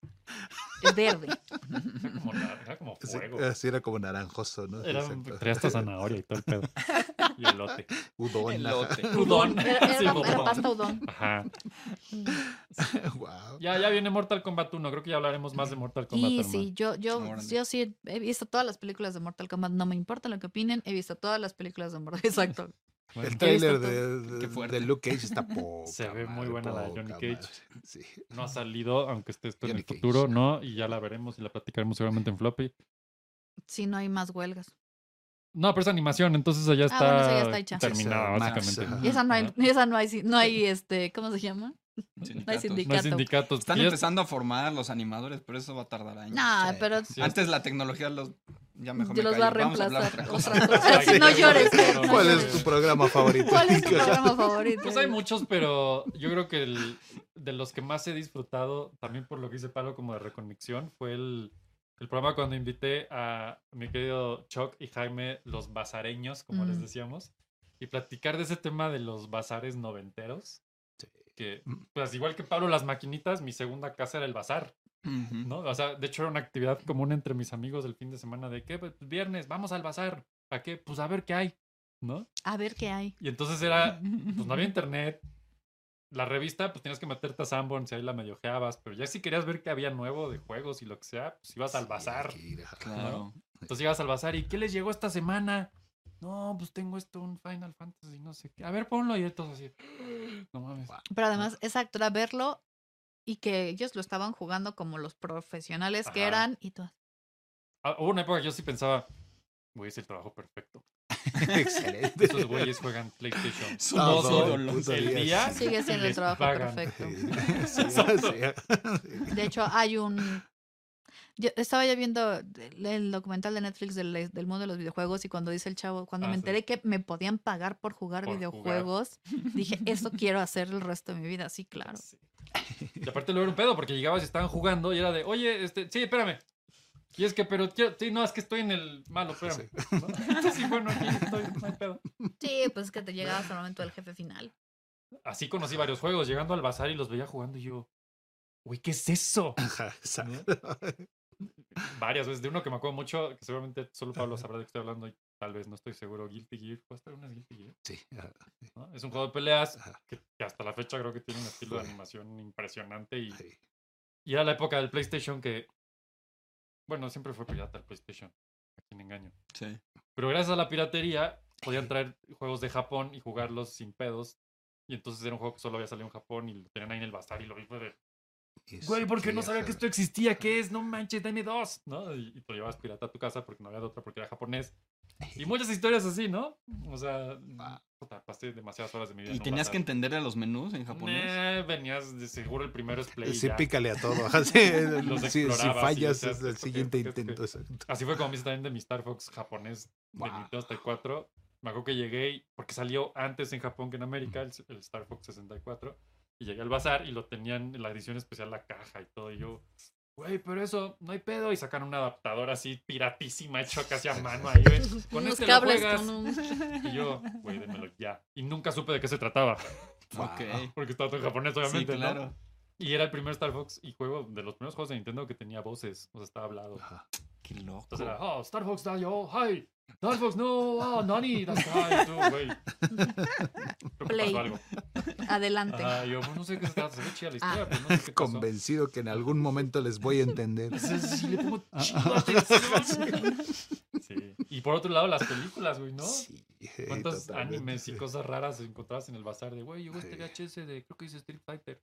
S4: es verde.
S5: Era como, la- era como
S11: Sí,
S5: fuego.
S11: así era como naranjoso, ¿no? Sí,
S5: Era
S11: exacto.
S5: traía hasta zanahoria y todo el
S4: [LAUGHS]
S5: pedo. Y elote.
S11: Udon, ajá.
S5: [LAUGHS]
S11: [LAUGHS]
S8: Elote.
S5: Udon.
S4: Era, era
S5: Sí,
S4: una- era
S5: udon.
S4: pasta udon.
S5: Ajá.
S11: Wow.
S5: Ya, ya viene Mortal Kombat 1. Creo que ya hablaremos más de Mortal Kombat.
S4: Y
S5: hermano.
S4: sí, yo, yo,
S8: Ah, Órale.
S4: yo sí he visto todas las películas de Mortal Kombat, no me importa lo que opinen, he visto todas las películas de Mortal [LAUGHS] Exacto.
S5: Bueno,
S11: El tráiler
S4: visto
S11: de,
S8: Qué
S11: de,
S8: fuerte.
S11: de Luke Cage está poca
S5: Se ve muy
S11: madre,
S5: buena la de Johnny
S11: poca
S5: Cage.
S11: madre. Sí.
S5: no ha salido, aunque esté esto en
S11: Johnny
S5: el
S11: Cage.
S5: futuro, ¿no? Y ya la veremos y la platicaremos seguramente en floppy.
S4: Si no hay más huelgas.
S5: No, pero es animación, entonces ya
S4: Ah,
S5: está,
S4: bueno, esa ya está hecha.
S5: terminada,
S11: Esa,
S5: básicamente.
S11: Max, ajá.
S4: Y esa no hay,
S5: Ajá.
S4: esa no hay, no hay este, ¿cómo se llama? No hay
S8: Sindicatos.
S5: No hay
S4: sindicato.
S5: sindicatos.
S8: Están
S5: Y es-
S8: empezando a formar los animadores, pero eso va a tardar años.
S4: No,
S11: Sí.
S4: pero
S5: Sí.
S8: Antes la tecnología los ya mejor
S4: yo
S8: me
S4: los
S8: callo.
S4: va a
S8: Vamos a hablar
S4: reemplazar.
S8: otra cosa.
S4: Otra
S8: [LAUGHS]
S4: cosa. Así no llores. no
S5: No
S11: ¿Cuál
S5: llores.
S11: es tu programa favorito?
S4: [LAUGHS] ¿Cuál es tu programa favorito?
S5: Pues hay muchos, pero yo creo que el, de los que más he disfrutado, también por lo que hice Pablo como de reconvicción, fue el, el programa cuando invité a mi querido Chuck y Jaime, los bazareños, como les
S4: Mm.
S5: decíamos, y platicar de ese tema de los bazares noventeros. Que,
S11: Mm.
S5: pues igual que Pablo, las maquinitas, mi segunda casa era el bazar,
S8: Ujú.
S5: ¿no? O sea, de hecho era una actividad común entre mis amigos el fin de semana de que viernes, vamos al bazar. ¿A qué? Pues a ver qué hay, ¿no?
S4: A ver qué hay.
S5: Y entonces era, pues no había internet. La revista, pues tenías que meterte a Sanborns y ahí la mediojeabas. Pero ya si querías ver qué había nuevo de juegos y lo que sea, pues ibas al bazar.
S11: Sí, mira.
S8: Claro.
S5: Entonces ibas al bazar y ¿qué les llegó esta semana? No, pues tengo esto, un Final Fantasy, no sé qué. A ver, ponlo y todos así. No mames.
S4: Pero además, exacto, era verlo y que ellos lo estaban jugando como los profesionales que
S5: Ajá.
S4: eran y tú.
S5: Ah, Hubo una época que yo sí pensaba, güey, es el trabajo perfecto.
S11: Excelente.
S5: Esos güeyes
S8: [LAUGHS]
S5: juegan PlayStation.
S8: Son
S11: No,
S8: dos
S11: no,
S8: ídolos.
S11: puta
S5: El
S11: vida.
S5: día
S4: Sigue siendo el
S5: les
S4: trabajo
S5: pagan.
S4: perfecto.
S11: Sí, sí.
S4: De hecho, hay un. Yo estaba ya viendo el, el documental de Netflix del, del mundo de los videojuegos y cuando dice el chavo, cuando
S5: Ah,
S4: me
S5: sí.
S4: enteré que me podían pagar por jugar
S5: Por
S4: videojuegos, dije, eso quiero hacer el resto de mi vida. Sí, claro.
S5: Sí. Y aparte luego era un pedo porque llegabas y estaban jugando y era de, oye, este, sí, espérame. Y es que, pero, quiero- sí, no, es que estoy en el malo, espérame. ¿no? Sí, bueno, aquí estoy, no hay pedo.
S4: Sí, pues es que te llegabas al momento del jefe final.
S5: Así conocí varios juegos, llegando al bazar y los veía jugando y yo, güey, ¿qué es eso?
S11: Ajá, exacto.
S5: [LAUGHS] Varias veces, de uno que me acuerdo mucho, que seguramente solo Pablo sabrá de qué estoy hablando y tal vez no estoy seguro, Guilty Gear, ¿puedes traer unas Guilty Gear?
S11: Sí, ajá,
S5: ¿No? Es un juego de peleas
S11: Ajá.
S5: que, que hasta la fecha creo que tiene un estilo de
S11: Sí.
S5: animación impresionante y,
S11: sí.
S5: y era la época del PlayStation que, bueno, siempre fue pirata el PlayStation, a quien engaño.
S8: Sí.
S5: Pero gracias a la piratería
S8: [LAUGHS]
S5: podían traer juegos de Japón y jugarlos sin pedos. Y entonces era un juego que solo había salido en Japón y lo tenían ahí en el bazar y lo vi fue de,
S11: Y
S5: Güey,
S11: eso,
S5: porque
S11: sí,
S5: no sabía que
S11: ajá.
S5: esto existía, ¿qué es? No manches, dame dos. ¿No? Y, y te lo llevabas pirata a tu casa porque no había de otra, porque era japonés.
S8: [LAUGHS]
S5: Y muchas historias así, ¿no? O sea,
S11: Va.
S5: puta, pasé demasiadas horas de mi vida.
S8: ¿Y
S5: en un
S8: tenías que
S5: bazar.
S8: entender a los menús en japonés?
S5: Nah, venías de seguro el
S8: [LAUGHS]
S5: primero es play. y
S11: Sí,
S5: ya.
S11: pícale a todo. ajá, sí,
S5: Los
S11: si, si
S5: explorabas y
S11: fallas,
S5: decías,
S11: es
S5: ¿esto
S11: el
S5: qué-
S11: siguiente
S5: qué es que-
S11: intento. exacto.
S5: Así fue como me hice también de mi Star Fox japonés de
S11: Guau.
S5: Nintendo 64. Me acuerdo que llegué, y- porque salió antes en Japón que en América, el, el Star Fox 64. Y llegué al bazar y lo tenían en la edición especial, la caja y todo. Y yo, güey, pero eso no hay pedo. Y sacaron un adaptador así piratísima, hecho casi a mano ahí, güey. Con
S4: Unos
S5: este lo
S4: cables
S5: juegas.
S4: con
S5: [LAUGHS]
S4: un.
S5: Y yo, güey, démelo ya. Y nunca supe de qué se trataba,
S8: Ok.
S5: porque estaba todo en japonés,
S8: Sí,
S5: obviamente, ¿no?
S8: claro.
S5: Y era el primer Star Fox y juego de los primeros juegos de Nintendo que tenía voces, o sea, estaba hablado.
S11: Ajá.
S8: Qué loco.
S5: Entonces era, oh, Star Fox da yo, hi, Star Fox no, ah, nani, das
S11: [LAUGHS]
S5: hi, tú, güey. Creo que
S4: Play.
S5: pasó algo.
S4: Adelante.
S5: Ajá, yo pues, no sé qué se trata, se ve chida la
S4: Ah.
S5: historia, pero no sé qué pasó.
S11: Convencido que en algún momento les voy a entender.
S5: O sea, sí le pongo chingo
S11: [LAUGHS]
S5: atención. Sí. Y por otro lado, las películas, güey, ¿no?
S11: Sí, eh,
S5: ¿Cuántos
S11: totalmente,
S5: animes y
S11: sí.
S5: cosas raras encontrabas en el bazar de, güey, llegó este
S11: Sí.
S5: VHS de, creo que dice Street Fighter?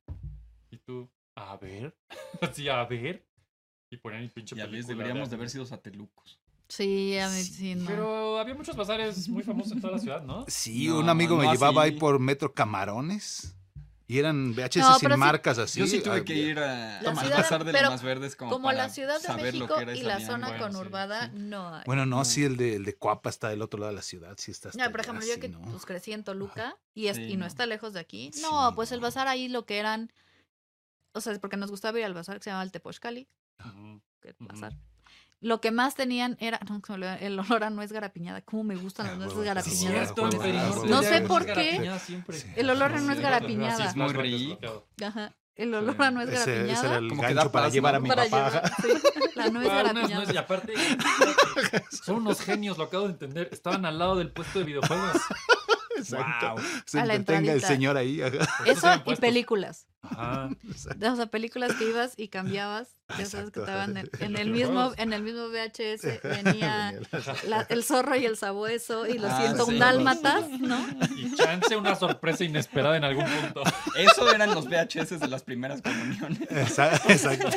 S5: Y tú, a ver, [LAUGHS] así, a ver. Y ponían el pinche
S8: Ya ves,
S5: película
S8: deberíamos de
S5: anime.
S8: haber sido satelucos.
S4: Sí, a mí sí, no.
S5: Pero había muchos bazares muy famosos en toda la ciudad, ¿no?
S11: Sí,
S8: No,
S11: un amigo me
S8: no
S11: llevaba
S8: así.
S11: ahí por Metro Camarones y eran VHS
S4: No,
S11: sin
S4: pero sí-
S11: marcas así.
S8: Yo sí tuve
S11: ah,
S8: que ir a
S4: La
S8: al
S4: ciudad-
S8: bazar de
S4: pero
S8: los más verdes como,
S4: Como
S8: para
S4: la Ciudad de
S8: saber lo
S4: México
S8: que era
S4: y
S8: esa
S4: la
S8: mierda.
S4: zona
S5: bueno, sí,
S4: conurbada, no hay.
S11: Bueno, no,
S8: Mm.
S11: sí, el de, el de Cuapa está del otro lado de la ciudad, sí está.
S4: No,
S11: hasta
S4: por
S11: allá,
S4: ejemplo, yo
S11: sí,
S4: que
S11: ¿no?
S4: pues, crecí en Toluca y, es-
S8: Sí,
S4: y no
S8: no.
S4: está lejos de aquí.
S11: Sí,
S4: No, pues el
S11: no.
S4: bazar ahí lo que eran, o sea, es porque nos gustaba ir al bazar que se llamaba el Tepochcali,
S5: Ujú.
S4: que es
S5: Ujú.
S4: bazar. Lo que más tenían era, no, se me olvidó, el olor a nuez garapiñada. ¿Cómo me gustan las
S11: Ah,
S4: nueces
S11: huevo, sí,
S4: garapiñadas?
S11: cierto,
S8: en Perisur.
S4: No sé por qué.
S5: Garapiñada siempre.
S11: Sí.
S4: El olor a nuez
S8: Sí,
S5: Así
S4: garapiñada.
S8: es muy rico.
S5: desbloqueado.
S4: Ajá, El olor a nuez
S11: Ese, ese era
S4: garapiñada.
S11: el
S8: Como que da
S11: gancho para
S8: paz,
S11: llevar
S8: ¿no?
S11: a mi
S4: Para
S11: papá.
S4: llevar, sí, la nuez
S5: Ah, unas
S4: garapiñada.
S5: nueces, y aparte,
S4: [LAUGHS]
S5: son unos genios, lo acabo de entender. Estaban al lado del puesto de videojuegos.
S11: [LAUGHS] Exacto.
S8: Wow.
S11: Se
S4: A la
S11: entretenga el
S4: entradita.
S11: señor ahí. ajá.
S5: Por
S4: Eso
S5: eran
S4: y
S5: puestos.
S11: [LAUGHS]
S4: películas.
S5: Ajá.
S4: O sea, películas que ibas y cambiabas. Ya sabes que
S11: Exacto.
S4: estaban en, en el
S5: Los
S4: mismo,
S5: juegos.
S4: en el mismo
S11: [LAUGHS]
S4: VHS venía
S8: [LAUGHS]
S11: Genial.
S4: la- el zorro y el sabueso y los
S8: Ah,
S4: 101
S8: sí.
S4: dálmatas,
S5: [LAUGHS]
S4: ¿no?
S5: Y chance una sorpresa inesperada en algún punto.
S8: Eso eran los VHS de las primeras comuniones.
S11: Esa- Exacto.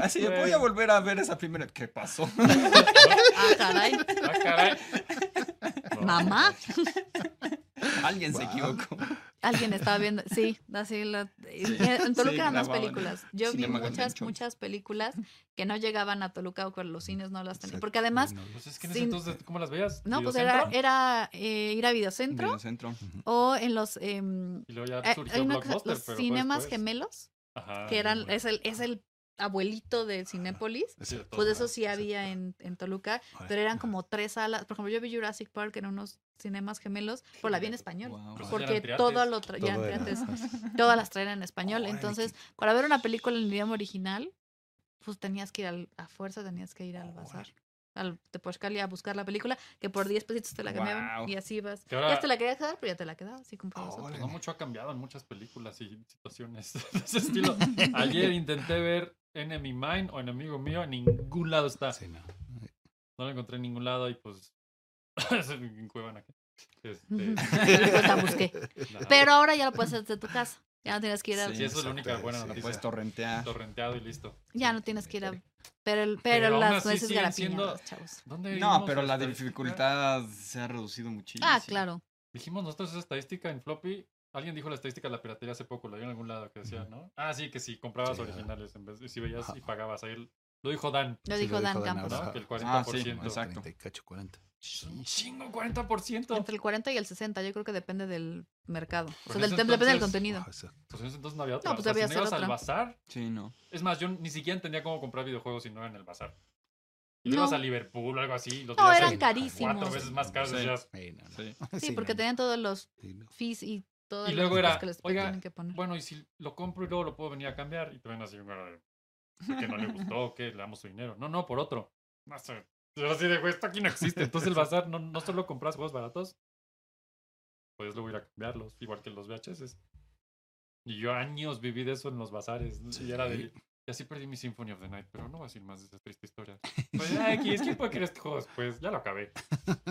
S8: Así de, voy
S5: Bueno.
S8: a volver a ver esa primera. ¿Qué pasó? [LAUGHS]
S4: Ah, caray.
S5: Ah, caray. No,
S4: [LAUGHS] Mamá,
S8: Alguien se
S11: Wow.
S8: equivocó.
S4: alguien estaba viendo. Sí, así lo-
S8: Sí,
S4: En Toluca
S8: sí,
S4: eran las
S8: grababan.
S4: películas. Yo vi
S8: Cinema
S4: muchas,
S8: Convention.
S4: muchas películas que no llegaban a Toluca o que los cines no las tenían.
S11: Exacto.
S4: Porque [LAUGHS] además,
S11: No,
S5: Pues es que en ese
S4: Sin-
S5: entonces, ¿cómo las veías?
S4: no, pues era,
S5: ¿Videocentro?
S4: era eh, ir a videocentro
S8: Videocentro.
S4: o en los. em,
S5: Y luego ya
S4: eh, hay
S5: surgió
S4: una cosa-
S5: Blockbuster,
S4: los
S5: pero fue
S4: cinemas
S5: después. Ah,
S4: gemelos,
S5: Ajá,
S4: que eran,
S5: bueno.
S4: es el, es el abuelito de Cinépolis.
S5: Sí, de
S4: Pues
S5: todos
S4: eso
S5: lados.
S4: sí había en, en Toluca, pero eran como tres salas. Por ejemplo, yo vi Jurassic Park en unos cinemas gemelos, por la vi en español.
S8: Wow.
S5: Pero sí
S4: Porque
S5: pues eran
S4: todo
S5: pirates.
S4: lo tra-
S11: Todo
S4: ya,
S11: era- [LAUGHS]
S4: pirates, todas las traían en español.
S11: Órale,
S4: Entonces,
S11: qué
S4: para ver una película en el idioma original, pues tenías que ir al- a fuerza, tenías que ir al bazar, al Tepochcali a buscar la película, que por 10 pesitos te la cambiaban
S8: Guau.
S4: y así ibas.
S5: Que ahora-
S4: Ya te la querías quedar, pero ya te la quedabas y comprabas otra.
S5: Pues no mucho ha cambiado en muchas películas y situaciones [LAUGHS] de ese
S4: [LAUGHS]
S5: estilo. Ayer intenté ver Enemy Mine o Enemigo Mío, en ningún lado está.
S11: Sí, no.
S5: No lo encontré en ningún lado y pues. [LAUGHS] en Cuevanaca. [LAUGHS] Este,
S4: [LAUGHS] Pues la busqué.
S5: [LAUGHS] nada.
S4: Pero ahora ya lo puedes hacer desde tu casa. Ya no tienes que ir a,
S8: Sí.
S5: Sí, eso es la única buena
S11: Exacto,
S8: Lo
S5: noticia.
S8: puedes torrentear.
S5: Torrenteado y listo.
S4: ya no tienes que ir a Pero, el- pero,
S5: aún
S4: las
S5: así
S4: nueces
S5: siguen
S4: garapiñadas,
S5: siendo-
S4: chavos.
S5: ¿Dónde
S8: No,
S5: vimos
S8: pero la
S5: estadística?
S8: dificultad se ha reducido muchísimo.
S4: Ah, claro.
S5: Dijimos nosotros esa estadística en floppy. Alguien dijo la estadística de la piratería hace poco, la vi en algún lado que decía, ¿no? Ah, sí, que si comprabas
S11: Sí, ajá.
S5: originales en vez de si veías
S11: Ajá.
S5: y pagabas ahí. Lo dijo Dan.
S4: Lo
S11: Sí,
S4: dijo Dan Campos.
S5: ¿no?
S11: Ahora,
S5: Que el
S8: Ah,
S5: 40%.
S8: sí, exacto.
S11: 30 y cacho, 40.
S5: Es un chingo, 40%.
S4: Entre el 40 y el 60, yo creo que depende del mercado. O
S5: Pues
S4: sea, del-
S5: en ese
S4: depende del
S5: entonces-
S4: contenido.
S11: Ajá, exacto.
S5: Pues en ese entonces no había otra.
S4: No, pues
S5: o sea,
S4: debía
S5: si no
S4: ser
S5: ibas al
S4: otra.
S5: bazar.
S8: Sí, no.
S5: Es más, yo ni siquiera entendía cómo comprar videojuegos si no era en el bazar. Y
S4: No.
S5: ibas a Liverpool o algo así. Los
S4: No,
S5: veías
S4: eran
S5: en
S4: carísimos.
S5: Cuatro veces más caros.
S8: Sí.
S5: decías,
S11: Sí, no, no.
S8: Sí.
S4: Sí,
S11: [LAUGHS] Sí,
S4: porque
S11: no, no.
S4: tenían todos los
S11: Sí, no.
S4: fees y todas
S5: Y
S4: las
S5: luego
S4: cosas
S5: era,
S4: que les
S5: "Oiga,
S4: tienen que poner.
S5: Bueno, y si lo compro y luego lo puedo venir a cambiar. Y te ven así,
S4: [LAUGHS]
S5: bueno, de que no le gustó, que le damos su dinero. No, no, por otro. No sé. Yo así de, güey, esto aquí no existe. Entonces el bazar no, no solo compras juegos baratos, puedes luego ir a cambiarlos, igual que los VHS. Y yo años viví de eso en los bazares. ¿no? Y era de.
S11: Sí.
S5: Y así perdí mi Symphony of the Night, pero no voy a decir más de esa triste historia. Pues ya, X, ¿quién puede querer este juego después? Ya lo acabé.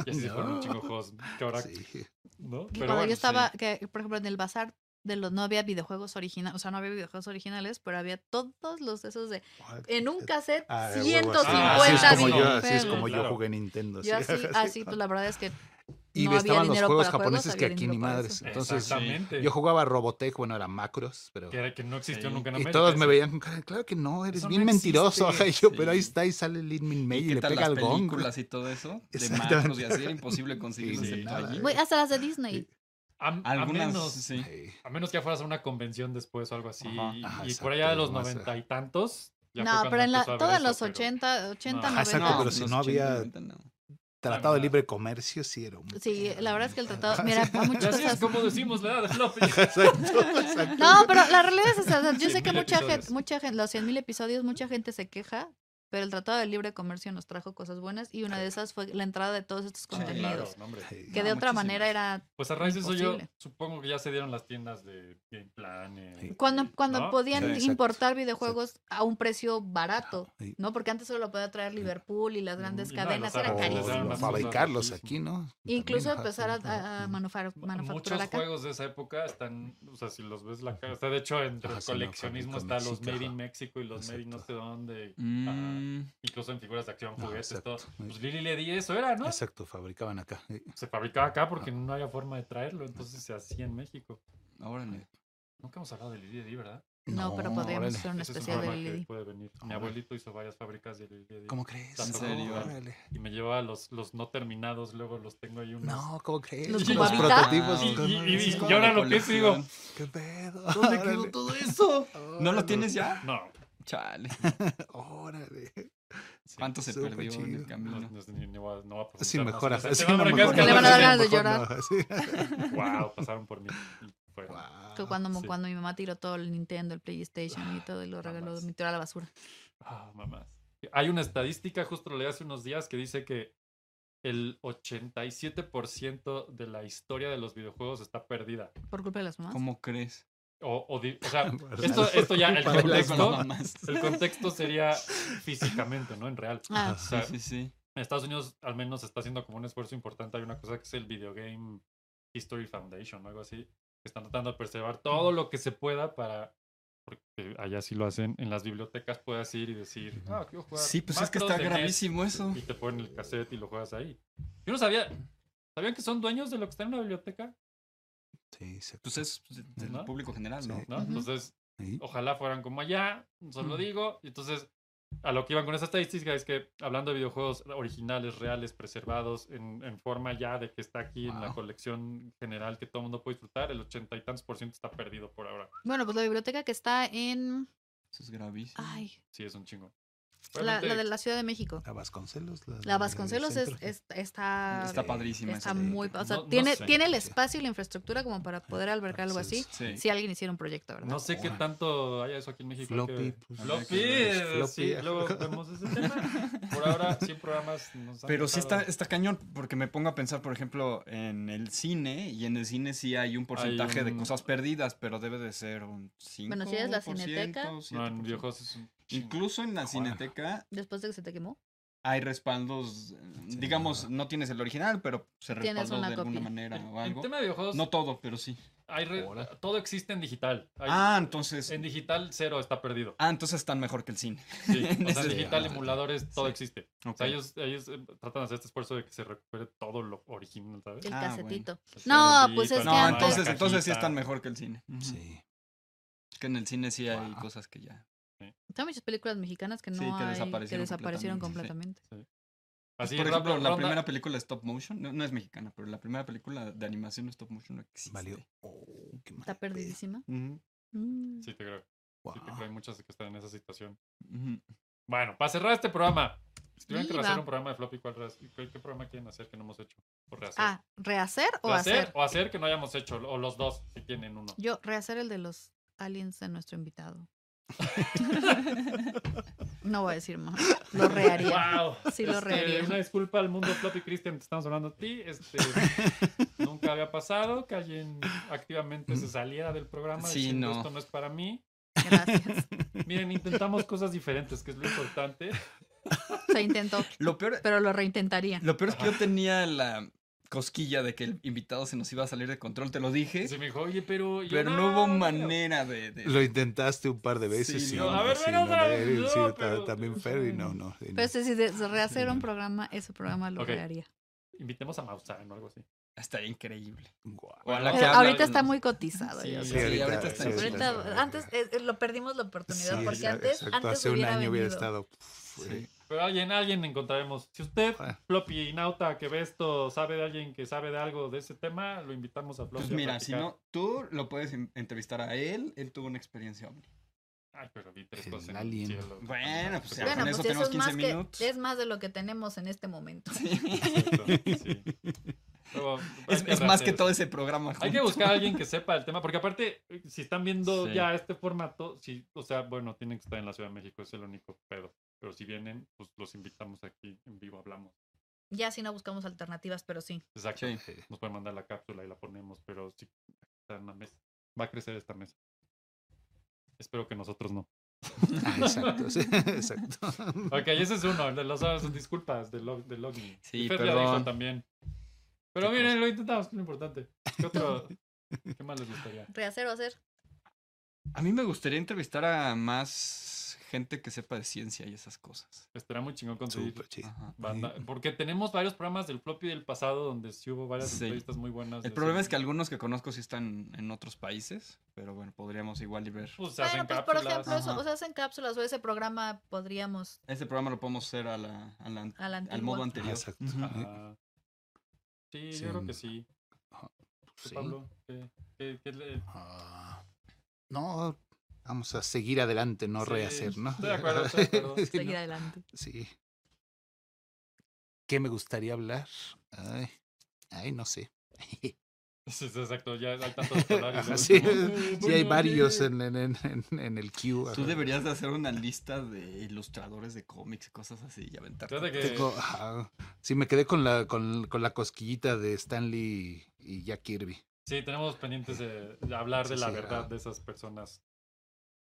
S5: Y así se
S11: [LAUGHS]
S5: fueron un chingo de juegos que ahora,
S4: Eh,
S11: Sí.
S5: ¿no?
S4: Que
S5: Pero
S4: cuando
S5: bueno,
S4: yo estaba,
S5: sí.
S4: que por ejemplo en el bazar de los no había videojuegos originales, o sea, no había videojuegos originales, pero había todos los de esos de en un cassette
S11: Ah, de huevo, así.
S4: 150
S5: Ah,
S11: así es como
S5: mil
S11: yo, así es
S4: videojuegos.
S11: como yo
S5: Claro.
S11: jugué Nintendo.
S4: Yo
S5: [LAUGHS]
S11: sí. [LAUGHS]
S4: así, así, pues la verdad es que
S11: y
S4: no había
S11: estaban los
S4: dinero
S11: juegos
S4: para
S11: japoneses
S4: juegos,
S11: que
S4: había
S11: aquí ni
S4: dinero para
S11: madres.
S4: eso.
S11: Entonces,
S5: Exactamente.
S11: yo jugaba Robotech, bueno, eran macros, pero...
S5: que, era- que no existió
S8: Sí.
S5: nunca en
S11: Y
S5: América.
S11: todos me
S5: sí.
S11: veían con cara, claro que no, eres
S5: Eso
S11: bien
S5: no
S11: mentiroso.
S5: existe.
S11: ajá, [LAUGHS] y yo,
S8: Sí.
S11: pero ahí está, y sale Lin Min May y,
S8: qué
S11: le
S8: tal
S11: pega
S8: las
S11: al gong.
S8: películas y todo eso? De
S11: Exactamente.
S8: macros y así era imposible conseguirlas
S5: Sí,
S8: excepto
S11: nada.
S8: allí.
S4: Güey, hasta las de Disney.
S5: A, a
S8: Algunas,
S5: menos,
S8: sí.
S11: Sí.
S5: a menos que ya fueras a una convención después o algo así.
S8: Ajá.
S5: y
S11: Ajá,
S5: y
S11: Ah, exacto,
S5: por allá de los
S11: más,
S5: noventa y tantos. ya fue
S4: no,
S5: cuando
S4: pero en la,
S5: empezó a haber
S4: todos
S5: eso, pero- [LAUGHS]
S4: los
S5: Ah,
S4: 80, 80,
S5: Ajá,
S11: exacto,
S4: 90.
S11: pero si
S8: los
S11: no
S8: 80,
S11: había-
S8: 90, no.
S11: Tratado de
S5: Ah.
S11: libre comercio sí era un...
S4: Sí, la verdad es que el tratado, mira, hay
S5: Y
S4: muchas
S5: así es
S4: cosas.
S5: como decimos la edad de Floppy.
S4: [LAUGHS]
S11: [LAUGHS] Exacto, exacto.
S4: No, pero la realidad es esa. o sea, Yo sé que
S5: 100,000
S4: mucha gente,
S5: episodios.
S4: mucha gente, los 100.000 episodios, mucha gente se queja, pero el Tratado de Libre Comercio nos trajo cosas buenas y una de esas fue la entrada de todos estos
S5: Ah, claro,
S4: contenidos.
S5: no, hombre.
S11: Sí.
S4: Que
S8: No,
S4: de otra
S8: muchísimas.
S4: manera era
S5: Pues a raíz de eso yo
S4: Imposible.
S5: supongo que ya se dieron las tiendas de Game Planet.
S11: Sí.
S4: cuando, cuando
S5: ¿no?
S4: podían
S8: Sí,
S11: exacto,
S4: importar videojuegos a un precio barato,
S11: Sí.
S4: ¿no? Porque antes solo lo podía traer Liverpool y las grandes
S5: Mm, Y no,
S4: cadenas,
S5: los
S4: era
S11: O
S5: árboles,
S4: carísimo.
S5: eran
S11: lo-
S5: más
S11: fabricarlos
S5: baratísimo.
S11: aquí, ¿no?
S4: Incluso
S11: También, ajá,
S4: empezar a, a- a
S11: sí.
S4: manufar- manufacturar
S5: Mm. Muchos
S4: acá.
S5: juegos de esa época están, o sea, si los ves la cara, está de hecho entre
S11: Ajá,
S5: el
S11: Ah, sí, no,
S5: coleccionismo
S11: fabrican
S5: está los
S11: Mexica,
S5: Made
S11: ajá.
S5: in México y los Made in no
S11: Exacto.
S5: sé dónde,
S8: Mm,
S5: incluso en figuras de acción,
S11: Ah,
S5: juguetes,
S11: exacto.
S5: todo. Pues Lily le di eso era, ¿no?
S11: Exacto, fabricaban acá. sí.
S5: se fabricaba acá porque no había forma de traerlo, entonces se hacía en México.
S8: órale.
S5: Nunca hemos hablado de Lili ¿verdad?
S4: No, pero podríamos
S11: órale.
S4: hacer una
S5: Ese es un
S4: especial de
S5: programa
S4: Lili.
S5: que puede venir. Mi
S11: Órale.
S5: abuelito hizo varias fábricas de Lili
S11: ¿Cómo crees?
S5: ¿En
S11: No,
S8: serio?
S11: órale.
S5: y me llevaba los, los no terminados, luego los tengo ahí unos.
S11: No, ¿cómo crees?
S4: Los
S11: Los,
S4: cubavitas.
S11: prototipos.
S5: Y-
S11: ¿cómo
S5: y- y-
S11: crees?
S5: y ahora lo pienso y digo,
S11: ¿Qué pedo?
S8: ¿Dónde
S11: Órale.
S8: quedó todo eso? ¿No lo
S11: Órale.
S8: tienes ya?
S5: No,
S8: Chale.
S11: Órale.
S5: sí,
S8: ¿Cuánto se
S11: súper
S8: perdió en
S11: chido. Ah,
S8: el
S5: no,
S8: camino?
S5: no, ni- ni voy a- no voy a
S11: Sí,
S5: preguntar más
S11: mejor
S5: cosas.
S11: así.
S5: Se
S11: sí,
S5: van a
S11: mejor
S5: marcar
S4: Que le van a dar
S5: cosas.
S4: ganas de
S11: mejor
S4: llorar.
S11: no, sí.
S5: Wow, pasaron por mí. y fueron.
S4: Que
S11: Guau.
S4: cuando, mo-
S5: sí.
S4: cuando mi mamá tiró todo el Nintendo, el PlayStation y todo, y lo regaló,
S5: Mamás.
S4: me tiró a la basura.
S5: Ah, mamás. Hay una estadística, justo leí hace unos días, que dice que el 87% de la historia de los videojuegos está perdida.
S4: Por culpa de las mamás.
S8: ¿Cómo crees?
S5: O, o di- o
S8: [LAUGHS]
S5: sea,
S11: Por
S5: esto,
S11: culpa
S5: esto ya, el
S11: de las
S5: contexto,
S8: mamás.
S5: el contexto sería físicamente, ¿no? En real.
S4: Ah,
S5: O sea,
S8: Sí, sí, sí.
S5: en Estados Unidos al menos está haciendo como un esfuerzo importante. Hay una cosa que es el Video Game History Foundation o algo así. Que están tratando de preservar todo lo que se pueda para... Porque allá sí lo hacen. En las bibliotecas puedes ir y decir... "Ah, quiero jugar
S8: Sí, pues es que
S5: Macros
S8: está
S5: de NES".
S8: gravísimo eso.
S5: Y te ponen el cassette y lo juegas ahí. Yo no sabía... ¿Sabían que son dueños de lo que está en una biblioteca?
S11: Sí, exacto.
S8: Pues es del
S5: ¿No?
S8: público general, ¿no?
S11: Sí.
S5: ¿No?
S4: Ujú.
S5: Entonces,
S11: Sí.
S5: ojalá fueran como allá, se lo digo. Y Entonces, a lo que iban con esa estadística es que hablando de videojuegos originales, reales, preservados, en, en forma ya de que está aquí en la
S11: Wow.
S5: colección general que todo el mundo puede disfrutar, el ochenta y tantos por ciento está perdido por ahora.
S4: Bueno, pues la biblioteca que está en.
S8: Eso es gravísimo.
S4: Ay,
S5: Sí, es un chingo.
S4: la, la de
S5: Obviamente,
S4: la Ciudad de México.
S11: La Vasconcelos. La,
S4: La Vasconcelos es,
S11: centro.
S4: es- está.
S8: Está padrísima
S4: está
S8: esa.
S4: muy. pa- O sea,
S5: No- no
S4: tiene,
S5: sé.
S4: tiene el espacio y la infraestructura como para poder albergar algo así.
S8: Sí.
S4: Si alguien hiciera un proyecto, ¿verdad?
S5: No sé qué
S11: Órale.
S5: tanto haya eso aquí en México.
S11: Floppy,
S5: que-
S11: pues,
S5: Floppy,
S8: habría que
S11: ver.
S5: eh, sí,
S11: Floppy.
S5: luego vemos ese tema. Por
S8: [LAUGHS]
S5: ahora, 100 programas nos han
S8: Pero sí está,
S5: tocado.
S8: está cañón, porque me pongo a pensar, por ejemplo, en el cine, y en el cine sí hay un porcentaje de
S5: un-
S8: cosas perdidas, pero debe de ser un 5%.
S4: Bueno, si eres la Cineteca.
S5: No, en
S8: 7%.
S5: videojuegos es un chingo.
S8: Incluso en la
S11: Bueno.
S8: cineteca
S4: Después de que se te quemó.
S8: hay respaldos, digamos, no tienes el original, pero se
S4: Tienes
S8: respaldó de
S4: una
S8: alguna
S4: copia.
S8: manera o
S5: En
S8: algo.
S5: tema de videojuegos,
S8: No todo, pero sí.
S5: hay re- todo existe en digital. Hay-
S8: Ah, entonces,
S5: En digital, cero está
S8: [LAUGHS]
S5: perdido.
S8: ah, entonces están mejor que el cine.
S5: Sí,
S8: En
S5: o sea,
S8: ese
S5: digital,
S8: sentido.
S5: emuladores, todo
S8: Sí.
S5: existe. O
S8: Ok.
S5: sea, ellos, ellos eh, tratan de hacer este esfuerzo de que se recupere todo lo original, ¿sabes?
S4: El
S8: Ah, bueno.
S4: casetito.
S5: El
S4: No,
S5: casetito,
S4: pues es
S5: el
S4: que
S8: No,
S5: manual, la
S8: entonces, entonces sí
S5: cajita.
S8: están mejor que el cine. Ujú.
S11: Sí.
S8: Es que en el cine sí hay
S11: Wow.
S8: cosas que ya.
S4: Hay muchas películas mexicanas que no
S8: Sí, que
S4: hay- que
S8: desaparecieron
S4: desaparecieron completamente.
S8: completamente,
S5: Así,
S8: Pues, Por ejemplo,
S5: ronda-
S8: la
S5: ronda-
S8: primera película stop motion, no, no es mexicana, pero la primera película de animación stop motion no existe.
S11: Valió. Oh, qué
S4: Está
S11: mal pedo.
S4: perdidísima.
S8: Ujú,
S4: Mm.
S5: Sí, te creo. Sí, te
S11: Guau.
S8: Ah.
S5: creo. Hay muchas que están en esa situación.
S8: ujú.
S5: Bueno, para cerrar este programa, si tuvieran que
S4: Viva.
S5: hacer un programa de floppy, ¿cuál res- qué, qué programa quieren hacer que no hemos hecho? O rehacer.
S4: Ah, ¿rehacer o
S5: Rehacer
S4: hacer?
S5: o hacer que no hayamos hecho, o los dos, si tienen uno.
S4: Yo, rehacer el de los aliens de nuestro
S11: [LAUGHS]
S4: invitado. no voy a decir más. Lo reharía.
S5: Wow.
S4: Sí, lo reharía.
S5: Este, Una disculpa al mundo floppy Christian, te estamos hablando a ti.
S8: [LAUGHS]
S5: Este, nunca había pasado que alguien activamente se saliera del programa
S8: Sí,
S5: diciendo
S8: no.
S5: esto no es para mí.
S4: Gracias.
S5: Miren, intentamos cosas diferentes, que es lo
S8: [LAUGHS]
S5: importante.
S4: Se
S11: [LAUGHS]
S4: intentó,
S8: Lo peor,
S4: pero lo reintentaría.
S8: lo peor es que yo tenía la cosquilla de que el invitado se nos iba a salir de control, te lo dije,
S5: Se me dijo, oye, pero. yo,
S8: pero no, hubo
S5: no creo".
S8: manera de. de-
S11: Lo intentaste un par de veces.
S8: Sí,
S11: sí,
S8: no, a
S11: no,
S5: ver,
S11: sí,
S5: bueno,
S11: no,
S5: otra vez,
S11: Ferry,
S5: no,
S11: sí, ta-
S5: pero-
S11: también
S5: pero-
S11: Ferry, no, no. sí, no.
S4: Pero si de de rehacer un programa, ese programa lo
S5: Ok.
S4: reharía.
S5: Invitemos a Maussan o algo así.
S8: Estaría increíble.
S11: Guau.
S8: O a la
S4: Pero
S8: que habla-
S4: ahorita está muy cotizado.
S5: Sí,
S4: yo
S5: sí,
S4: creo.
S8: Sí,
S11: ahorita-
S8: ahorita está
S11: sí,
S8: en-
S11: ahorita-
S4: Ahorita, antes eh, eh, lo perdimos la oportunidad
S11: Sí,
S4: porque
S11: exa-
S4: antes,
S11: exacto,
S4: antes
S11: hace un
S4: hubiera
S11: año hubiera
S4: venido.
S11: estado.
S8: Sí.
S5: Pero alguien, alguien encontraremos. Si usted, [LAUGHS]
S11: Ah.
S5: Floppy Nauta, que ve esto, sabe de alguien que sabe de algo de ese tema, lo invitamos a Floppy.
S8: Pues
S5: a
S8: mira, si
S5: platicar.
S8: no, tú lo puedes en- entrevistar a él, él tuvo una experiencia ovni.
S5: Ay, pero vi tres
S11: El
S5: cosas en
S11: alien.
S5: el cielo.
S8: Bueno, pues ya,
S4: Bueno,
S8: con
S4: pues
S8: eso
S4: eso
S8: tenemos
S4: es más,
S8: 15
S4: que,
S8: minutos. [LAUGHS]
S4: es más de lo que tenemos en este momento.
S5: Exacto, sí. Luego, hay
S8: Es, es más que
S5: hacer-
S8: todo ese programa.
S5: Hay que
S8: junto.
S5: buscar a alguien que sepa el tema, porque aparte, si están viendo
S8: Sí.
S5: ya este formato, sí, o sea, bueno, tienen que estar en la Ciudad de México, es el único pedo. Pero si vienen, pues los invitamos aquí en vivo, hablamos.
S4: Ya si no buscamos alternativas, pero sí.
S5: Exacto.
S8: Sí.
S5: Nos pueden mandar la cápsula y la ponemos, pero sí, está en la mesa. Va a crecer esta mesa. Espero que nosotros no.
S11: Ah, exacto, sí, [LAUGHS] exacto.
S5: Ok, ese es uno, el de las las disculpas del log, del Ogni.
S8: Sí,
S5: Y Fer ya
S8: perdón.
S5: dijo también. Pero
S8: Qué
S5: miren, lo intentamos, es lo importante. ¿Qué
S11: [LAUGHS]
S5: otro? ¿Qué más les gustaría?
S4: Rehacer o hacer.
S8: A mí me gustaría entrevistar a más gente que sepa de ciencia y esas cosas.
S5: Estará muy chingón conseguir
S11: Súper chido.
S8: Ajá.
S5: banda. Porque tenemos varios programas del floppy del pasado donde sí hubo varias
S8: Sí.
S5: entrevistas muy buenas.
S8: El problema es que algunos que conozco sí están en otros países, pero bueno, podríamos igual y ver.
S5: Pues se
S4: Bueno,
S5: hacen
S4: pues por
S5: cápsulas.
S4: ejemplo, eso,
S8: Ajá.
S4: o sea, hacen cápsulas o ese programa podríamos
S8: Este programa lo podemos hacer a la, a la-
S4: a la
S8: al
S4: antigua.
S8: modo anterior.
S11: Exacto.
S8: Ujú.
S5: Ajá. Sí,
S11: Sí,
S5: yo creo
S11: un-
S5: que sí. ¿Tú,
S11: Sí.
S5: Ah, Pablo? ¿Qué- qué- qué le- [LAUGHS]
S11: Ah, no, vamos a seguir adelante, no
S5: Sí,
S11: rehacer, ¿no?
S5: estoy de acuerdo, estoy de
S11: [LAUGHS]
S5: acuerdo.
S11: Sí,
S4: Seguir
S11: ¿no?
S4: adelante.
S11: Sí. ¿Qué me gustaría hablar? Ay, ay, no sé. [LAUGHS]
S5: Sí, sí, exacto, ya hay tantos colores.
S11: Ajá,
S5: ¿no?
S11: [LAUGHS] sí.
S5: Como-
S11: Sí, hay varios en, en, en, en- en el queue.
S8: Tú
S11: ajá.
S8: deberías de hacer una lista de ilustradores de cómics y cosas así y aventarte.
S5: Fíjate que-
S11: Tengo, ajá, sí, me quedé con la, con, con la cosquillita de Stanley y Jack Kirby.
S5: Sí, tenemos pendientes de, de hablar de
S11: Sí,
S5: la
S11: sí,
S5: verdad
S11: ah.
S5: de esas personas.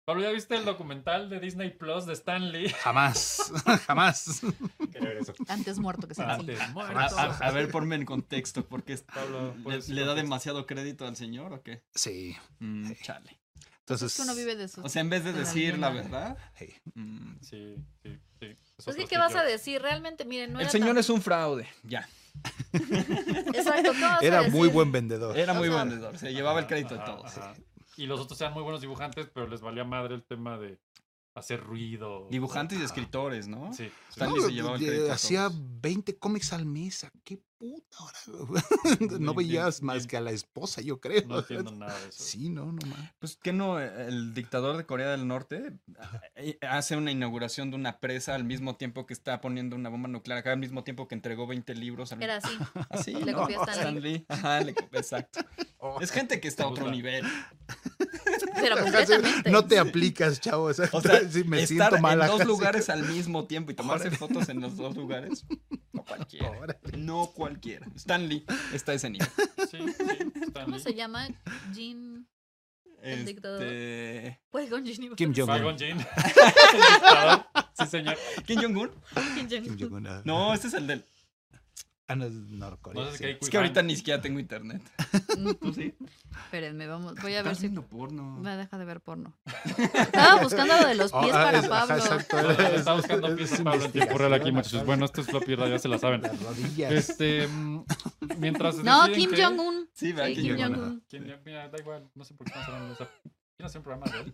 S5: Pablo, ¿ya viste el documental de Disney Plus de Stanley?
S11: [LAUGHS]
S4: [LAUGHS]
S11: Jamás, jamás.
S4: Antes muerto que [LAUGHS] sencillo.
S5: Antes muerto.
S8: A, a- a ver, ponme en contexto,
S5: [LAUGHS]
S8: porque es-
S5: Pablo,
S8: le,
S5: pues,
S8: le da
S5: contexto.
S8: demasiado crédito al señor o qué?
S11: Sí.
S8: Mm, chale.
S11: Entonces,
S4: Es que uno vive de sus.
S8: O sea, en vez de
S4: de la
S8: decir la
S4: leyenda.
S8: verdad,
S11: hey,
S8: mm,
S5: Sí, sí, sí. Es
S4: es que,
S5: otro
S4: Pues, ¿qué vas
S5: sitio.
S4: a decir? Realmente, miren, no
S8: el
S4: era
S8: señor
S4: tan-
S8: es un fraude. Ya.
S4: [LAUGHS] Exacto, ¿qué vas a
S11: era muy
S4: decir?
S11: buen vendedor.
S8: Era
S4: O
S8: muy
S4: sea-
S8: vendedor, se llevaba el
S5: Ajá,
S8: crédito de
S5: ajá,
S8: todos.
S5: ajá. pues, Y los otros eran muy buenos dibujantes, pero les valía madre el tema de hacer ruido.
S8: Dibujantes y escritores, ¿no?
S5: Sí.
S8: Stan Lee se llevaba el
S11: de-
S8: crédito a
S11: hacía
S8: todos.
S11: 20 cómics al mes. ¿a qué puta hora? [LAUGHS] no
S5: Bien,
S11: veías
S5: bien,
S11: más
S5: bien.
S11: que a la esposa, yo creo.
S5: No entiendo nada de eso.
S11: Sí, no, no más.
S8: Pues que no, el dictador de Corea del Norte eh, hace una inauguración de una presa al mismo tiempo que está poniendo una bomba nuclear acá, al mismo tiempo que entregó 20 libros. Al...
S4: Era
S11: [LAUGHS]
S4: así.
S8: Así,
S4: Le
S8: Ah, ¿no?
S4: copió a Stan Lee.
S8: Ajá, le copió, exacto.
S11: Oh. [LAUGHS]
S8: Es gente que está a
S5: Me
S8: otro
S5: gusta.
S8: nivel.
S4: Pero completamente.
S11: No te aplicas, chavo. O sea,
S8: [LAUGHS] O sea,
S11: sí, me
S8: estar
S11: siento mal.
S8: en dos
S11: ajá, sí.
S8: lugares al mismo tiempo y tomarse fotos en los dos
S11: [LAUGHS]
S8: lugares, no cualquiera. [LAUGHS]
S11: Ahora,
S8: No cualquiera. Stan Lee está a ese nivel.
S5: Sí, sí, Stan
S4: ¿Cómo
S5: Lee.
S4: se llama? Jean. [LAUGHS] El dictador.
S8: Este,
S4: Pues con Jean.
S11: Kim
S5: Qui-Gon [LAUGHS]
S8: [LAUGHS]
S11: Jong-un.
S5: Jinn. El dictador.
S8: Sí, señor. ¿Kim Jong-un?
S11: Kim Jong-un, ah.
S8: No, este es el del.
S11: Ah, no, es Norcorea,
S5: No sé
S11: sí.
S5: qué hay
S8: Es que ahorita ni siquiera tengo internet. ¿Tú sí?
S4: Mm, pues Espérenme, vamos. Voy a ver
S8: Estás
S4: si.
S8: viendo porno.
S4: Me deja de ver
S11: [LAUGHS]
S4: porno. Estaba buscando lo de los
S11: Oh,
S4: pies
S11: ah,
S4: para
S11: es- ajá,
S4: Pablo.
S11: exacto,
S5: Está
S11: es-
S5: buscando
S11: es-
S5: piezas
S11: es
S5: Pablo en tiempo real aquí, muchachos.
S11: investigación.
S5: Bueno, esto es floppy, ya se la saben.
S11: Las rodillas.
S5: Este, mm, mientras.
S4: No,
S5: deciden
S4: Kim
S5: qué-
S4: Jong-un.
S8: Sí,
S11: Ah,
S8: vea,
S4: Sí,
S8: Kim
S4: Kim
S8: Jong-un.
S4: Jong-un.
S5: Kim Jong- Mira, da igual, no sé por qué estamos hablando de eso. ¿Quién hace un programa de él?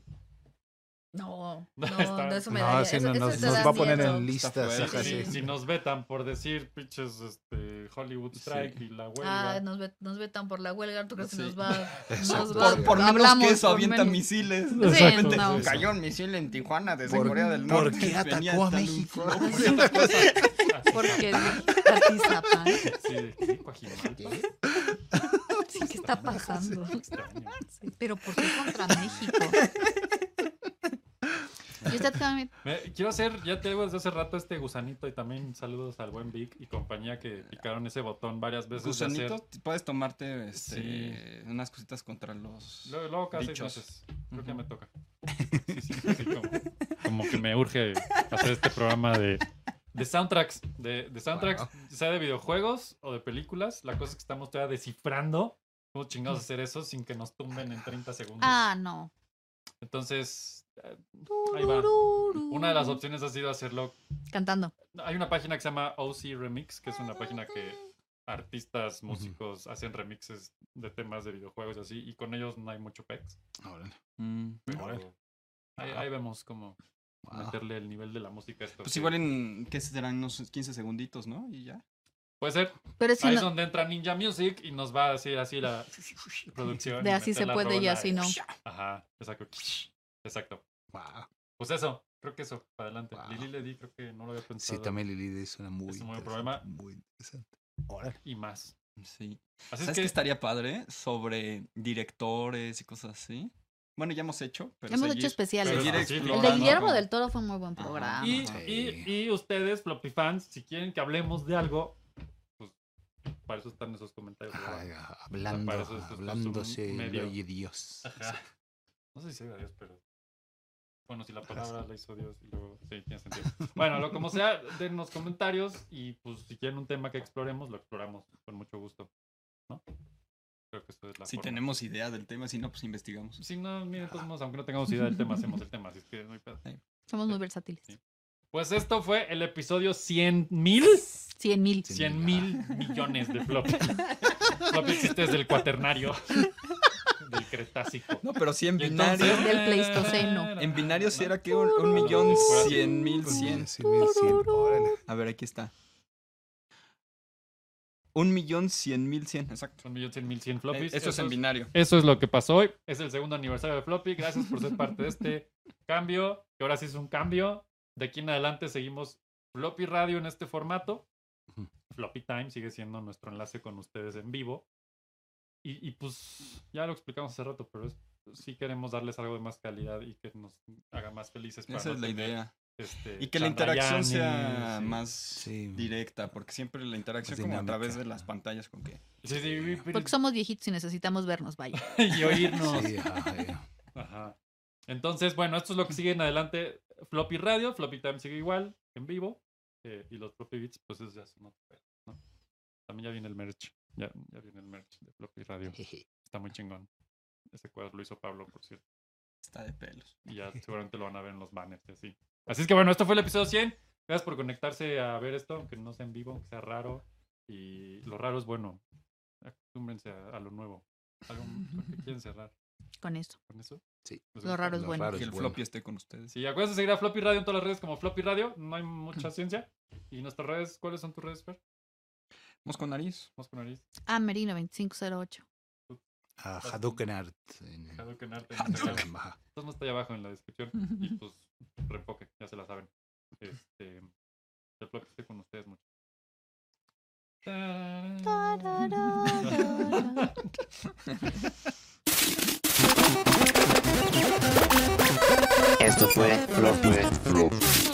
S4: No,
S5: [LAUGHS] No,
S4: no,
S5: está-
S4: no, eso me da.
S11: No, sí,
S4: eso-
S11: no,
S4: eso
S11: nos,
S4: te
S11: nos
S4: da
S11: va a poner
S4: miedo.
S11: en listas.
S8: Está
S5: Si-
S11: ajá,
S8: fuerte.
S5: si,
S11: sí.
S5: si nos vetan por decir pinches este, Hollywood Strike y la huelga.
S4: Ah, nos, ve- nos vetan por la huelga. ¿Tú crees que
S8: Sí.
S5: [LAUGHS]
S4: nos va?
S11: Exacto.
S4: Nos va
S8: Por, por menos
S4: hablamos
S8: que eso,
S4: por
S8: avientan
S4: menos.
S8: misiles.
S4: Sí,
S5: Exacto.
S4: no.
S5: Sí, sí.
S8: Cayó un misil en Tijuana desde
S11: ¿Por-
S8: Corea del
S11: por
S8: Norte.
S11: qué atacó
S8: Venía
S11: a
S8: tan-
S11: México? [LAUGHS]
S8: No, por otra cosa.
S4: Porque
S5: [LAUGHS]
S4: Atizapán.
S5: Sí, de aquí, Coajimalpa.
S4: Sí, ¿Qué está pasando?
S5: Extraño.
S4: Sí, Pero ¿por qué contra México? ¿Y usted también?
S5: [LAUGHS] Me- quiero hacer, ya te digo desde hace rato este gusanito y también saludos al buen Vic y compañía que picaron ese botón varias veces. de
S8: Gusanito,
S5: hacer-
S8: t- puedes tomarte este,
S5: Sí.
S8: unas cositas contra los.
S5: Luego, luego cada seis
S8: Dichos.
S5: meses. Creo que ya
S8: Ujú.
S5: me toca. Sí, sí, sí, como, como que me urge hacer este programa de, de soundtracks. De, de soundtracks, sea de videojuegos o de películas. La cosa es que estamos todavía descifrando cómo chingados hacer eso sin que nos tumben en 30 segundos.
S4: Ah, no.
S5: Entonces, eh, ahí va. Una de las opciones ha sido hacerlo.
S4: Cantando.
S5: Hay una página que se llama OC Remix, que es
S4: Ah,
S5: una página que artistas, músicos hacen remixes de temas de videojuegos y así, y con ellos no hay mucho pex.
S11: Órale.
S8: Mm.
S5: Pero
S11: Órale.
S5: ahí, ahí vemos cómo
S11: Wow.
S5: meterle el nivel de la música a esto.
S8: Pues
S5: que-
S8: igual en. ¿Qué serán? Unos 15 segunditos, ¿no? Y ya.
S5: Puede ser.
S4: Pero si
S5: ahí es
S4: no,
S5: donde entra Ninja Music y nos va a decir así
S4: [LAUGHS]
S5: la producción.
S4: de
S5: y
S4: así
S5: meter
S4: se
S5: la
S4: puede y
S5: rola
S4: así no.
S5: Ajá, exacto. Exacto.
S11: Wow.
S5: Pues eso, creo que eso, para adelante.
S11: Wow.
S5: Lili le di, creo que no lo había pensado.
S11: Sí, también Lili es una muy
S5: Es un buen
S11: interesante,
S5: programa.
S11: Muy interesante. Órale.
S5: Y más.
S8: Sí.
S5: Así es
S8: ¿Sabes
S5: que,
S8: qué estaría padre? Sobre directores y cosas así. Bueno, ya hemos hecho, pero.
S4: Hemos
S8: seguir-
S4: hecho especiales.
S8: seguir
S5: Pero así,
S4: El
S8: explorando
S4: de Guillermo
S8: como-
S4: del Toro fue un muy buen
S8: Ajá.
S4: programa.
S5: Y,
S11: Sí.
S5: y- y ustedes, Floppy fans, si quieren que hablemos de algo, pues para eso están esos comentarios.
S11: Pues
S5: ¿verdad?
S11: Ajá, ah, hablando,
S5: para eso esto es
S11: hablándose
S5: un medio.
S11: lo oye Dios.
S5: Ajá. No sé si se oiga Dios, pero. Bueno, si la palabra la hizo Dios y luego. Sí, tiene sentido. Bueno, lo como sea, denos comentarios y pues si quieren un tema que exploremos, lo exploramos con mucho gusto. ¿No? Creo que esto es la
S8: Si
S5: forma.
S8: tenemos idea del tema, si no, pues investigamos.
S5: Si no, miren, todos modos, aunque no tengamos idea del tema, hacemos el tema, así es que no hay pedo.
S4: Somos muy versátiles.
S5: Sí. Pues esto fue el episodio 100 mil.
S4: 100 mil.
S5: 100 mil millones de floppy. floppy existe desde el cuaternario. Del Cretácico.
S8: No, pero sí en
S5: Y
S8: binario.
S5: entonces-
S4: Del Pleistoceno.
S8: En binario sí era que un, un millón cien mil cien.
S11: Sí, mil cien, órale.
S8: A ver, aquí está. Un millón cien mil cien, exacto.
S5: Un millón cien mil cien
S8: Eh,
S5: floppies.
S8: Eso es en binario.
S5: Eso es lo que pasó hoy. Es el segundo aniversario de Floppy. Gracias por ser parte de este [LAUGHS] cambio. Que ahora sí es un cambio. De aquí en adelante seguimos Floppy Radio en este formato.
S11: Ujú.
S5: Floppy Time sigue siendo nuestro enlace con ustedes en vivo. Y, y, pues ya lo explicamos hace rato, pero es- sí queremos darles algo de más calidad y que nos haga más felices. para
S8: Esa
S5: no
S8: es la
S5: tener,
S8: idea.
S5: este,
S8: Y que la interacción sea
S5: Chandrayaan y-
S8: más
S11: Sí.
S8: directa, porque siempre la interacción
S11: Más
S8: como a
S11: dinámica.
S8: través de las pantallas con que...
S5: Sí, sí, sí,
S4: Porque somos viejitos y necesitamos vernos, vaya.
S5: y [LAUGHS] oírnos.
S11: Sí, ajá, ya.
S5: Ajá. Entonces, bueno, esto es lo que sigue en adelante. Floppy Radio, Floppy Time sigue igual, en vivo. eh, y los Floppy Beats, pues eso ya son otro pedo, ¿no? También ya viene el merch. Ya, ya viene el merch de Floppy Radio. Está muy chingón. Ese cuadro lo hizo Pablo, por cierto.
S8: Está de pelos.
S5: Y
S4: [LAUGHS]
S5: ya seguramente lo van a ver en los banners y así. Así es que bueno, esto fue el episodio 100. Gracias por conectarse a ver esto, aunque no sea en vivo, aunque sea raro. Y lo raro es bueno. Acostúmbrense a, a lo nuevo. ¿Algo con
S4: [LAUGHS]
S5: qué quieren cerrar?
S4: Con esto.
S5: ¿Con eso?
S11: Sí.
S5: Pues
S4: Lo
S5: eso.
S4: raro es
S11: Lo
S4: bueno.
S11: raro
S8: Que
S11: es
S8: el
S11: bueno.
S8: floppy esté con ustedes.
S5: Sí, acuérdense de seguir a Floppy Radio en todas las redes como Floppy Radio. No hay mucha ciencia. ¿Y nuestras redes? ¿Cuáles son tus redes, Fer?
S8: Vamos con nariz.
S5: Más con nariz.
S4: Ah, Merino 2508.
S11: Ah, Hadouken Art. en-
S5: Hadouken
S11: [LAUGHS]
S5: Arte. este
S11: en Instagram, ajá.
S5: Todo está allá abajo en la descripción. Y pues, reenfoque, ya se la saben. Este. El Floppy esté con ustedes mucho.
S12: Esto fue Floppy.